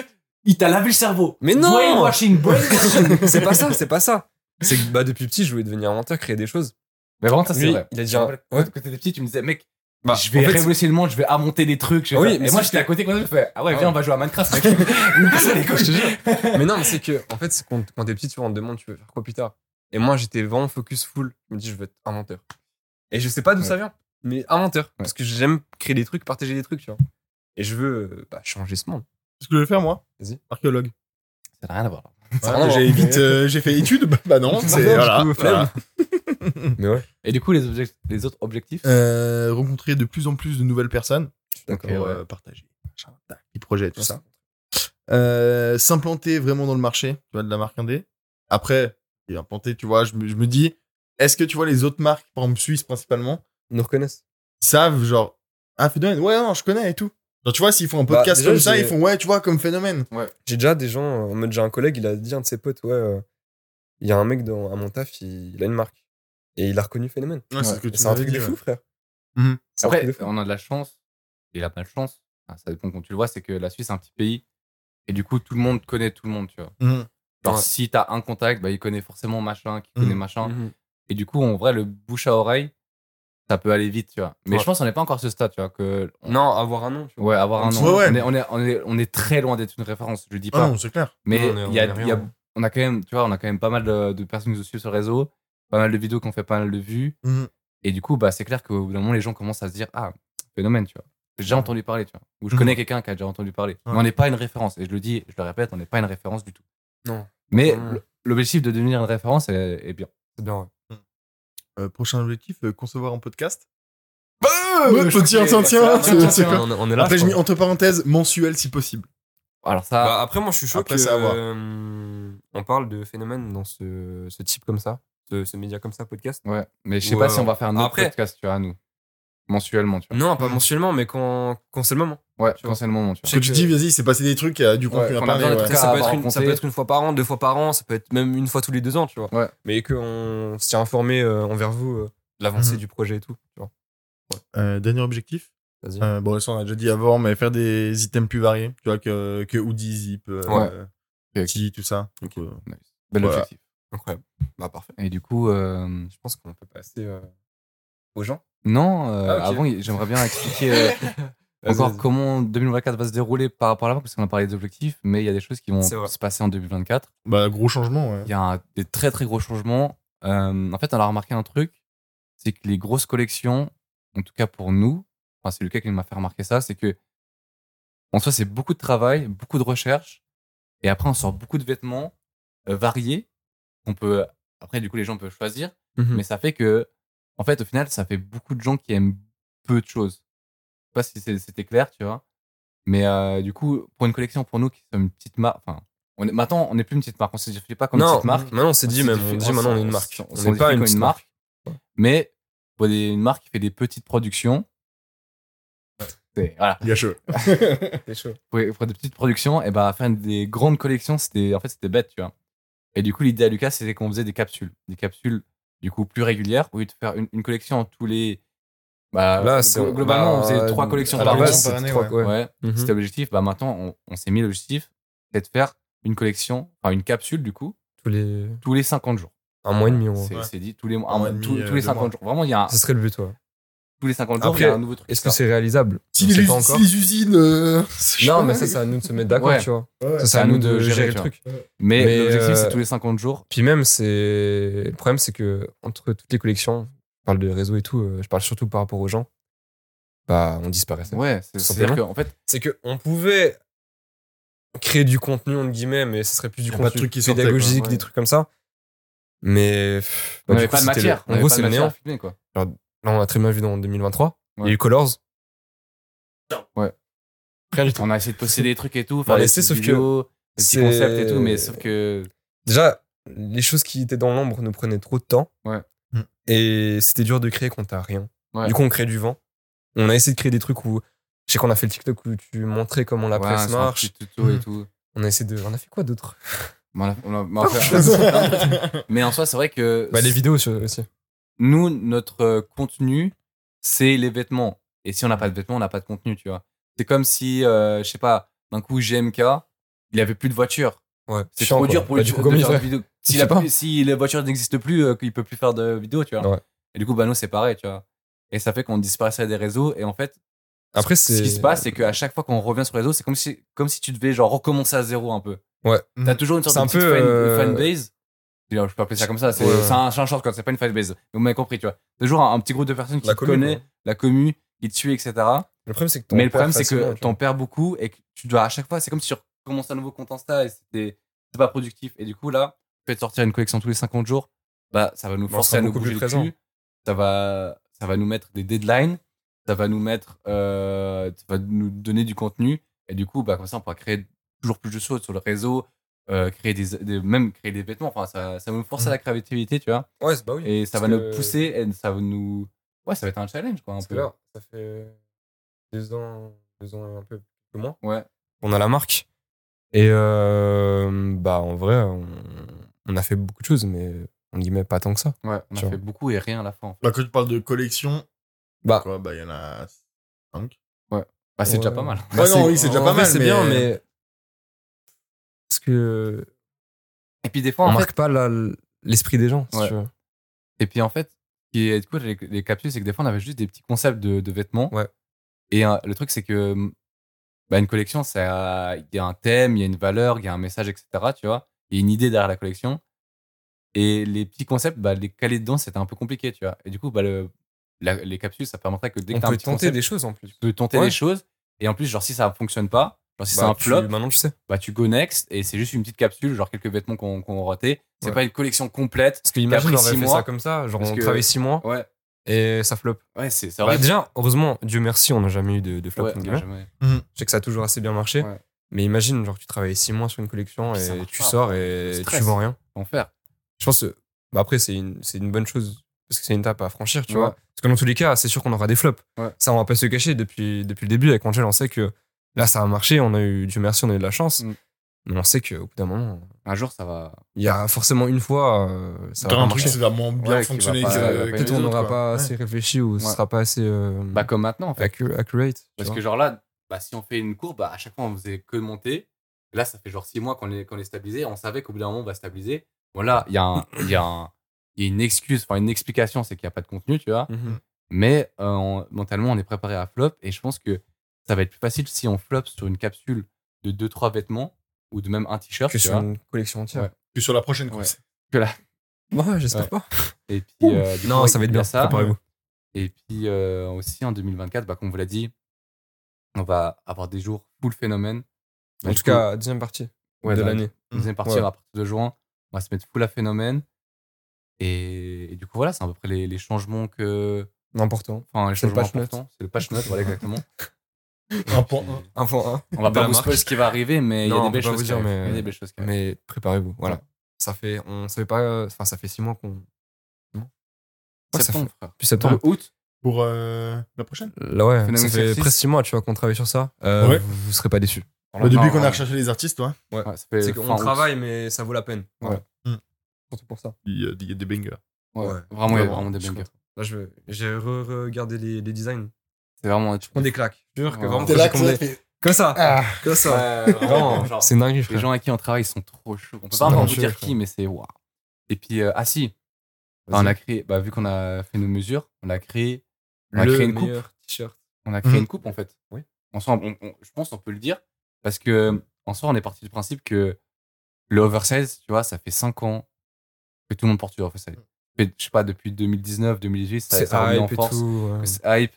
il t'a lavé le cerveau.
Mais non
Brainwashing, brainwashing.
c'est pas ça c'est pas ça c'est que bah depuis petit je voulais devenir inventeur créer des choses
Mais vraiment, ça, c'est
Lui,
vrai.
il a dit
Je me
un-
rappelle,
ouais.
Quand t'étais petit, tu me disais, mec,
Bah,
je vais
en fait,
révolutionner le monde, je vais inventer des trucs. je vais
Ah oui,
faire-
mais
Et
si
moi,
je
j'étais
fais-
à côté quand je fais, ah ouais,
Ah
viens,
ouais.
on va jouer à Minecraft, mec. Nous casser les couilles.
Je te jure. mais non, mais c'est que, en fait, c'est quand, quand t'es petit, tu vois, on te demande, tu veux faire quoi plus tard Et moi, j'étais vraiment focus full. Je me dis, je veux être inventeur. Et je sais pas d'où ça vient, mais inventeur. Parce que j'aime créer des trucs, partager des trucs, tu vois. Et je veux euh, bah, changer ce monde.
C'est ce que je vais faire, moi.
Vas-y.
Archéologue.
Ça n'a rien à voir.
Ça hein. n'a
Voilà,
rien à
j'ai
voir.
vite, euh, j'ai fait études. Bah, bah non, c'est
Du
voilà.
coup, flemme.
voilà.
Mais ouais,
Et du coup, les, objectifs- les autres objectifs
Euh, rencontrer de plus en plus de nouvelles personnes
d'accord.
pour
ouais.
euh, partager machin, tac, les projets, tout
Ouais.
ça. Euh, S'implanter vraiment dans le marché, tu vois, de la marque indé. Après, et implanter, tu vois, je me, je me dis, est-ce que tu vois les autres marques, par exemple suisse principalement,
Ils nous reconnaissent.
savent genre, ah phénomène, ouais non, je connais et tout. Genre, tu vois, s'ils font un
Bah,
podcast
déjà,
comme ça,
j'ai-
ils font ouais, tu vois, comme phénomène.
J'ai déjà des gens, euh, en mode, j'ai un collègue, il a dit à un de ses potes, ouais, euh, il y a un mec dans, à mon taf, il, il a une marque. Et il a reconnu Phénomène.
Ouais, c'est ce que
Et C'est un truc de
ouais.
fou, frère.
Mhm.
C'est un truc de
Après,
fou.
on a de la chance, et la pas de chance, enfin, ça dépend quand tu le vois, c'est que la Suisse, c'est un petit pays, et du coup, tout le monde connaît tout le monde, tu vois.
Mhm.
Genre,
Ouais.
si t'as un contact, bah, il connaît forcément machin, qui connaît
Mhm.
machin.
Mhm.
Et du coup, en vrai, le bouche à oreille, ça peut aller vite, tu vois. Mais
Ouais.
je pense qu'on n'est pas encore à ce stade, tu vois, que... on-
Non, avoir un nom, tu vois.
Ouais, avoir un
Ouais,
nom.
ouais.
On, est, on, est, on, est, on est très loin d'être une référence, je le dis
Ah
pas.
non, c'est clair.
mais
Non, on est-
il y a,
on est
il y a-
rien.
on a quand même, tu vois, on a quand même pas mal de, de personnes qui nous suivent sur le réseau, pas mal de vidéos qui ont fait pas mal de vues.
Mhm.
Et du coup, bah, c'est clair qu'au bout d'un moment, les gens commencent à se dire Ah, phénomène, tu vois. J'ai déjà entendu parler, tu vois. Ou je
Mhm.
connais quelqu'un qui a déjà entendu parler.
Ouais.
Mais on n'est pas une référence. Et je le dis, je le répète, on n'est pas une référence du tout.
Non.
Mais
Non.
l- l'objectif de devenir une référence est, est bien.
C'est bien, ouais.
Euh, prochain objectif, euh, concevoir un podcast.
je
tiens,
crois que-
tiens, tiens,
tiens,
c'est
tiens.
quoi
on, est- on est là.
Après,
je
j'ai mis
crois.
entre parenthèses mensuel si possible.
Alors ça,
Bah, après, moi, je suis chaud
Après,
que,
c'est à voir.
euh, on parle de phénomène dans ce, ce type comme ça, ce, ce média comme ça, podcast.
ouais. Mais je sais
Bah. Ouais.
pas si on va faire un autre
Après-
podcast, tu vois, nous. Mensuellement, tu vois.
Non, pas
Mm.
mensuellement, mais quand, quand c'est le moment.
Ouais,
Tu vois.
quand c'est le moment, tu
Parce
vois.
que tu
que-
dis, vas-y, il s'est passé des trucs, il y a du
Ouais,
contenu à
qu'on a
parler.
besoin
ouais.
d'être
Après,
cas,
ça, peut
à
être une, ça
raconter.
peut être une fois par an, deux fois par an, ça peut être même une fois tous les deux ans, tu vois.
Ouais.
Mais qu'on se tient informé euh, envers vous euh, de l'avancée
Mhm.
du projet et tout. Tu vois.
Euh, dernier objectif.
Vas-y.
Euh, bon, ça, on a déjà dit avant, mais faire des items plus variés. Tu vois, que, que Hoodie, Zip, euh,
Ouais.
euh, Tee, tout ça.
Ok.
Donc, euh,
Nice. Bel
Voilà.
objectif.
Incroyable. Bah, parfait.
Et du coup, euh,
Je pense qu'on peut passer euh, aux gens.
non, euh,
Ah, ok.
avant, il- j'aimerais bien expliquer euh,
Vas-y,
encore
vas-y.
comment 2024 va se dérouler par rapport à l'avant, parce qu'on a parlé des objectifs, mais il y a des choses qui vont
C'est vrai.
se passer en 2024.
bah, gros changement, ouais.
Il y a un- des très très gros changements. Euh, en fait, on a remarqué un truc, c'est que les grosses collections, en tout cas pour nous, enfin c'est Lucas qui m'a fait remarquer ça, c'est que en soi c'est beaucoup de travail, beaucoup de recherche, et après on sort beaucoup de vêtements euh, variés. On peut après du coup les gens peuvent choisir,
Mhm.
mais ça fait que en fait au final ça fait beaucoup de gens qui aiment peu de choses. Je sais pas si c'est- c'était clair, tu vois. Mais euh, du coup pour une collection pour nous qui sommes une petite marque, enfin on est, maintenant on n'est plus une petite marque, on se définit pas comme une
non,
petite marque.
maintenant on s'est
On
dit
s'est
même,
dit-
on dit
on
maintenant on est
s'en-
une marque.
on
On
s'en
n'est
définit
pas une,
comme
petite
une
marque.
mais pour des- une marque qui fait des petites productions. C'est- Voilà.
Gâcheux.
C'est chaud.
Pour, pour des petites productions, et ben faire des grandes collections, c'était en fait c'était bête, tu vois. Et du coup, l'idée à Lucas, c'était qu'on faisait des capsules, des capsules du coup plus régulières, au lieu de faire une, une collection tous les. Bah,
Ah, Là,
glo-
c'est-
globalement, on
bah,
faisait
à
trois collections
la
par an.
base,
Ouais,
par année,
trois- ouais. Mhm.
c'était l'objectif. Bah maintenant, on, on s'est mis l'objectif, c'est de faire une collection, enfin une capsule du coup,
Tous les
tous les 50 jours.
un mois et demi. ouais.
C'est
Ouais.
c'est dit tous les mois,
Un
un
mois
mois-
et
tous-
demi,
tous
euh,
les
deux
50
mois.
jours. Vraiment, il y a un-
Ce serait le but, ouais.
tous les 50 jours,
Après,
il y a un nouveau truc.
Est-ce
qui
que
sort.
c'est réalisable
Si,
On sait
les,
pas
si
encore.
les usines. euh, je
Non,
sais pas.
mais ça, c'est à nous de se mettre d'accord,
Ouais.
tu vois.
Ouais.
Ça, c'est à nous de gérer le
tu vois.
truc.
Mais,
Mais,
l'objectif,
euh,
c'est tous les 50 jours.
Puis même, c'est. Le problème, c'est que entre toutes les collections, je parle de réseau et tout, euh, je parle surtout par rapport aux gens, bah, on disparaissait.
Ouais, c'est-
Tout
c'est-à-dire
simplement.
qu'en fait,
C'est que on pouvait créer du contenu, entre guillemets, mais ce serait plus du
Y a pas de
contenu
truc qui sortait,
pédagogique,
quoi, ouais.
des trucs comme ça. Mais. pff,
on
bah, du
n'avait
coup,
pas de
c'était le-
matière. on
En
avait pas
gros,
de
c'est le
matière à
néant.
filmer, quoi.
Là, on a très bien vu dans 2023. Il y
Ouais.
a eu Colors.
Ouais.
Rien du tout.
On a essayé de poster des trucs et tout, faire
mais
des
c'est-
petites
Bah, sauf que
vidéos, des petits
c'est-
concepts et tout, mais sauf que.
déjà, les choses qui étaient dans l'ombre nous prenaient trop de temps.
Ouais.
Mm.
Et c'était dur de créer quand t'as rien.
Ouais.
Du coup, on crée du vent. On a essayé de créer des trucs où. Je sais qu'on a fait le TikTok où tu montrais comment la
ouais,
presse
c'est un
marche. Hmm.
petit tuto
Mhm.
et tout.
On a essayé de. On a fait quoi d'autre
Mais on a- on a- mais en fait- Mais en soi, c'est vrai que
Bah, les vidéos sur- aussi.
nous, notre euh, contenu, c'est les vêtements. Et si on n'a pas de vêtements, on n'a pas de contenu, tu vois. C'est comme si, euh, je sais pas, d'un coup, GMK, il avait plus de voiture.
Ouais.
C'est
Chiant,
trop
quoi.
dur pour
Bah,
lui
du coup,
de
comme il
faire des
fait
vidéos. Si
Je
la,
sais pas.
si la voiture n'existe plus, euh, il peut plus faire de vidéos, tu vois.
Ouais.
Et du coup, bah, nous, c'est pareil, tu vois. Et ça fait qu'on disparaissait des réseaux. Et en fait,
Après,
ce
c'est.
qui se passe, c'est qu'à chaque fois qu'on revient sur les réseaux, c'est comme si, comme si tu devais genre recommencer à zéro un peu.
Ouais.
T'as toujours une sorte
C'est
de
un
petite
peu,
fan-
euh,
fanbase. Je peux appeler ça comme ça. C'est
Ouais.
c'est un, c'est un shortcut, c'est pas une fanbase. Vous m'avez compris, tu vois. Toujours un, un petit groupe de personnes qui
La
te
commu,
connaît,
quoi.
la commu, qui te suit, etc.
Le problème, c'est que. t'en
Mais le problème,
perds
c'est
facilement,
que
tu
t'en
vois.
perds beaucoup et que tu dois à chaque fois, c'est comme si tu recommences un nouveau compte Insta et c'était c'est pas productif. Et du coup, là, le fait de sortir une collection tous les 50 jours, bah, ça va nous
Bah, on
forcer
sera
à nous
beaucoup
bouger
plus
le
présent.
cul. Ça va, ça va nous mettre des deadlines. Ça va nous mettre, euh, ça va nous donner du contenu. Et du coup, bah, comme ça, on pourra créer toujours plus de choses sur le réseau, euh, créer des, des- même créer des vêtements. Enfin, ça, ça va nous forcer à la créativité, tu vois.
Ouais, c'est- bah oui.
Et ça va
Mmh. Parce
nous
que-
pousser et ça va nous, ouais, ça va être un challenge, quoi, un
Parce que
peu.
là, ça fait deux ans, deux ans et un peu plus moins.
Ouais.
On a la marque. Et euh, bah en vrai, on, on a fait beaucoup de choses, mais on n'y met pas tant que ça.
Ouais, on
Tu
a
vois.
fait beaucoup et rien à la fin. en fait.
Bah, quand tu parles de collection,
Bah,
quoi, bah, il y en a 5.
Bah, c'est déjà
Ouais.
pas mal.
Ouais, non, oui, c'est déjà
en
pas
vrai,
mal,
C'est
mais-
bien, mais. Parce que.
Et puis des
On
fois, en fait,
marque pas la- l'esprit des gens, si
Ouais.
tu veux.
et puis en fait, ce qui est cool avec les capsules, c'est que des fois, on avait juste des petits concepts de, de vêtements.
Ouais.
Et euh, le truc, c'est que bah, une collection, ça- il y a un thème, il y a une valeur, il y a un message, etc. Tu vois, il y a une idée derrière la collection. Et les petits concepts, bah, les caler dedans, c'était un peu compliqué, tu vois. Et du coup, bah, le, la- les capsules, ça permettrait que dès
On
que t'as un
peut
petit
tenter
concept,
des choses en plus.
tu peux tenter
Ouais.
des choses. Et en plus, genre, si ça fonctionne pas, genre, si c'est
Bah,
un
tu-
flop,
Maintenant, tu sais.
bah, tu go next et c'est juste une petite capsule, genre quelques vêtements qu'on qu'on a ratés. C'est
Ouais.
pas une collection complète.
Parce que imagine,
après
on
six
aurait fait
mois-
ça comme ça. Genre,
Parce
on
que-
travaille six mois
Ouais,
et ça flop.
ouais, c'est c'est
Bah,
horrible.
déjà, heureusement, Dieu merci, on n'a jamais eu de, de flop.
Ouais,
entre
on a
guillemets.
jamais-
Je sais que ça a toujours assez bien marché.
Ouais.
Mais imagine, genre, tu travailles six mois sur une collection
Puis ça
et
marche
tu
pas,
sors
le
et tu
stress.
vends rien.
en faire.
Je pense que, bah après, c'est une, c'est une bonne chose parce que c'est une étape à franchir, tu
Ouais.
vois. Parce que dans tous les cas, c'est sûr qu'on aura des flops.
Ouais.
Ça, on va pas se le cacher. Depuis, depuis le début, avec Angel, on sait que là, ça a marché. On a eu, Dieu merci, on a eu de la chance.
Mm.
Mais on sait qu'au bout d'un moment,
Un jour, ça va.
il y a forcément une fois, euh, ça va
T'as
pas
un truc,
marcher.
ça va moins bien
Ouais, qui va
fonctionner. que-
pas- va pas
que
aimer
les
Peut-être on
autres,
n'aura
quoi.
pas
Ouais.
assez réfléchi ou ce
Ouais.
sera pas assez euh,
Bah, comme maintenant, en fait.
accu- accurate. tu
Parce
vois.
que, genre là, bah, si on fait une courbe, bah, à chaque fois, on faisait que monter. Là, ça fait genre six mois qu'on est, qu'on est stabilisé. On savait qu'au bout d'un moment, on va stabiliser. Bon, là, il y, a un- il y, a un- il y a une excuse, enfin, une explication, c'est qu'il n'y a pas de contenu, tu vois.
Mhm.
Mais euh, on- mentalement, on est préparé à flop. Et je pense que ça va être plus facile si on flop sur une capsule de 2-3 vêtements ou de même un t-shirt.
que
tu
sur
vois.
une collection entière.
Que sur la prochaine, quoi.
Ouais.
C'est-
Ouais, j'espère pas.
Et puis, euh, du
Non,
coup,
ça va
il
être
y a
bien.
Ça.
Préparez-vous.
Et puis euh, aussi en 2024, bah, comme vous l'a dit, on va avoir des jours full phénomène. Bah,
En
du
tout
coup,
cas, deuxième partie
ouais,
de
dans la
l'année.
deuxième partie
Ouais.
à partir de juin, on va se mettre full à phénomène. Et, et du coup, voilà, c'est à peu près les, les changements que.
Important.
Enfin, les
C'est le
changements
patch note.
importants. C'est le patch note, voilà, exactement.
Un point.
Un point un.
On va
De
pas
la
vous
marque.
spoiler ce qui va arriver, mais il y
Non,
a des
on peut
belles
pas
choses.
vous
qui
dire,
arrivent. Il y a
mais-
des belles choses. qui arrivent.
Mais préparez-vous. Voilà. Ça fait. On savait pas. Enfin, ça fait six mois qu'on. Non. Ouais, ça fait.
Septembre, frère.
Depuis septembre.
Août,
Pour euh, la prochaine
Là, ouais.
Phénomène
Ça fait
exercice.
presque six mois, tu vois, qu'on travaille sur ça. Euh,
Ouais.
vous, vous serez pas déçus.
Au début,
Enfin,
Bah, qu'on
euh,
ouais.
a recherché les artistes, toi.
Ouais, ça fait fin août.
mais ça vaut la peine.
Voilà.
Mm.
Surtout pour ça.
Il y a- il y a des bangers.
Ouais,
Ouais.
Vraiment, il y a
Vraiment,
vraiment des
je suis
bangers.
Là, je j'ai regardé les, les designs.
C'est vraiment.
Je prends des claques. Je jure que
Ouais.
vraiment,
T'es
quand j'ai commandé- Comme ça.
Ah.
Comme ça.
vraiment, genre,
C'est dingue,
Les gens avec qui on travaille, ils sont trop chauds. On peut
Ils
pas
sont
encore
trop
vous dire
chauds,
qui, mais c'est waouh. Et puis, euh, ah si, bah, on a créé, bah, vu qu'on a fait nos mesures, on a créé, on a créé une coupe.
t-shirt.
On a créé
Mhm.
une coupe, en fait.
Hum. Oui.
En soi, on- on- je pense qu'on peut le dire, parce que en soi, on est parti du principe que le oversize, tu vois, ça fait 5 ans que tout le monde porte du oversize. Fait, Je sais pas, depuis 2019, 2018, ça,
Hum. C'est
ça remis en
hype et
force.
tout. ouais.
Que C'est hype.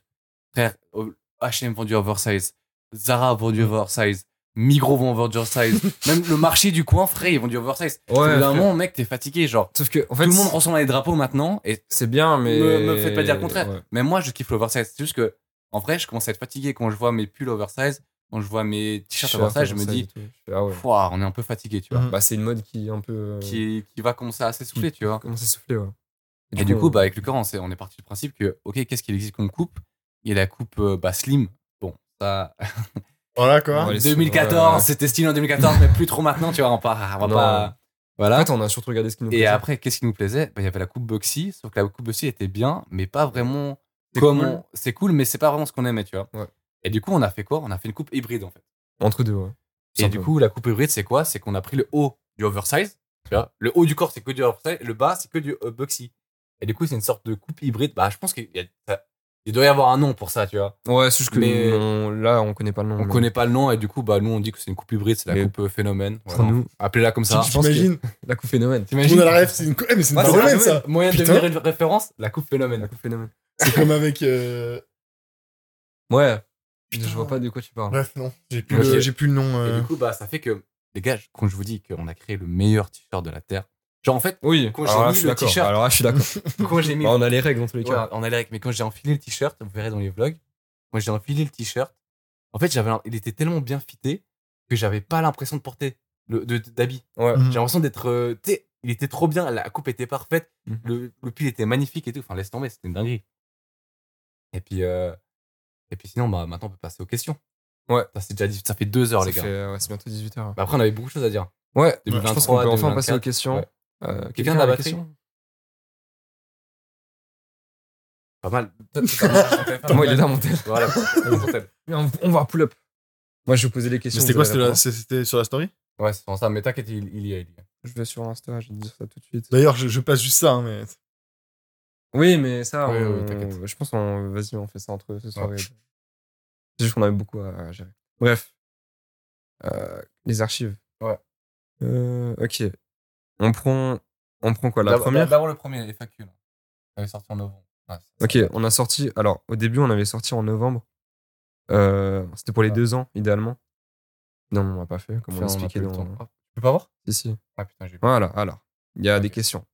Frère, oh, H&M vend du oversize. Zara vend
Mm.
du oversize. Migros vend du oversize. Même le marché du coin, frère, ils vendent du oversize. Au bout
Ouais.
d'un
frère.
moment, mec, t'es fatigué. Genre,
Sauf que, en fait,
tout le monde ressemble à des drapeaux maintenant. Et
c'est bien, mais.
me, me faites pas dire le contraire.
Ouais.
Même moi, je kiffe l'oversize. C'est juste que, en vrai, je commence à être fatigué quand je vois mes pulls oversize, quand je vois mes t-shirts oversize, je me
oversize et
dis,
tout. Je fais, ah ouais.
Pouah, on est un peu fatigué, tu vois.
Mhm.
Bah, c'est une mode qui est un peu. euh,
Mm. Qui, qui va commencer à s'essouffler,
Mm.
tu vois.
Commence à souffler, ouais.
Et du coup,
on-
bah, avec Lucas, on, s'est- on est parti du principe que, ok, qu'est-ce qu'il existe qu'on coupe Il y a la coupe euh, bah, slim. Bon, ça,
Ah,
Voilà, quoi.
On va les-
2014,
Ouais.
c'était stylé en 2014, mais plus trop maintenant, tu vois, on, part, on va
Non.
pas.
En
Voilà.
fait, on a surtout regardé ce qui nous
Et
plaisait.
après, qu'est-ce qui nous plaisait Bah, Il y avait la coupe boxy, sauf que la coupe boxy était bien, mais pas vraiment
C'est
comme
cool.
on- C'est cool, mais c'est pas vraiment ce qu'on aimait, tu vois.
Ouais.
Et du coup, on a fait quoi On a fait une coupe hybride, en fait.
Entre deux, ouais.
Et du coup, la coupe hybride, c'est quoi C'est qu'on a pris le haut du oversize, tu vois. Le haut du corps, c'est que du oversize, le bas, c'est que du euh, boxy. Et du coup, c'est une sorte de coupe hybride. Bah, je pense qu'il y a- ça- il doit y avoir un nom pour ça, tu vois.
Ouais, c'est juste que
Mais-
on- là, on connaît pas le nom.
On
mais-
connaît pas le nom, et du coup, bah, nous, on dit que c'est une coupe hybride, c'est la
Mais-
coupe euh, phénomène.
Pour
Voilà.
nous,
Appelez-la comme ça.
je pense
T'imagines
la coupe phénomène.
Tout le monde a la rêve, c'est une. cou- Eh, mais c'est une
Ouais, c'est
phénomène,
la
ça.
Moyen de
Putain.
devenir une référence, la coupe
La
phénomène.
coupe phénomène.
C'est comme avec. euh,
Ouais.
Putain.
Je vois pas de quoi tu parles.
Bref, non. J'ai plus,
Ok.
le- j'ai plus le nom.
Et
euh,
du coup, bah, ça fait que, les gars, je- quand je vous dis qu'on a créé le meilleur t-shirt de la Terre, genre en fait,
Oui,
Quand
alors
j'ai
là,
mis
je suis
le
d'accord.
t-shirt.
Alors là, je suis d'accord.
quand j'ai mis.
Bah, on a les règles dans tous les
Ouais,
cas.
on a les règles, mais quand j'ai enfilé le t-shirt, vous verrez dans les vlogs, moi j'ai enfilé le t-shirt. En fait, j'avais, un- il était tellement bien fité que j'avais pas l'impression de porter le, de, de- d'habit.
Ouais.
Mhm.
J'ai l'impression d'être. euh, tu sais, il était trop bien, la coupe était parfaite,
Mhm.
le, le pull était magnifique et tout. Enfin, laisse tomber, c'était une dinguerie. Et puis, euh, et puis sinon, bah, maintenant on peut passer aux questions.
Ouais.
Ça, c'est déjà, dit- ça fait deux heures,
Ça
les gars.
fait- ouais, c'est bientôt 18h.
Bah, après, on avait beaucoup de choses à dire.
Ouais, je
2023,
pense qu'on peut enfin passer aux
2024.
questions.
Ouais.
Euh,
Quelqu'un a la
a des
batterie
questions
Pas mal.
Moi, il est dans mon tel.
Voilà, dans son tel.
On on va pull up. Moi, je vais poser les questions.
mais C'était quoi
vous
C'était
allez
la-
répondre.
c'était sur la story
Ouais, c'est ça, mais t'inquiète, il, il y a, il y a.
Je vais sur Insta, je vais te dire ça tout de suite.
D'ailleurs, je, je passe juste ça, hein, mais.
Oui, mais ça,
Oui,
on-
oui, t'inquiète.
je pense qu'on. Vas-y, on fait ça entre ce soir
Ouais.
et- C'est juste qu'on avait beaucoup à gérer. Bref. Euh, les archives.
Ouais.
Euh, ok. On prend, on prend quoi La
D'abord-
première
D'abord le premier, les FAQ. là. Elle est sortie en novembre. Ah, Ouais, c'est-
Ok, on a sorti. Alors, au début, on avait sorti en novembre. Euh, C'était pour les
Ouais.
deux ans, idéalement. Non, on l'a pas fait, comme on
Putain, Ah. on a
l'expliquait
pas eu le
dans.
temps. Oh, tu peux pas voir
Si, si.
Ah putain, j'ai vu.
Voilà, alors, il y a
Ok.
des questions.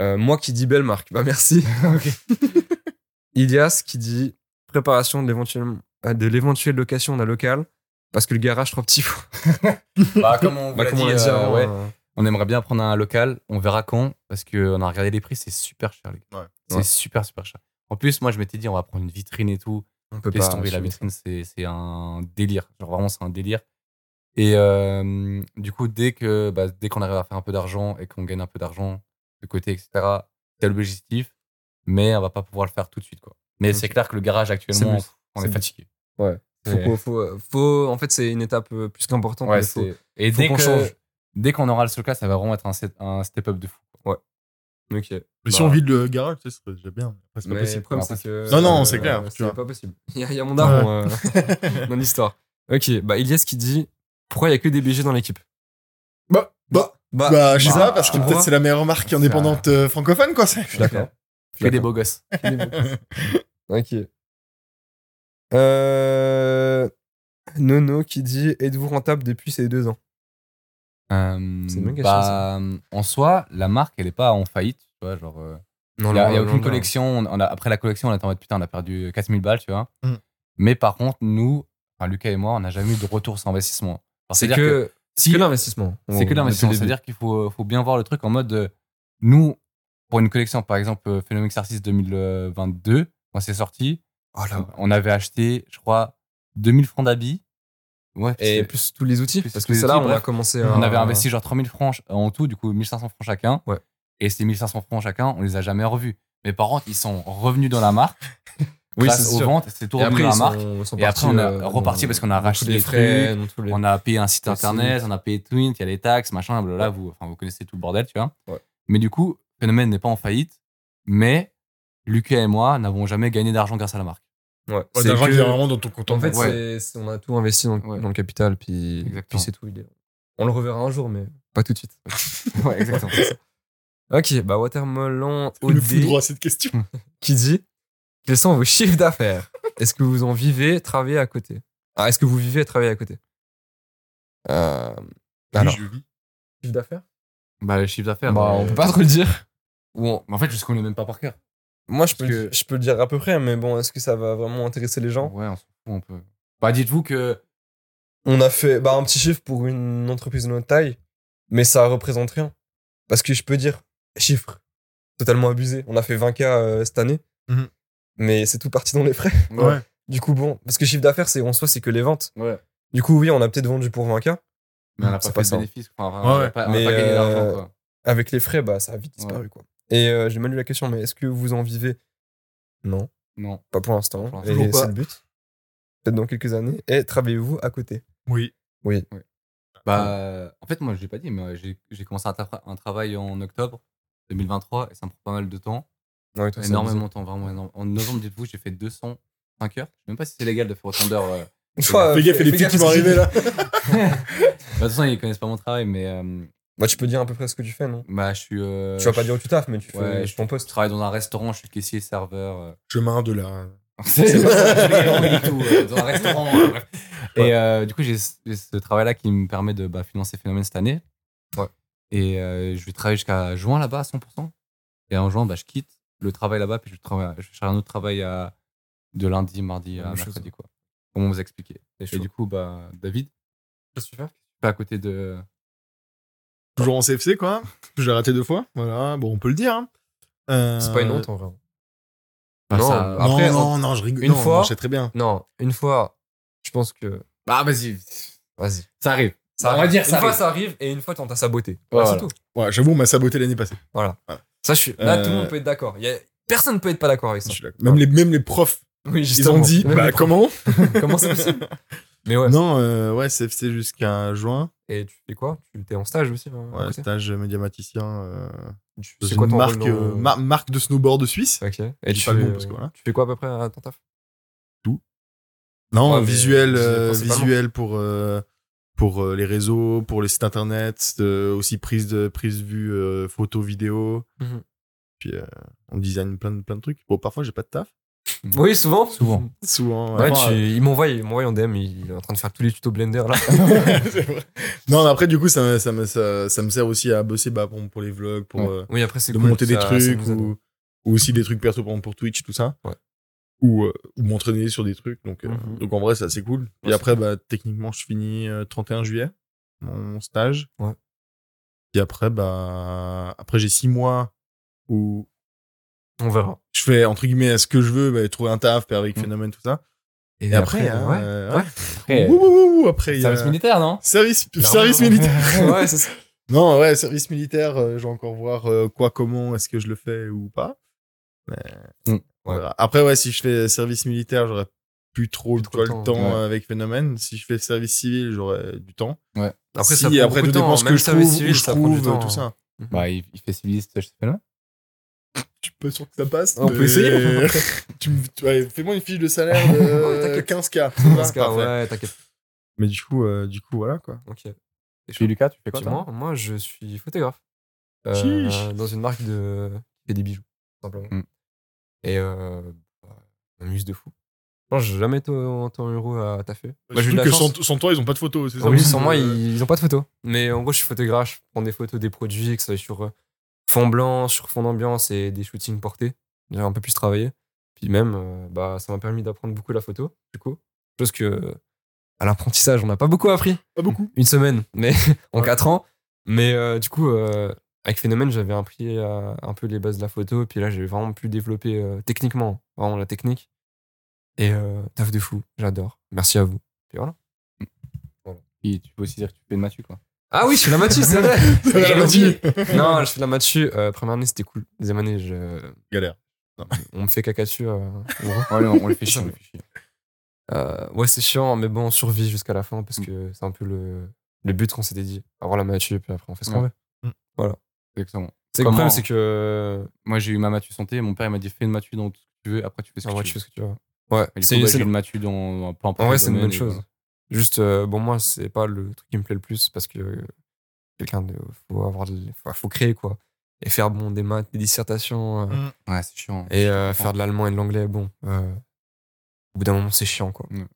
Euh, moi qui dis belle marque, bah merci. Ilias qui dit préparation de l'éventuelle- euh, de l'éventuelle location d'un local parce que le garage trop petit.
bah, comme on vous
Bah,
l'a
comme on
dit,
l'a dit
euh,
avant,
ouais,
euh,
on aimerait bien prendre un local. On verra quand, parce qu'on a regardé les prix, c'est super cher, les gars.
Ouais.
C'est
Ouais.
super, super cher. En plus, moi, je m'étais dit, on va prendre une vitrine et tout.
on peut
Laisse
pas.
tomber la
assumer.
vitrine, c'est c'est un délire. Genre vraiment, c'est un délire. Et euh, du coup, dès que bah, dès qu'on arrive à faire un peu d'argent et qu'on gagne un peu d'argent de côté, etc., c'est l'objectif. Mais on va pas pouvoir le faire tout de suite, quoi. Mais
Ok.
c'est clair que le garage
C'est
actuellement,
le-
on
c'est
est
le-
fatigué.
Faut,
Ouais.
qu'on- faut, euh, faut- en fait, c'est une étape euh, plus qu'importante.
Ouais,
mais faut-
c'est- Et
faut
dès
qu'on
qu'on
change.
dès qu'on aura le sol ça va vraiment être un, set- un step up de fou. quoi.
Ok.
Mais si
Bah,
on vide le garage, tu sais, ce serait déjà bien. Après, c'est pas
mais
possible.
le problème,
C'est
c'est que. euh,
Non, non, c'est clair, tu
C'est
vois.
pas possible. Il y, a- il y a mon daron euh, dans l'histoire. Ok, bah, Ilias qui dit Pourquoi il y a que des BG dans l'équipe
Bah, bah, bah, je sais
bah,
pas, parce que
je
peut-être
vois.
c'est la meilleure marque
Ça-
indépendante euh, francophone, quoi. c'est-
Je suis d'accord.
Que des beaux gosses.
Ok. Euh... Nono qui dit Êtes-vous rentable depuis ces deux ans
Euh,
C'est une bonne question,
bah, en soi, la marque, elle est pas en faillite. Tu vois, genre, euh,
Non,
Il n'y a, il y a aucune collection. On- on a- après la collection, on était en mode putain, on a perdu 4000 balles, tu vois.
Mm.
Mais par contre, nous, enfin, Lucas et moi, on n'a jamais eu de retour sur investissement. Alors,
C'est
c'est-à-dire
que,
si-
que l'investissement.
c'est que de l'investissement. C'est-à-dire qu'il faut, faut bien voir le truc en mode euh, nous, pour une collection, par exemple, euh, Phenom Exercice 2022, quand c'est sorti,
Oh là.
on avait acheté, je crois, 2000 francs d'habits. Ouais,
Et
c'est-
plus tous les outils.
Plus
parce
tous
que
les
c'est là,
outils,
on a
bref.
commencé à.
on avait investi genre 3000 francs en tout, du coup 1500 francs chacun.
Ouais.
Et ces 1500 francs chacun, on les a jamais revus. Mes parents, ils sont revenus dans la marque.
Oui,
grâce
c'est
aux
sûr.
ventes, c'est tout
Et
revenu
après,
dans
ils
la marque.
sont, ils sont
Et après, on a
euh,
reparti
dans-
parce qu'on a
dans
racheté
tous
des
les frais. dans tous les-
On a payé un site
Aussi.
internet, on a payé Twint, il y a les taxes, machin, là, vous, enfin, vous connaissez tout le bordel, tu vois.
Ouais.
Mais du coup, Phénomène n'est pas en faillite, mais Lucas et moi n'avons jamais gagné d'argent grâce à la marque.
Ouais,
Ouais,
c'est
D'argent
que-
qui est vraiment dans ton compte
En fait,
Ouais.
c'est- c'est- on a tout investi dans, le-
Ouais.
dans le capital, puis,
Exactement.
puis c'est tout. il est- On le reverra un jour, mais pas tout de suite.
ouais, exactement.
ok, bah Watermelon
le fou
OD
droit cette question.
qui dit Quels sont vos chiffres d'affaires Est-ce que vous en vivez, travaillez à côté Ah, est-ce que vous vivez et travaillez à côté euh, Alors,
Oui, je vis.
chiffre d'affaires
bah, le chiffre d'affaires.
bah,
euh,
On peut pas trop le dire.
ou on- mais En fait, je ne connais même pas par cœur.
Moi, je
peux le
je peux le dire à peu près, mais bon, est-ce que ça va vraiment intéresser les
Ouais, on s'en fout un peu. Bah, dites-vous que.
on a fait bah, un petit chiffre pour une entreprise de notre taille, mais ça représente rien. Parce que je peux dire, chiffre totalement abusé. On a fait 20K euh, cette année,
Mhm.
mais c'est tout parti dans les frais.
Ouais.
Du coup, bon, parce que chiffre d'affaires, c'est en soi, c'est que les ventes.
Ouais.
Du coup, oui, on a peut-être vendu pour 20K.
Mais on n'a
C'est
pas fait
pas
de
ça. hein.
bénéfice. Enfin, on n'a
Ouais.
pas, on a
Mais,
pas gagné
euh,
d'argent, quoi.
Avec les frais, bah, ça a vite disparu. Quoi. Et euh, j'ai mal lu la question, mais est-ce que vous en vivez Non,
Non.
pas pour l'instant.
Pour l'instant.
Et
Toujours
c'est
pas.
le but. Peut-être dans quelques années. Et travaillez-vous à côté
Oui.
Bah, euh, en fait, moi, je l'ai pas dit, mais euh, j'ai j'ai commencé un, tra- un travail en octobre 2023 et ça me prend pas mal de temps.
Ouais, toi, c'est
énormément de temps, vraiment énorme. En novembre, dites-vous, j'ai fait 205 heures. Je sais même pas si c'est légal de faire autant d'heures. euh.
abusé. Je crois,
Fais gaffe, il y a des
fais
petits qui
parce
vont
que-
arriver là.
Bah, de toute façon, ils connaissent pas mon travail, mais euh,
Bah, tu peux dire à peu près ce que tu fais, non
bah, je suis. euh,
Tu vas pas dire où tu taffes, mais tu fais
Ouais,
ton
Je
poste.
travaille dans un restaurant, je suis caissier, serveur. euh.
Chemin de la.
C'est pas ça, je l'ai pas dit du tout, euh, dans un restaurant. euh, bref. Et euh, du coup, j'ai ce j'ai ce travail-là qui me permet de bah, financer Phénomène cette année.
Ouais.
Et euh, je vais travailler jusqu'à juin là-bas à 100%. Et en juin, bah, je quitte le travail là-bas, puis je, travaille, je vais faire un autre travail à, de lundi, mardi à
Même chose.
mercredi, quoi. Comment vous expliquer Et du coup, bah, David, pas à côté de.
Toujours en CFC, quoi. J'ai raté deux fois. Voilà. Bon, on peut le dire. hein. Euh,
C'est pas une honte en vrai.
Bah,
Non,
ça-
Non,
Après,
non, non, je rigole.
une
Une
fois-
fois. Je sais très bien.
Non, une fois, je pense que.
Bah, vas-y,
Vas-y.
ça arrive.
Ça
on va
arrive.
dire
Une
ça.
fois,
arrive.
ça arrive et une fois, t'en t'as saboté.
Voilà.
Voilà, C'est tout.
Ouais, j'avoue, on m'a saboté l'année passée.
Ça, je suis. Là,
Euh,
tout le monde peut être d'accord. Il Y a... Personne peut être pas d'accord avec ça.
Je suis d'accord. Même, les, même les profs,
Oui,
ils ont dit,
Même
bah
les
comment
profs. Comment c'est possible Mais ouais.
Non, euh, ouais, CFC jusqu'à juin.
Et tu fais quoi Tu t'es en stage aussi hein, à
Ouais,
côté
stage médiamaticien. Euh,
Tu-
dans
C'est
une
quoi ton
marque,
rôle dans-
euh, mar- marque de snowboard de Suisse.
Ok.
Je
Et
dis
tu
pas le
fais-
nom, parce que voilà.
tu fais quoi à peu près à ton taf
Non,
Ouais,
euh,
mais
visuel,
visuel
euh,
principalement.
visuel pour euh, pour euh, les réseaux, pour les sites internet, euh, aussi prise de prise vue, euh, photo, vidéo.
Mhm.
Puis euh, on design plein de plein de trucs. Bon, parfois j'ai pas de taf.
Oui, souvent.
Souvent.
Souvent. euh,
Ouais,
Enfin,
tu- il m'envoie, il m'envoie en DM, il est en train de faire tous les tutos Blender là.
euh, C'est vrai. Non, mais après, du coup, ça, me- ça, me- ça, ça me sert aussi à bosser bah, pour, pour les vlogs, pour
Ouais.
euh,
Oui, après c'est
de
cool,
monter des
ça- ça
trucs
nous aide.
ou, ou aussi des trucs perso par exemple, pour Twitch, tout ça.
Ouais.
ou, euh, ou m'entraîner sur des trucs. Donc, euh,
Mhm.
donc en vrai, c'est assez cool. Et
c'est
après, bah, techniquement, je finis euh, 31 juillet, mon stage.
Ouais.
Et après, bah, après j'ai six mois où
On verra.
je fais, entre guillemets, ce que je veux, bah, trouver un taf, faire avec
Mhm.
Phénomène, tout ça.
Et,
Et après,
euh,
hein,
ouais.
euh,
ouais.
Après,
Ouh, ouh, ouh, ouh, après, il y a-
service militaire, non
Service,
Clairement.
service militaire.
ouais, c'est ça.
Non, ouais, service militaire, euh, je vais encore voir euh, quoi, comment, est-ce que je le fais ou pas. Mais,
Mm,
on
ouais.
verra. Après, ouais, si je fais service militaire, j'aurais plus trop
Plus
tu vois, le temps,
trop le temps,
euh, avec Phénomène. Si je fais service civil, j'aurais du temps.
Après,
Si,
ça prend
après,
beaucoup
tout
de temps.
dépend ce
Même
que je
service
trouve,
civil,
où je
ça prend du
trouve, euh,
temps,
tout
hein.
ça.
Bah, il, il fait civiliste chez Phénomène.
Je suis pas sûr que ça passe.
On peut
mais-
essayer.
tu me- tu- ouais, Fais-moi une fiche de salaire de
Ouais,
euh,
t'inquiète.
15K. ça va,
Parce que,
parfait.
ouais, t'inquiète.
Mais du coup, euh, du coup, voilà quoi.
Ok.
Et puis Lucas, tu fais quoi
Puis
toi
moi, moi, je suis photographe. Euh,
Chiche.
dans une marque de... qui fait des bijoux, tout simplement.
Mm.
Et euh, bah, on m'amuse de fou. Non, j'ai jamais été autant heureux à taffer. Moi, j'ai eu
Surtout
de Bah, la
que
chance.
sans, sans toi, ils ont pas de photos. c'est
En plus,
ça
Ah sans moi,
Euh,
ils n'ont pas de photos. Mais en gros, je suis photographe, je prends des photos des produits, que ce soit sur euh, fond blanc, sur fond d'ambiance et des shootings portés. J'ai un peu plus travaillé. Puis même, euh, bah, ça m'a permis d'apprendre beaucoup la photo, du coup. Chose que, euh, à l'apprentissage, on n'a pas beaucoup appris.
Pas beaucoup.
Une semaine, mais en
Ouais.
quatre ans. Mais euh, du coup, euh, avec Phénomène, j'avais appris euh, un peu les bases de la photo. Puis là, j'ai vraiment pu développer euh, techniquement, vraiment la technique. Et euh, taf de fou, j'adore. Merci à vous. Puis voilà.
Puis tu peux aussi dire que tu fais de Mathieu, quoi.
Ah oui, je suis la Mathieu, c'est vrai.
J'aurais dit.
non, je fais de la Mathieu. Euh, première année, c'était cool. Deuxième année, je-
Galère.
on me fait caca dessus. euh, en gros.
Ouais, on, on les fait chier, on les fait chier.
Euh, ouais, c'est chiant, mais bon, on survit jusqu'à la fin parce
Mm.
que c'est un peu le, le but qu'on s'était dit. Avoir la Mathieu, puis après, on fait ce qu'on
Ouais.
veut.
Exactement.
C'est que le
Comment-
problème, c'est que.
Moi, j'ai eu ma Mathieu santé. Mon père, il m'a dit fais une Mathieu dans tout ce que tu veux. Après, tu fais ce que
En vrai,
Ah, tu
tu
veux.
fais ce que tu veux. Ouais,
Et du
c'est
coup, bah,
c'est
j'ai eu
le-
le Mathieu dans peu importe
En vrai,
le
c'est une
domaine,
bonne
et
chose.
voilà.
Juste, euh, bon, moi, c'est pas le truc qui me plaît le plus parce que euh, quelqu'un de. Faut, avoir de- faut, faut créer, quoi. Et faire bon, des maths, des dissertations. euh,
Mm.
Ouais, c'est chiant.
Et euh, faire de l'allemand et de l'anglais, bon, euh, au bout d'un moment, c'est chiant, quoi.
Mm.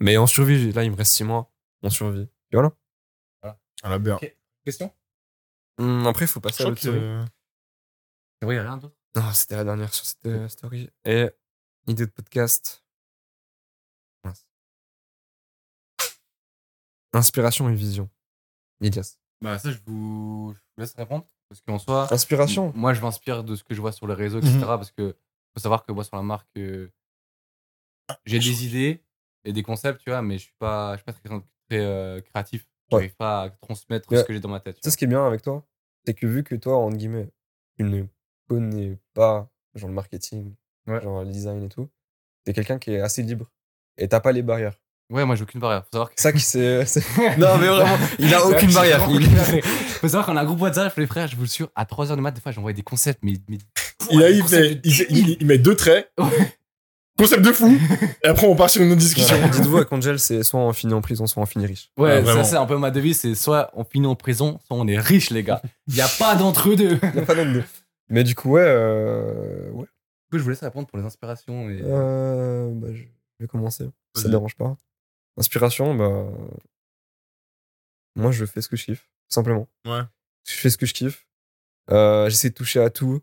Mais on survit, j'ai- là, il me reste 6 mois, on survit. Et voilà.
Ah, la bien.
Question
Hum, après, il faut passer
Je
à
crois
l'autre euh, story.
que-
C'est vrai, il y a rien d'autre.
Non, c'était la dernière sur cette euh, story. Et idée de podcast. Mince. Inspiration et vision. Elias.
Bah, ça, je vous, je vous laisse répondre. Parce qu'en soi,
Inspiration
moi, je m'inspire de ce que je vois sur les réseaux, etc.
Mhm.
Parce que faut savoir que moi, sur la marque, euh, j'ai des idées et des concepts, tu vois, mais je suis pas, je suis pas très, très, euh, créatif.
Ouais.
J'arrive pas à transmettre
Ouais.
ce que j'ai dans ma tête. tu
Tu sais ce qui est bien avec toi, c'est que vu que toi, entre guillemets, tu ne connais pas genre le marketing,
Ouais.
genre le design et tout, t'es quelqu'un qui est assez libre et t'as pas les barrières.
vois. Ouais, moi, j'ai aucune barrière. Faut savoir que...
Ça qui c'est. c'est- non mais vraiment, il a
Ouais,
aucune
j'ai
barrière.
vraiment
Il-
aucune barrière. Faut savoir qu'on a un groupe WhatsApp, les frères, je vous le jure, à 3h du mat, des fois, j'envoie des concepts, mais. mais...
Il, a-
des
il
concepts
met,
de
il, fait- il- il met deux traits.
Ouais.
Concept de fou. Et après, on part sur une autre discussion.
Voilà. Dites-vous, à Congel, c'est soit on finit en prison, soit on finit riche.
Ah,
Ouais,
vraiment.
ça c'est un peu ma devise, c'est soit on finit en prison, soit on est riche les gars. Il y a pas d'entre deux.
Il y a pas d'autre deux. Mais du coup, ouais. euh, ouais.
Du coup, je vous laisse répondre pour les inspirations. Et...
Euh, bah, je vais commencer. si Ça
Vas-y.
ne dérange pas. Inspiration, bah. Moi, je fais ce que je kiffe, tout simplement.
Ouais.
Je fais ce que je kiffe. Euh, J'essaie de toucher à tout.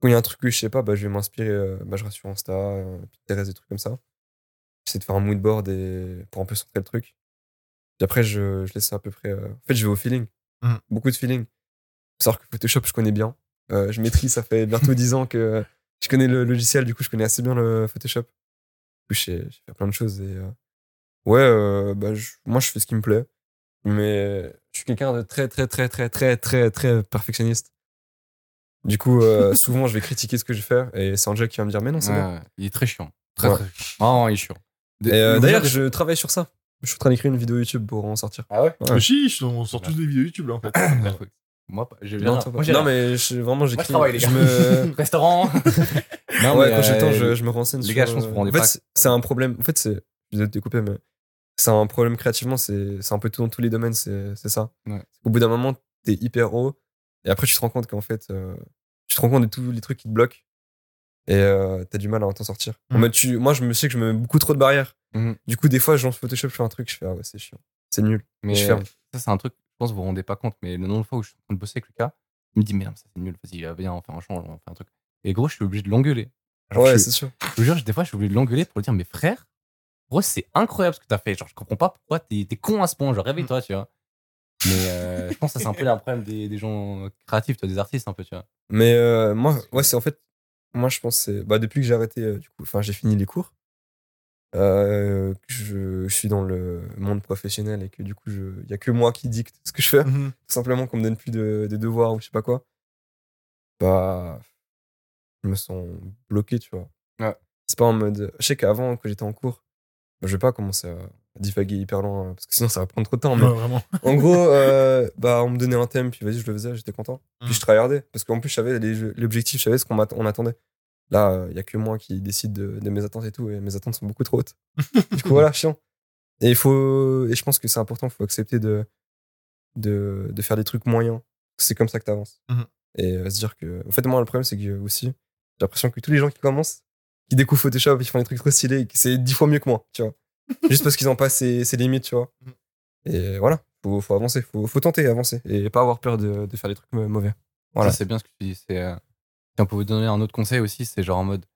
Quand il y a un truc que je sais pas, bah, je vais m'inspirer. euh, bah, je reste sur Insta, euh, Pinterest, des trucs comme ça. J'essaie de faire un mood board et... pour un peu centrer le truc. Puis après, je, je laisse ça à peu près. euh, En fait, je vais au feeling.
Mhm.
Beaucoup de feeling. Faut savoir que Photoshop, je connais bien. Euh, je maîtrise, ça fait bientôt 10 ans que je connais le logiciel, du coup, je connais assez bien le Photoshop. Du coup, je sais, je sais faire plein de choses. Et, euh, ouais, euh, bah, je- moi, je fais ce qui me plaît. Mais je suis quelqu'un de très, très, très, très, très, très, très perfectionniste. Du coup, euh, souvent, je vais critiquer ce que je vais faire et c'est Angel qui va me dire, mais non, c'est
Ouais,
bien.
ouais, il est très chiant. Très,
Ouais.
très chiant. Vraiment, il est chiant.
Et, euh,
Vous
D'ailleurs,
dire-
je travaille sur ça. Je suis en train d'écrire une vidéo YouTube pour en sortir.
Ah ouais
Ouais. Bah,
Chiche, on sort tous des vidéos YouTube là en fait.
Moi, pas- j'ai
Non,
rien.
toi,
Moi,
pas.
j'ai
non
rien.
mais je- vraiment, j'écris.
travaille, les
Je
gars.
me.
Restaurant. non,
ouais,
mais,
Ah, quand j'ai le temps,
euh,
je, je me renseigne.
les
sur,
gars, je pense que
euh,
vous vous rendez
En fait,
pas-
c'est- c'est un problème. En fait, c'est. Je vais te découper, mais c'est un problème créativement. C'est c'est un peu tout dans tous les domaines, c'est c'est ça.
Ouais.
Au bout d'un moment, t'es hyper haut. Et après, tu te rends compte qu'en fait, euh, tu te rends compte de tous les trucs qui te bloquent. Et euh, t'as du mal à t'en sortir. En
Mm.
mode, tu- moi, je me sais que je me mets beaucoup trop de barrières.
Mhm.
Du coup, des fois, je lance Photoshop, je fais un truc, je fais, ah ouais, c'est chiant. C'est nul.
Mais
Je ferme.
ça, c'est un truc, je pense que vous vous rendez pas compte, mais le nombre de fois où je suis en euh, train de bosser avec Lucas, il me dit, mais non, ça c'est nul, vas-y, viens, on fait un change, on fait un truc. Et gros, je suis obligé de l'engueuler. Genre,
ouais,
je-
c'est sûr.
je vous jure, des fois, j'ai voulu l'engueuler pour lui dire, mais frère, gros, c'est incroyable ce que t'as fait. Genre, je comprends pas pourquoi t'es t'es con à ce point. Genre, réveille-toi, tu vois. Mais euh, je pense que ça, c'est un peu un problème des, des gens créatifs, toi, des artistes, un peu, tu vois.
Mais euh, moi, ouais, c'est en fait, moi je pense, que c'est- bah, depuis que j'ai arrêté, euh, du coup, enfin j'ai fini les cours, euh, que je, je suis dans le monde professionnel et que du coup, il n'y a que moi qui dicte ce que je fais, tout
Mhm.
simplement qu'on me donne plus de, de devoirs ou je sais pas quoi, bah, je me sens bloqué, tu vois.
Ouais.
C'est pas en mode, je sais qu'avant, quand j'étais en cours, bah, je vais pas commencer à divaguer hyper loin, hein, parce que sinon ça va prendre trop de temps, mais
Ouais, vraiment.
en gros, euh, bah, on me donnait un thème, puis vas-y, je le faisais, j'étais content. Puis
Mhm.
je tryhardais, parce qu'en plus, je savais les jeux- l'objectif, je savais ce qu'on m'att- on attendait. Là, il n'y a que moi qui décide de, de mes attentes et tout, et mes attentes sont beaucoup trop hautes. du coup, voilà, chiant. Et, il faut, et je pense que c'est important, il faut accepter de, de, de faire des trucs moyens. C'est comme ça que tu avances.
Mhm.
Et euh, se dire que. En fait, moi, le problème, c'est que euh, aussi, j'ai l'impression que tous les gens qui commencent, qui découvrent Photoshop, ils font des trucs trop stylés, et que c'est dix fois mieux que moi, tu vois. Juste parce qu'ils n'ont pas ces, ces limites, tu vois. Et voilà, faut, faut avancer, faut, faut tenter, avancer et pas avoir peur de, de faire des trucs mau- mauvais. Voilà.
Voilà, c'est bien ce que tu dis. C'est, euh, si on peut vous donner un autre conseil aussi, c'est genre en mode,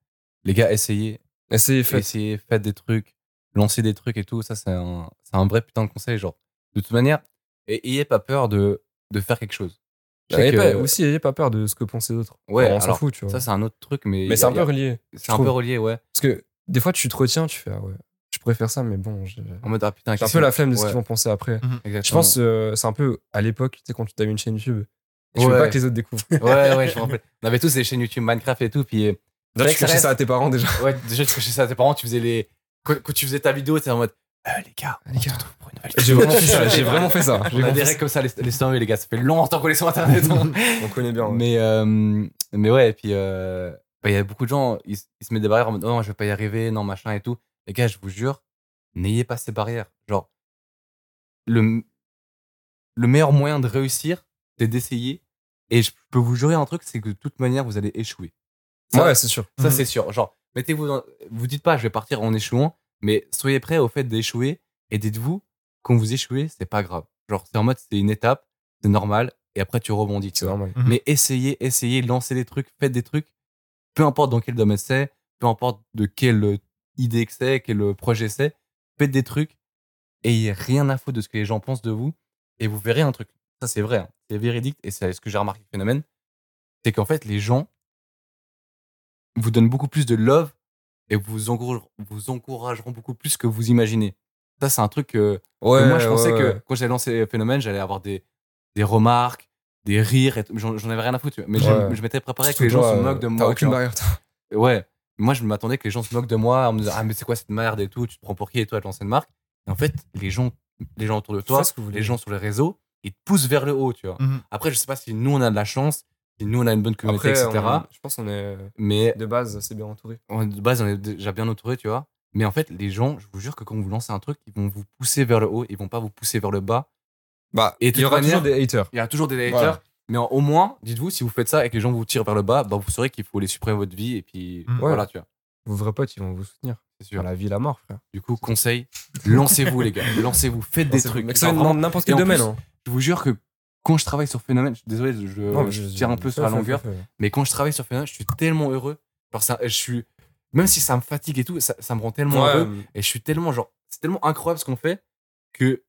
les gars, essayez,
Essayez, faites.
essayez, faites des trucs, lancez des trucs et tout. Ça, c'est un, c'est un vrai putain de conseil. Genre, de toute manière, et ayez pas peur de, de faire quelque chose. Je sais
Ayez
que-
Bah, pas- aussi, ayez pas peur de ce que pensent les autres.
euh, Ouais,
Enfin, on s'en
alors,
fout, tu vois.
Ça, c'est un autre truc, mais. y
mais
a-
c'est un
y
peu
a-
relié. je
C'est un peu
trouve.
relié, ouais.
Parce que des fois, tu te retiens, tu fais, ah ouais, je préfère ça, mais bon, j'ai
En mode, ah putain,
j'ai un peu la flemme de ce
ouais. Mm.
qu'ils vont penser après. Je
Exactement.
pense, euh, c'est un peu à l'époque, tu sais, quand tu t'avais une chaîne YouTube, et tu veux
Ouais.
pas que les autres découvrent.
Ouais, ouais, je me rappelle. On avait tous des chaînes YouTube Minecraft et tout, puis euh,
Déjà,
vrai
tu
que ça
cachais ça
reste-
à tes parents déjà.
ouais, déjà tu cachais ça à tes parents, tu faisais les. Quand, quand tu faisais ta vidéo, t'es en mode Euh, les gars, on se retrouve pour une nouvelle
Ah, J'ai
vidéo.
vraiment fait ça. J'ai vraiment fait ça. J'ai
On a
vraiment
des
fait
règles comme ça, les, les stories, les gars, ça fait longtemps qu'on est sur internet. hein.
ça. On connaît bien. ouais.
mais, euh, mais ouais, et puis euh, bah, il y a beaucoup de gens, ils, se- ils se mettent des barrières en mode «Oh, non, je vais pas y arriver, non, machin et tout. Les gars, je vous jure, n'ayez pas ces barrières. Genre, le, le meilleur moyen de réussir, c'est d'essayer. Et je peux vous jurer un truc, c'est que de toute manière, vous allez échouer. Ça,
Ouais, c'est sûr.
ça,
Mhm.
c'est sûr. Genre, mettez-vous dans- Vous dites pas, je vais partir en échouant, mais soyez prêts au fait d'échouer et dites-vous, quand vous échouez, c'est pas grave. Genre, c'est en mode, c'est une étape, c'est normal, et après, tu rebondis. Tu
C'est
vois.
normal.
Mhm.
Mais essayez, essayez, lancez des trucs, faites des trucs, peu importe dans quel domaine c'est, peu importe de quelle idée que c'est, quel projet c'est, faites des trucs, ayez rien à foutre de ce que les gens pensent de vous, et vous verrez un truc. Ça, c'est vrai, hein. c'est véridique, et c'est ce que j'ai remarqué du phénomène, c'est qu'en fait, les gens vous donnent beaucoup plus de love et vous, encour- vous encourageront beaucoup plus que vous imaginez. Ça, c'est un truc euh,
Ouais,
et moi, je pensais
ouais,
que
ouais.
quand j'ai lancé Phénomène, j'allais avoir des, des remarques, des rires, et tout. j'en j'en avais rien à foutre. tu vois. Mais j'ai-
Ouais.
je m'étais préparé que
Surtout
les gens
toi,
se
euh,
moquent de
T'as
moi. tu
aucune
vois.
barrière. toi.
Ouais. Moi, je m'attendais que les gens se moquent de moi en me disant Ah, mais c'est quoi cette merde et tout, tu te prends pour qui et toi à te lancer une marque. Et en fait, les gens, les gens autour de toi,
Faites ce que vous voulez.
les gens sur les réseaux, ils te poussent vers le haut, tu vois.
Mhm.
Après, je sais pas si nous, on a de la chance, si nous, on a une bonne communauté,
Après,
etc.
on- je pense qu'on est euh,
Mais
de base assez bien entouré.
on- de base, on est déjà bien entouré, tu vois. Mais en fait, les gens, je vous jure que quand vous lancez un truc, ils vont vous pousser vers le haut, ils vont pas vous pousser vers le bas.
Bah,
Et de
il y
toute
aura toujours
manière-
des haters.
Il y a toujours des haters.
Voilà.
Mais en- au moins, dites-vous, si vous faites ça et que les gens vous tirent vers le bas, bah, vous saurez qu'il faut les supprimer de votre vie. Et puis
Mm.
voilà, tu vois.
Vos vrais potes, ils vont vous soutenir.
C'est sûr.
Sur la vie, la mort, frère.
Du coup, conseil, lancez-vous, les gars. Lancez-vous, faites des trucs.
Mais que ce
Genre,
soit
vraiment,
dans
Et
n'importe quel
en
domaine.
plus,
hein.
Je vous jure que quand je travaille sur Phénomène, je- désolé, je,
Non, mais
je tire un peu sur la
fais, fais,
longueur,
fais, fais.
mais quand je travaille sur Phénomène, je suis tellement heureux. Genre, ça, je suis, même si ça me fatigue et tout, ça, ça me rend tellement heureux.
Ouais,
Et je suis tellement genre, c'est tellement incroyable ce qu'on fait que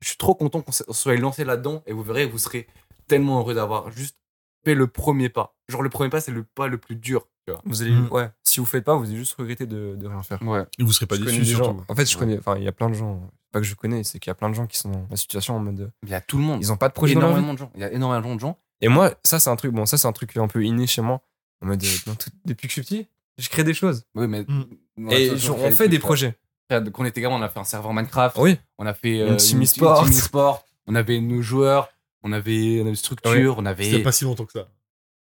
je suis trop content qu'on se- soit lancé là-dedans et vous verrez, vous serez tellement heureux d'avoir juste fait le premier pas. Genre le premier pas, c'est le pas le plus dur. Tu vois.
vous allez,
Mm.
ouais. Si vous faites pas, vous allez juste regretter de, de rien faire.
Ouais.
Et vous serez pas
Je
déçus,
connais des
surtout.
gens. En fait, je
Ouais.
connais. Enfin, il y a plein de gens. Pas que je connais, c'est qu'il y a plein de gens qui sont dans la situation en mode. euh,
Il y a tout le monde.
Ils ont pas de projet dans leur vie.
Hmm. énormément de gens. Il y a énormément de gens.
Et moi, ça, c'est un truc. Bon, ça, c'est un truc un peu inné chez moi. En mode, euh, dans tout- depuis que je suis petit, je crée des choses.
Oui, mais
Mm.
on a
Et
toujours
genre, on fait
trucs,
des
tu vois.
projets.
Regarde, Quand on était gamin, on a fait un serveur Minecraft.
Oui.
On a fait euh,
Une team
une-
e-sport.
une team e-sport. On avait nos joueurs. On avait, on avait structure.
Ouais.
On avait.
C'était pas si longtemps que ça.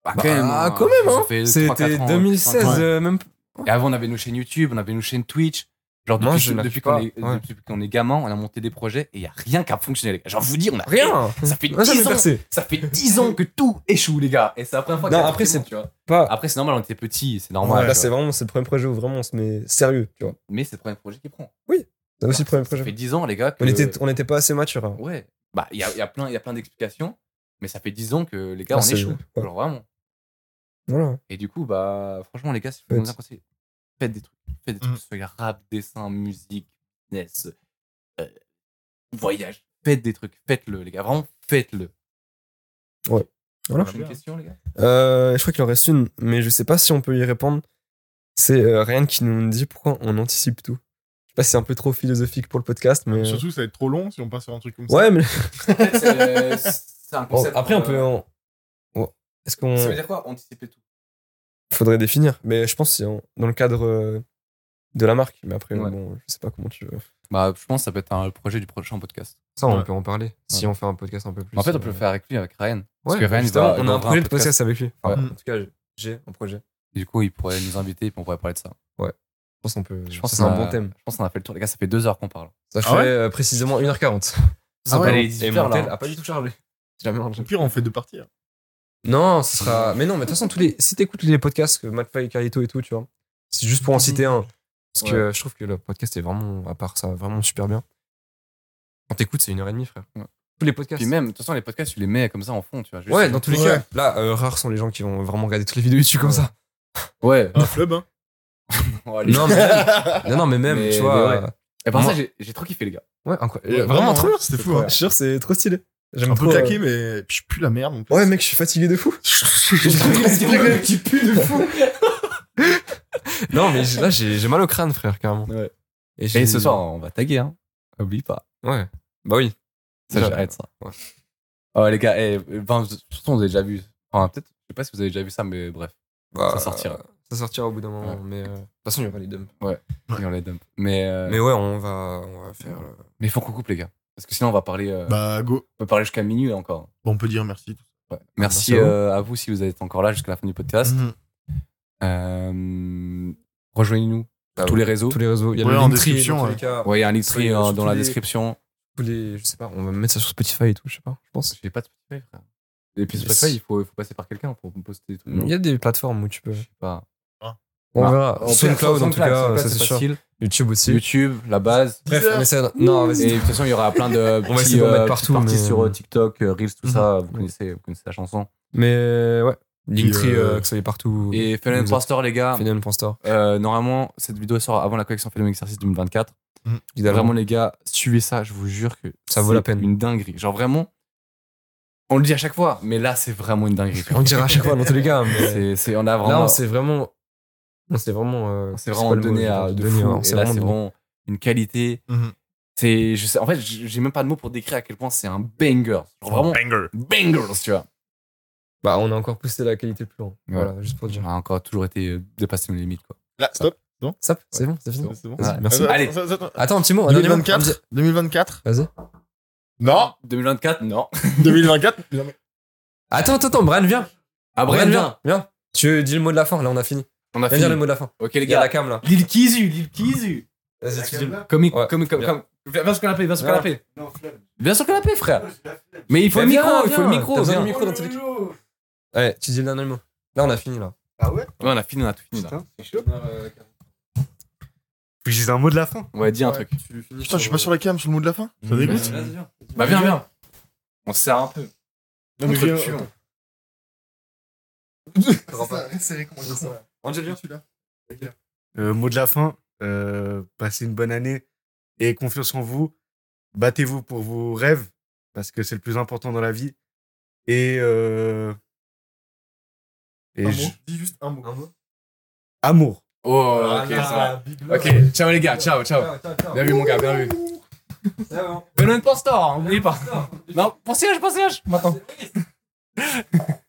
Bah,
Bah,
hein,
quand même,
ça
hein.
fait trois,
C'était
quatre ans,
2016,
cinq ans.
euh, même.
Et avant, on avait nos chaînes YouTube, on avait nos chaînes Twitch. Genre,
Moi,
depuis,
je n'arrive
depuis qu'on
pas.
est,
Ouais.
depuis qu'on est gamin, on a monté des projets et il n'y a rien qui a fonctionné, les gars. Genre, je vous dis, on a
Rien.
Ça fait
Rien
10
jamais
ans,
percé.
ça fait 10 ans que tout échoue, les gars. Et c'est la première fois que
Non,
ça
après,
fait
c'est-
bon, tu vois.
Pas.
Après, c'est normal, on était petits, c'est
Ouais,
normal.
là,
tu
c'est
vois.
vraiment c'est le premier projet où vraiment on se met sérieux, tu vois.
Mais c'est le premier projet qui prend.
C'est aussi le premier
Ça
projet.
fait 10 ans, les gars. Que...
On était on n'était pas assez mature. hein.
Ouais. Bah, il y a, il y a plein, il y a plein d'explications, mais ça fait 10 ans que les gars,
Ah,
on
c'est-
échoue.
ouais.
Genre, vraiment.
Voilà.
Et du coup, bah, franchement, les gars, c'est
Faites.
vraiment bien conseillé. Faites des trucs. Faites des trucs,
Mhm.
que ce soit rap, dessin, musique, business, euh, voyage. Faites des trucs. Faites-le, les gars. Vraiment, faites-le.
Voilà.
J'ai une question, les gars.
Euh, je crois qu'il en reste une, mais je sais pas si on peut y répondre. C'est euh, Ryan qui nous dit pourquoi on anticipe tout. Je sais pas si c'est un peu trop philosophique pour le podcast, mais.
Surtout, ça va être trop long si on passe sur un truc comme ça.
Ouais, mais.
Peut-être, c'est- c'est un
Bon,
concept.
après, on
euh,
peut. en- Ouais. Est-ce qu'on.
Ça veut dire quoi Anticiper tout.
Faudrait définir, mais je pense que c'est en- dans le cadre euh, de la marque. Mais après,
Ouais.
bon, je sais pas comment tu veux.
Bah, je pense que ça peut être un projet du prochain podcast.
Ça,
on
peut en parler
si
on fait un podcast un peu plus. euh,
En fait, on peut le faire avec lui, avec Ryan. parce
Ouais,
que Ryan, il
justement,
va- il
on
va
a un
ouvrir
projet de podcast avec lui. Enfin,
Ouais.
En tout cas, j'ai un projet.
Du coup, il pourrait nous inviter et puis on pourrait parler de ça.
Je pense qu'on peut.
Je pense
ça,
que
c'est un
ça-
bon thème.
Je pense qu'on a fait le tour. Les gars, ça fait deux heures qu'on parle.
Ça fait
Ah ouais
euh, précisément 1h40.
Ah ouais, il est
et
18
mon
heures, là.
tel a pas du tout chargé. J'ai jamais
Au
mangé.
pire, on fait deux parties. hein.
Non, ce sera. Mais non, mais de toute façon, tous les... si t'écoutes les podcasts que Malfay, Carito et tout, tu vois, c'est juste pour en citer un. Parce que je trouve que le podcast est vraiment, à part ça, vraiment super bien. Quand t'écoutes, c'est une heure et demie, frère.
Ouais.
Tous les podcasts.
Puis même, de toute façon, les podcasts, tu les mets comme ça en fond, tu vois. juste-
Ouais, dans tous les
Ouais.
cas. Là, euh, rares sont les gens qui vont vraiment regarder toutes les vidéos YouTube comme
Ouais.
ça.
Ouais.
Un club, hein.
Oh, allez.
Non, mais même, non, non, mais même,
Mais-
tu vois.
mais
euh,
Et par
Moi-
ça, j'ai- j'ai trop kiffé, les gars.
Ouais, incroyable.
Ouais,
Euh, vraiment,
vraiment,
trop
hein,
bien.
c'était fou, hein.
Je suis sûr, c'est trop stylé. J'aime
Un peu
trop,
claqué, mais puis je pue la merde. en
euh, Ouais, mec, je suis fatigué de fou.
fait.
qui pue de fou. non, mais j- là, j'ai j'ai mal au crâne, frère, carrément.
Ouais.
j'ai-
Et ce soir, on va taguer, hein. Oublie pas.
Ouais. Bah oui.
Ça,
Déjà.
j'arrête ça.
Ouais.
Oh, les gars, eh, ben, de toute façon, vous avez déjà vu. Enfin, peut-être, je sais pas si vous avez déjà vu ça, mais bref.
Bah,
ça sortira.
Ça sortira au bout d'un moment,
Ouais.
mais. euh, De toute façon, il y aura les dumps.
Et on les dump. Mais, euh,
Mais ouais, on va, on va faire. euh,
mais faut qu'on coupe, les gars. Parce que sinon, on va parler, euh,
Bah, go.
on peut parler jusqu'à minuit encore.
Bon, on peut dire merci.
Ah,
Ouais. Merci
à vous.
euh, à vous si vous êtes encore là jusqu'à la fin du podcast.
Mhm.
Mm.
Euh, Rejoignez-nous.
Ah
tous
ouais.
les réseaux.
Tous les réseaux. Il y a
Ouais,
le
en
Linktree,
description,
dans tous les
ouais.
cas.
Ouais, il y a un link euh,
Sur les-
dans
sur tous
la
les-
description.
Tous les. Je sais pas, on va mettre ça sur Spotify et tout, je sais pas, je pense.
J'ai pas de Spotify, frère. Et puis
Yes.
Spotify, il faut, il faut passer par quelqu'un pour poster des trucs.
Il y a des plateformes où tu peux.
Je sais pas.
Bah, On
Ah.
verra. SoundCloud, en tout cas,
SoundCloud,
ça c'est sûr.
facile.
YouTube aussi.
YouTube, la base.
Bref,
Deezer.
on essaie. Non,
Et
vas-y.
de toute façon, il y aura plein de petits,
essayer d'en
euh,
mettre
petites
partout,
parties
mais-
sur euh, TikTok, euh, Reels, tout
Mhm.
ça. Vous connaissez, vous connaissez la chanson.
Mais ouais. Linktree,
Puis, euh,
euh, que ça y est partout.
Et Phenom
Vous
Pro
êtes-
Store, les gars.
Phenom.store.
euh, normalement, cette vidéo sort avant la collection Phenom Exercice 2024. Vraiment, les gars, suivez ça. Je vous jure que
Ah Ça vaut la
c'est
peine.
Une dinguerie. Genre vraiment, on le dit à chaque fois, mais là, c'est vraiment une dinguerie.
On le dira à chaque fois dans tous les cas.
C'est,
mais-
c'est, on a vraiment.
Là, on s'est vraiment. On s'est vraiment. euh,
On s'est
c'est
vraiment
pas le mot,
donné
je
à
veux
de
dire, donné,
fou.
ouais, on
et
s'est
là,
vraiment
c'est
donné.
vraiment une qualité.
Mhm.
C'est, je sais, en fait, j- j'ai même pas de mots pour décrire à quel point c'est un banger. Genre vraiment
Banger.
bangers, tu vois.
Bah, on a encore poussé la qualité plus loin. Voilà, juste pour dire.
On a encore toujours été euh, dépassé nos limites, quoi.
Là, stop.
Ça, c'est bon, c'est fini.
C'est bon.
Vas-y,
Ouais.
Merci.
Allez.
Attends, attends, attends.
Attends, un petit mot. un dernier mot.
2024. 2024.
Vas-y.
Non.
Oh, 2024, non.
2024.
Attends, attends, attends, Brian, viens.
Ah, Brian, viens.
Viens. Tu dis le mot de la fin, là, on a fini.
On a
Viens
fini.
dire le mot de la fin.
Ok, les
Il y a la
gars.
cam, là.
Lil Kizu, Lil Kizu.
Vas-y, tu dis le
Comique,
Ouais.
comique, comme,
Bien.
comme. Viens viens sur le canapé, viens sur le
Viens.
canapé. Viens sur le canapé, frère. Mais il faut
Mais
le
viens,
micro, il faut le
viens, t'as
micro.
besoin
viens.
du micro. dans tous les cas. Ouais, tu dis le dernier mot. Là, on a fini, là.
Ah ouais
Ouais, on a fini, on a tout fini. là.
Putain, c'est chaud. Faut que je dise un mot de la fin.
Ouais, dis un
Ouais.
truc.
Putain, je suis pas sur la cam sur le mot de la fin. Ça dégoûte.
Bah, viens, viens. On se sert un peu.
Non, mais viens.
Entre-
C'est les
Angel, viens.
Euh, mot de la fin, euh, passez une bonne année et confiance en vous. Battez-vous pour vos rêves parce que c'est le plus important dans la vie. Et euh, et
Un
je-
mot. Dis juste un mot.
amour.
Oh,
Ah,
ok, ça va. Ok, ciao les gars, ciao, ciao. Bien vu mon gars, bien vu. hein, Venons de Store, n'oubliez pas. Non, pensez-je, pensez-je, maintenant.